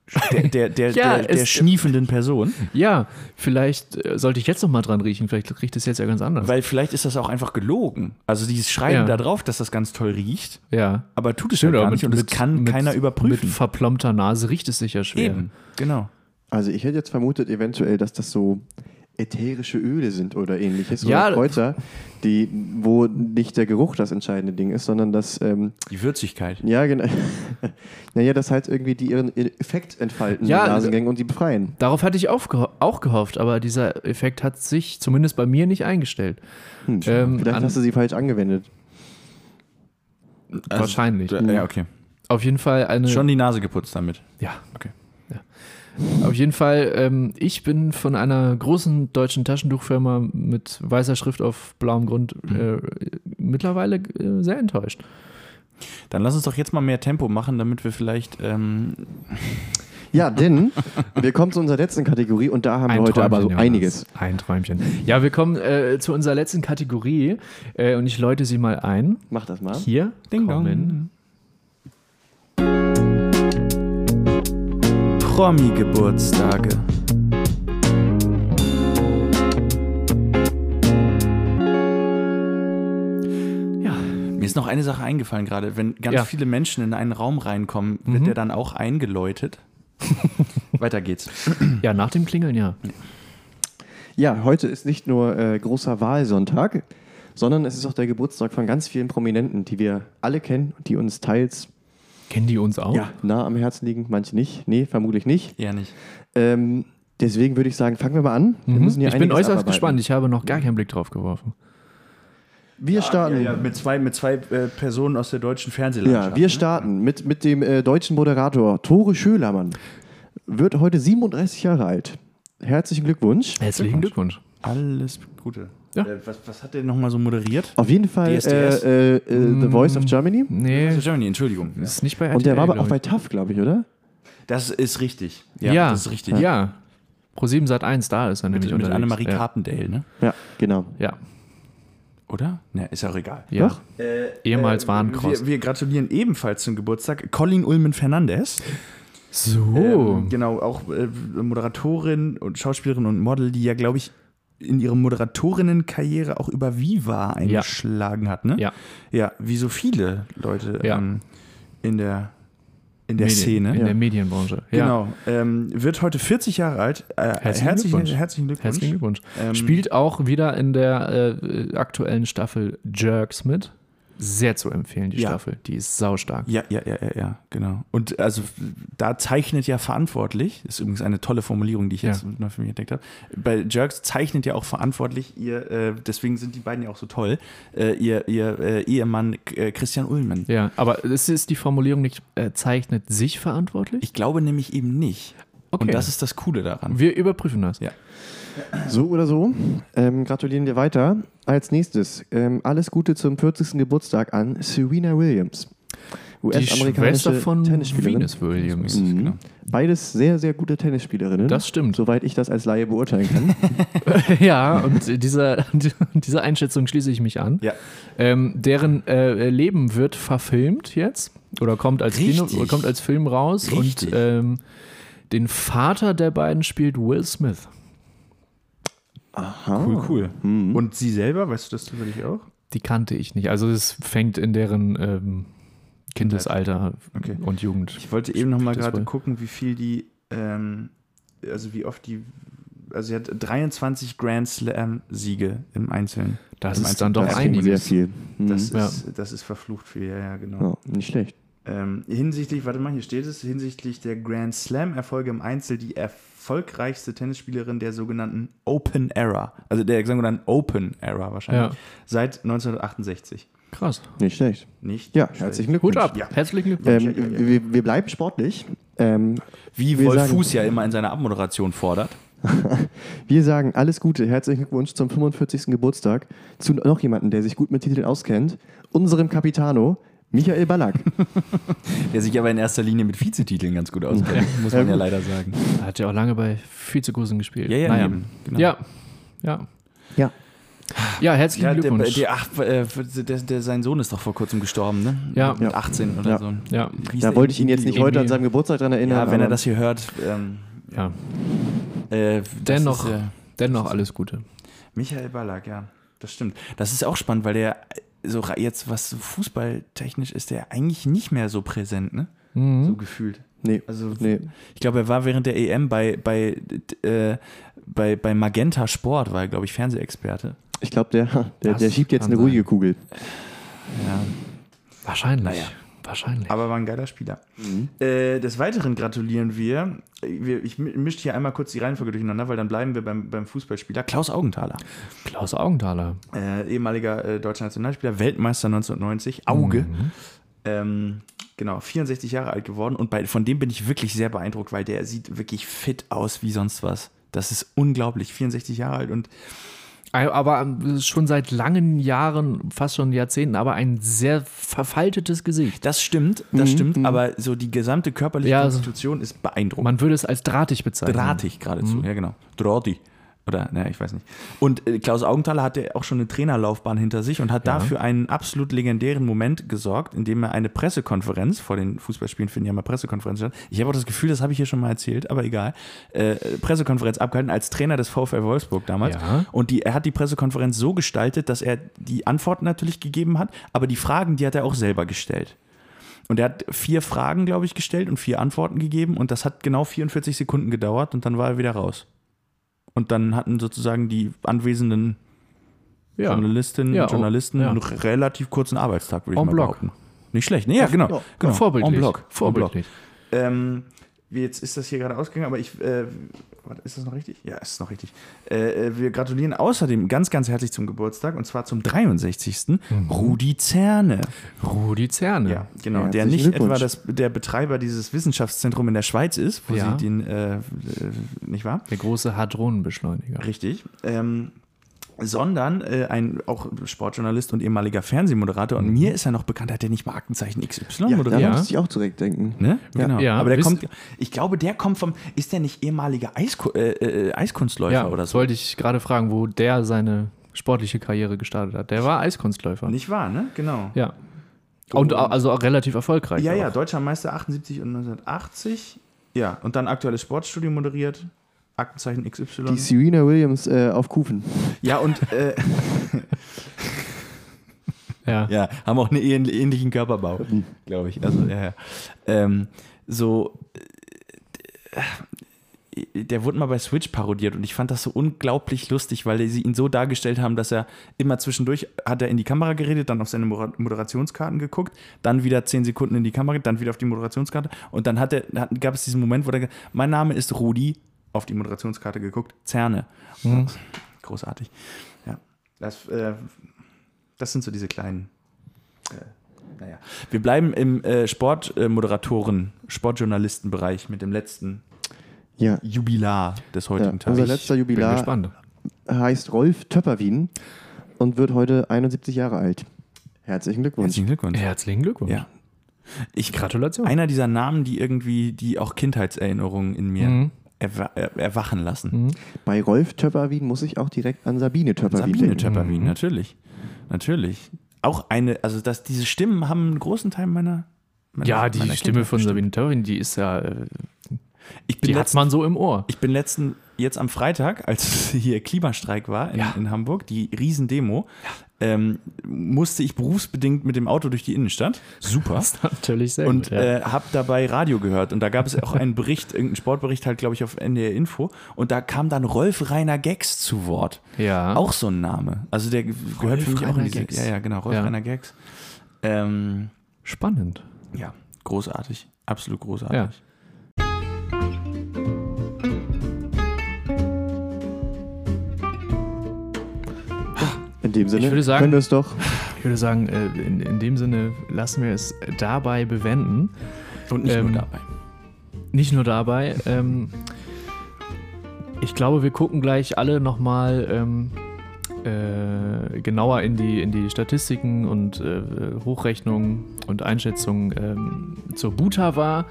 Speaker 2: der, der, der,
Speaker 1: Ja,
Speaker 2: der, der
Speaker 1: es-
Speaker 2: schniefenden Person.
Speaker 1: ja, vielleicht äh, sollte ich jetzt noch mal dran riechen. Vielleicht riecht es jetzt ja ganz anders.
Speaker 2: Weil vielleicht ist das auch einfach gelogen. Also die schreiben
Speaker 1: Ja.
Speaker 2: da drauf, dass das ganz toll riecht,
Speaker 1: ja.
Speaker 2: aber tut es
Speaker 1: Stimmt,
Speaker 2: halt gar
Speaker 1: aber
Speaker 2: nicht und das kann
Speaker 1: mit-
Speaker 2: keiner überprüfen.
Speaker 1: Mit verplompter Nase riecht es sicher schwer.
Speaker 2: Eben, genau.
Speaker 3: Also ich hätte jetzt vermutet eventuell, dass das so ätherische Öle sind oder ähnliches
Speaker 1: Ja.
Speaker 3: oder Kräuter, die, wo nicht der Geruch das entscheidende Ding ist, sondern dass ähm,
Speaker 2: Die Würzigkeit.
Speaker 3: ja genau, naja, dass halt irgendwie die ihren Effekt entfalten
Speaker 1: Ja,
Speaker 3: die Nasengänge und die befreien.
Speaker 1: Darauf hatte ich auch, geho auch gehofft, aber dieser Effekt hat sich zumindest bei mir nicht eingestellt. Ähm,
Speaker 3: Hm. Vielleicht
Speaker 1: an,
Speaker 3: hast du sie falsch angewendet.
Speaker 1: wahrscheinlich.
Speaker 2: Ja, okay.
Speaker 1: Auf jeden Fall eine.
Speaker 2: Also, Schon die Nase geputzt damit.
Speaker 1: Ja.
Speaker 2: Okay.
Speaker 1: Ja. Auf jeden Fall, ähm, ich bin von einer großen deutschen Taschentuchfirma mit weißer Schrift auf blauem Grund äh, mittlerweile äh, sehr enttäuscht.
Speaker 2: Dann lass uns doch jetzt mal mehr Tempo machen, damit wir vielleicht ähm,
Speaker 3: Ja, denn wir kommen zu unserer letzten Kategorie und da haben wir heute aber so
Speaker 1: Jonas.
Speaker 3: einiges.
Speaker 1: Ein Träumchen. Ja, wir kommen äh, zu unserer letzten Kategorie äh, und ich läute sie mal ein.
Speaker 3: Mach das mal.
Speaker 1: Hier
Speaker 2: Ding
Speaker 1: kommen
Speaker 2: Promi-Geburtstage. ist noch eine Sache eingefallen gerade. Wenn ganz
Speaker 1: Ja. Mhm.
Speaker 2: viele Menschen in einen Raum reinkommen, wird der dann auch eingeläutet. Weiter geht's.
Speaker 1: Ja, nach dem Klingeln, ja.
Speaker 3: Ja, heute ist nicht nur äh, großer Wahlsonntag, sondern es ist auch der Geburtstag von ganz vielen Prominenten, die wir alle kennen und die uns teils
Speaker 1: Kennen die uns auch?
Speaker 3: ja, nah am Herzen liegen, manche nicht. Nee, vermutlich nicht.
Speaker 2: Eher nicht.
Speaker 3: Ähm, deswegen würde ich sagen, fangen wir mal an. Wir müssen hier
Speaker 1: Mhm. ich bin
Speaker 3: einiges
Speaker 1: äußerst
Speaker 3: abarbeiten.
Speaker 1: gespannt. Ich habe noch gar keinen Blick drauf geworfen.
Speaker 3: Wir starten.
Speaker 2: Ah, Ja, ja, mit zwei, mit zwei äh, Personen aus der deutschen Fernsehlandschaft.
Speaker 3: Ja, wir starten mit, mit dem äh, deutschen Moderator Tore Schölermann. Wird heute 37 Jahre alt. Herzlichen Glückwunsch.
Speaker 1: Herzlichen Glückwunsch.
Speaker 2: Alles Gute.
Speaker 1: Ja.
Speaker 2: Äh, was, was hat der nochmal so moderiert?
Speaker 3: Auf jeden Fall
Speaker 2: DSDS.
Speaker 3: äh, äh, äh,
Speaker 1: Mm.
Speaker 3: The Voice of Germany.
Speaker 1: Nee,
Speaker 2: Also Germany, Entschuldigung.
Speaker 1: ist nicht bei RTL,
Speaker 3: Und der war aber
Speaker 1: glaub
Speaker 3: auch bei
Speaker 1: ich.
Speaker 3: TAF, glaube ich, oder?
Speaker 2: Das ist richtig.
Speaker 1: Ja,
Speaker 2: das ist richtig.
Speaker 1: Ja. Pro7 Sat 1, da ist er nämlich
Speaker 2: Mit, mit
Speaker 1: unterwegs.
Speaker 2: Annemarie
Speaker 1: ja.
Speaker 2: Carpendale, ne?
Speaker 3: Ja, genau.
Speaker 1: Ja.
Speaker 2: Oder? Ne, ist auch egal. Äh,
Speaker 1: ja.
Speaker 3: Doch?
Speaker 1: Ehemals Warenkreuz.
Speaker 2: Wir, wir gratulieren ebenfalls zum Geburtstag Colin Ulmen Fernandes.
Speaker 1: So.
Speaker 2: Ähm, genau, auch äh, Moderatorin und Schauspielerin und Model, die ja, glaube ich, in ihrer Moderatorinnenkarriere auch über Viva eingeschlagen hat, ne?
Speaker 1: Ja.
Speaker 2: Ja, wie so viele Leute
Speaker 1: Ja.
Speaker 2: ähm, in der, in der
Speaker 1: Medien-
Speaker 2: Szene.
Speaker 1: In
Speaker 3: Ja.
Speaker 1: der Medienbranche. Ja.
Speaker 2: Genau. Ähm, wird heute 40 Jahre alt. Äh,
Speaker 1: Herzlichen Glückwunsch.
Speaker 2: herzlichen Glückwunsch.
Speaker 1: Herzlichen Glückwunsch.
Speaker 2: Ähm,
Speaker 1: Spielt auch wieder in der äh, aktuellen Staffel Jerks mit. Sehr zu empfehlen, die
Speaker 2: Ja.
Speaker 1: Staffel. Die ist saustark.
Speaker 2: Ja, ja, ja, ja, ja, genau. Und also da zeichnet ja verantwortlich, ist übrigens eine tolle Formulierung, die ich
Speaker 1: Ja.
Speaker 2: jetzt neu für mich entdeckt habe. Bei Jerks zeichnet ja auch verantwortlich ihr, äh, deswegen sind die beiden ja auch so toll, äh, ihr, ihr äh, Ehemann äh, Christian Ullmann.
Speaker 1: Ja, aber es ist die Formulierung nicht, äh, zeichnet sich verantwortlich?
Speaker 2: Ich glaube nämlich eben nicht.
Speaker 1: Okay.
Speaker 2: Und das ist das Coole daran.
Speaker 1: Wir überprüfen das.
Speaker 2: Ja.
Speaker 3: So oder so. Ähm, gratulieren wir weiter. Als nächstes, ähm, alles Gute zum 40. Geburtstag an Serena Williams.
Speaker 1: Die Schwester von Venus Williams.
Speaker 3: Mhm.
Speaker 2: Genau.
Speaker 3: Beides sehr, sehr gute Tennisspielerinnen.
Speaker 1: Das stimmt.
Speaker 3: Soweit ich das als Laie beurteilen kann.
Speaker 1: ja, und dieser, dieser Einschätzung schließe ich mich an.
Speaker 2: Ja.
Speaker 1: Ähm, deren äh, Leben wird verfilmt jetzt oder kommt als, Kino,
Speaker 2: Richtig.
Speaker 1: kommt als Film raus.
Speaker 2: Richtig.
Speaker 1: Und ähm, den Vater der beiden spielt Will Smith.
Speaker 3: Aha. Hm.
Speaker 2: Cool, cool. Und sie selber, weißt du das zufällig auch?
Speaker 1: Die kannte ich nicht. Also es fängt in deren ähm, Kindesalter
Speaker 2: Okay.
Speaker 1: und Jugend.
Speaker 2: Ich wollte eben noch mal
Speaker 1: Das
Speaker 2: gerade
Speaker 1: wohl.
Speaker 2: gucken, wie viel die, ähm, also wie oft die, also sie hat 23 Grand Slam-Siege im Einzelnen.
Speaker 1: Das
Speaker 2: Im
Speaker 1: ist
Speaker 2: Einzel-
Speaker 1: dann doch
Speaker 3: Das klingt sehr
Speaker 1: einiges.
Speaker 3: viel. Mhm.
Speaker 2: Das,
Speaker 1: Ja.
Speaker 2: ist, das ist verflucht viel, ja, ja, genau.
Speaker 3: ja, nicht schlecht.
Speaker 2: Ähm, hinsichtlich, warte mal, hier steht es, hinsichtlich der Grand Slam-Erfolge im Einzel die erfolgreichste Tennisspielerin der sogenannten Open Era, also der sogenannten Open Era wahrscheinlich,
Speaker 1: Ja.
Speaker 2: seit 1968.
Speaker 1: Krass.
Speaker 3: Nicht schlecht.
Speaker 2: Nicht?
Speaker 3: Ja,
Speaker 2: schlecht.
Speaker 3: herzlichen Glückwunsch.
Speaker 1: Hut ab.
Speaker 2: Ja.
Speaker 1: Herzlichen Glückwunsch.
Speaker 3: Ähm, wir, wir bleiben sportlich. Ähm,
Speaker 2: Wie
Speaker 3: Wir
Speaker 2: Wolf
Speaker 3: sagen-
Speaker 2: Fuß ja immer in seiner Abmoderation fordert.
Speaker 3: wir sagen alles Gute, herzlichen Glückwunsch zum 45. Geburtstag zu noch jemandem, der sich gut mit Titeln auskennt, unserem Capitano Michael Ballack.
Speaker 2: Der sich aber in erster Linie mit Vizetiteln ganz gut auskennt, muss man ja leider sagen.
Speaker 1: Hat ja auch lange bei Vizegroßen gespielt.
Speaker 2: Ähm. Ja, ja,
Speaker 1: naja.
Speaker 2: eben, genau.
Speaker 1: ja. Ja.
Speaker 3: ja.
Speaker 1: Ja, herzlichen
Speaker 2: Ja, der,
Speaker 1: Glückwunsch.
Speaker 2: der, ach, äh, der, der, sein Sohn ist doch vor kurzem gestorben, ne?
Speaker 1: Ja.
Speaker 2: Mit 18 oder
Speaker 3: Ja.
Speaker 2: so.
Speaker 1: Ja.
Speaker 2: Wie ist
Speaker 3: Da
Speaker 2: der-
Speaker 3: wollte ich ihn jetzt nicht
Speaker 1: Emilio.
Speaker 3: heute an seinem Geburtstag dran erinnern.
Speaker 2: Ja, wenn er
Speaker 3: aber
Speaker 2: das hier hört. Ähm,
Speaker 1: ja.
Speaker 2: äh, das
Speaker 1: Dennoch,
Speaker 2: Ist, äh,
Speaker 1: dennoch alles Gute.
Speaker 2: Michael Ballack, ja. Das stimmt. Das ist auch spannend, weil der äh, so ra- jetzt, was so fußballtechnisch ist, der eigentlich nicht mehr so präsent, ne? So gefühlt.
Speaker 3: Nee,
Speaker 2: Also,
Speaker 3: nee.
Speaker 2: ich glaube, er war während der EM bei, bei, äh, bei, bei Magenta Sport, war er, glaube ich, Fernsehexperte.
Speaker 3: Ich glaube, der, der,
Speaker 1: Das
Speaker 3: der schiebt jetzt
Speaker 1: kann
Speaker 3: eine
Speaker 1: sein.
Speaker 3: ruhige Kugel.
Speaker 2: Ja.
Speaker 1: Wahrscheinlich.
Speaker 2: Naja.
Speaker 1: Wahrscheinlich.
Speaker 2: Aber war ein geiler Spieler. Äh, des Weiteren gratulieren wir, wir ich mi- mische hier einmal kurz die Reihenfolge durcheinander, weil dann bleiben wir beim, beim Fußballspieler Klaus Augenthaler.
Speaker 1: Klaus Augenthaler.
Speaker 2: Äh, ehemaliger äh, deutscher Nationalspieler, Weltmeister 1990, Auge. Ähm, genau, 64 Jahre alt geworden und bei, von dem bin ich wirklich sehr beeindruckt, weil der sieht wirklich fit aus wie sonst was. Das ist unglaublich, 64 Jahre alt und
Speaker 1: Aber ähm, schon seit langen Jahren, fast schon Jahrzehnten, aber ein sehr verfaltetes Gesicht.
Speaker 2: das stimmt, das stimmt, aber so die gesamte körperliche
Speaker 1: Ja, also-
Speaker 2: Konstitution ist beeindruckend.
Speaker 1: Man würde es als drahtig bezeichnen.
Speaker 2: Drahtig geradezu, ja genau. Drahtig. Oder, naja, ich weiß nicht. Und äh, Klaus Augenthaler hatte auch schon eine Trainerlaufbahn hinter sich und hat dafür einen absolut legendären Moment gesorgt, indem er eine Pressekonferenz, vor den Fußballspielen finden ja mal Pressekonferenzen statt. Ich habe auch das Gefühl, das habe ich hier schon mal erzählt, aber egal. Äh, Pressekonferenz abgehalten als Trainer des VfL Wolfsburg damals.
Speaker 1: Ja.
Speaker 2: Und die, er hat die Pressekonferenz so gestaltet, dass er die Antworten natürlich gegeben hat, aber die Fragen, die hat er auch selber gestellt. Und er hat vier Fragen, glaube ich, gestellt und vier Antworten gegeben und das hat genau 44 Sekunden gedauert und dann war er wieder raus. Und dann hatten sozusagen die anwesenden
Speaker 1: Ja.
Speaker 2: Journalistinnen
Speaker 1: Ja, oh,
Speaker 2: und Journalisten
Speaker 1: ja.
Speaker 2: einen relativ kurzen Arbeitstag, würde ich
Speaker 1: En
Speaker 2: mal
Speaker 1: bloc. Also,
Speaker 2: behaupten. Nicht schlecht, ne? Ja, genau.
Speaker 3: ja,
Speaker 2: genau.
Speaker 1: Vorbildlich.
Speaker 2: En bloc. En bloc.
Speaker 1: Vorbildlich.
Speaker 2: Ähm, wie jetzt ist das hier gerade ausgegangen, aber ich. Äh, warte, ist das noch richtig? Ja, ist noch richtig. Äh, äh, wir gratulieren außerdem ganz, ganz herzlich zum Geburtstag und zwar zum 63. Rudi Zerne.
Speaker 1: Rudi Zerne.
Speaker 2: Ja, genau.
Speaker 3: Mhm. Ja,
Speaker 2: der
Speaker 3: herzlichen
Speaker 2: nicht etwa
Speaker 3: Glückwunsch.
Speaker 2: das, der Betreiber dieses Wissenschaftszentrum in der Schweiz ist, wo
Speaker 1: Ja.
Speaker 2: sie den. Äh, äh, nicht wahr?
Speaker 1: Der große Hadronenbeschleuniger.
Speaker 2: Richtig. Ähm, sondern äh, ein auch Sportjournalist und ehemaliger Fernsehmoderator. Und mir ist er noch bekannt, hat er nicht mal Aktenzeichen XY
Speaker 3: Mhm. Ja,
Speaker 2: moderiert.
Speaker 3: da
Speaker 1: Ja.
Speaker 3: musste ich auch direkt denken.
Speaker 2: Ne? Genau.
Speaker 1: Ja,
Speaker 2: Aber der
Speaker 1: wisst-
Speaker 2: kommt, ich glaube, der kommt vom, ist der nicht ehemaliger Eisku äh, äh, Eiskunstläufer
Speaker 1: Ja,
Speaker 2: oder
Speaker 1: das
Speaker 2: so?
Speaker 1: wollte ich gerade fragen, wo der seine sportliche Karriere gestartet hat. Der war Eiskunstläufer.
Speaker 2: Nicht wahr, ne? Genau.
Speaker 1: Ja. Und au- also auch relativ erfolgreich.
Speaker 2: Ja,
Speaker 1: auch.
Speaker 2: ja, deutscher Meister 78 und 1980. Ja, und dann aktuelles Sportstudio moderiert. Aktenzeichen XY.
Speaker 3: Die Serena Williams äh, auf Kufen.
Speaker 2: Ja, und äh,
Speaker 1: ja.
Speaker 2: ja, haben auch einen ähn- ähnlichen Körperbau, glaube ich. Also, ja, ja. Ähm, so, äh, der wurde mal bei Switch parodiert und ich fand das so unglaublich lustig, weil sie ihn so dargestellt haben, dass er immer zwischendurch hat er in die Kamera geredet, dann auf seine Mora- Moderationskarten geguckt, dann wieder zehn Sekunden in die Kamera, dann wieder auf die Moderationskarte und dann hat er, hat, gab es diesen Moment, wo er, ge- mein Name ist Rudi, auf die Moderationskarte geguckt, Zerne. Großartig. Ja. Das, äh, das sind so diese kleinen. Äh, naja. Wir bleiben im äh, Sportmoderatoren, Sportjournalistenbereich mit dem letzten
Speaker 3: Ja.
Speaker 2: Jubilar des
Speaker 3: ja.
Speaker 2: heutigen
Speaker 3: Unser
Speaker 2: Tages.
Speaker 3: letzter
Speaker 1: Bin
Speaker 3: Jubilar
Speaker 1: gespannt.
Speaker 3: heißt Rolf Töpperwien und wird heute 71 Jahre alt. Herzlichen Glückwunsch.
Speaker 2: Herzlichen Glückwunsch.
Speaker 1: Herzlichen Glückwunsch.
Speaker 2: Ja. Ich,
Speaker 1: Gratulation.
Speaker 2: einer dieser Namen, die irgendwie, die auch Kindheitserinnerungen in mir
Speaker 1: Mhm.
Speaker 2: erwa er erwachen lassen.
Speaker 3: Bei Rolf Töpperwien muss ich auch direkt an Sabine Töpperwien
Speaker 2: Sabine
Speaker 3: denken.
Speaker 2: Töpperwien,
Speaker 1: Mhm.
Speaker 2: natürlich. Natürlich. Auch eine, also dass diese Stimmen haben einen großen Teil meiner. meiner
Speaker 1: ja, die
Speaker 2: meiner
Speaker 1: Stimme
Speaker 2: Kindheit
Speaker 1: von
Speaker 2: bestimmt.
Speaker 1: Sabine Törin, die ist ja, äh,
Speaker 2: Ich bin
Speaker 1: die hat
Speaker 2: letztens
Speaker 1: man so im Ohr.
Speaker 2: Ich bin letzten, jetzt am Freitag, als hier Klimastreik war in,
Speaker 1: Ja.
Speaker 2: in Hamburg, die Riesendemo, ähm, musste ich berufsbedingt mit dem Auto durch die Innenstadt. Super.
Speaker 1: Natürlich sehr
Speaker 2: Und
Speaker 1: gut. Ja.
Speaker 2: äh, habe dabei Radio gehört. Und da gab es auch einen Bericht, irgendeinen Sportbericht halt, glaube ich, auf NDR Info. Und da kam dann Rolf Rainer Gex zu Wort.
Speaker 1: ja.
Speaker 2: Auch so ein Name. Also der gehört für mich auch in
Speaker 1: Rainer
Speaker 2: diese,
Speaker 1: Gex.
Speaker 2: Ja, ja, genau. Rolf
Speaker 1: Ja.
Speaker 2: Rainer Gex. Ähm,
Speaker 1: spannend.
Speaker 2: ja, großartig. Absolut großartig.
Speaker 1: Ja.
Speaker 3: In dem Sinne
Speaker 1: Ich würde sagen-
Speaker 3: können wir es doch.
Speaker 1: Ich würde sagen, äh, in, in dem Sinne lassen wir es dabei bewenden.
Speaker 2: Und nicht
Speaker 1: Ähm,
Speaker 2: nur dabei.
Speaker 1: Nicht nur dabei. Ähm, ich glaube, wir gucken gleich alle nochmal ähm, äh, genauer in die, in die Statistiken und äh, Hochrechnungen und Einschätzungen ähm, zur Buta war,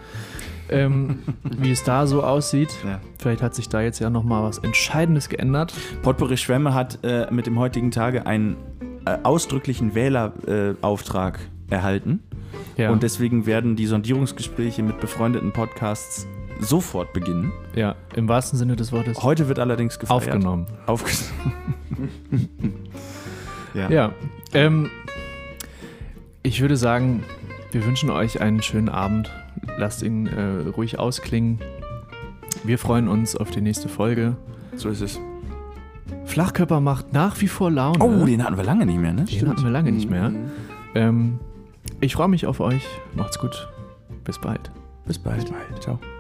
Speaker 1: ähm, wie es da so aussieht.
Speaker 2: Ja.
Speaker 1: Vielleicht hat sich da jetzt ja nochmal was Entscheidendes geändert.
Speaker 2: Potpourri Schwemme hat äh, mit dem heutigen Tage einen äh, ausdrücklichen Wählerauftrag äh, Auftrag erhalten.
Speaker 1: Ja,
Speaker 2: Und deswegen werden die Sondierungsgespräche mit befreundeten Podcasts sofort beginnen.
Speaker 1: ja im wahrsten Sinne des Wortes
Speaker 2: Heute wird allerdings gefeiert.
Speaker 1: aufgenommen.
Speaker 2: Aufgenommen. ja.
Speaker 1: Ja. Ähm, ich würde sagen, wir wünschen euch einen schönen Abend. Lasst ihn äh, ruhig ausklingen. Wir freuen uns auf die nächste Folge.
Speaker 2: so ist es.
Speaker 1: Flachkörper macht nach wie vor Laune.
Speaker 2: Oh, den hatten wir lange nicht mehr, ne?
Speaker 1: den hatten wir lange nicht mehr.
Speaker 3: Mhm.
Speaker 1: Ähm, ich freue mich auf euch. Macht's gut. Bis bald.
Speaker 2: Bis bald. Bis bald. Ciao.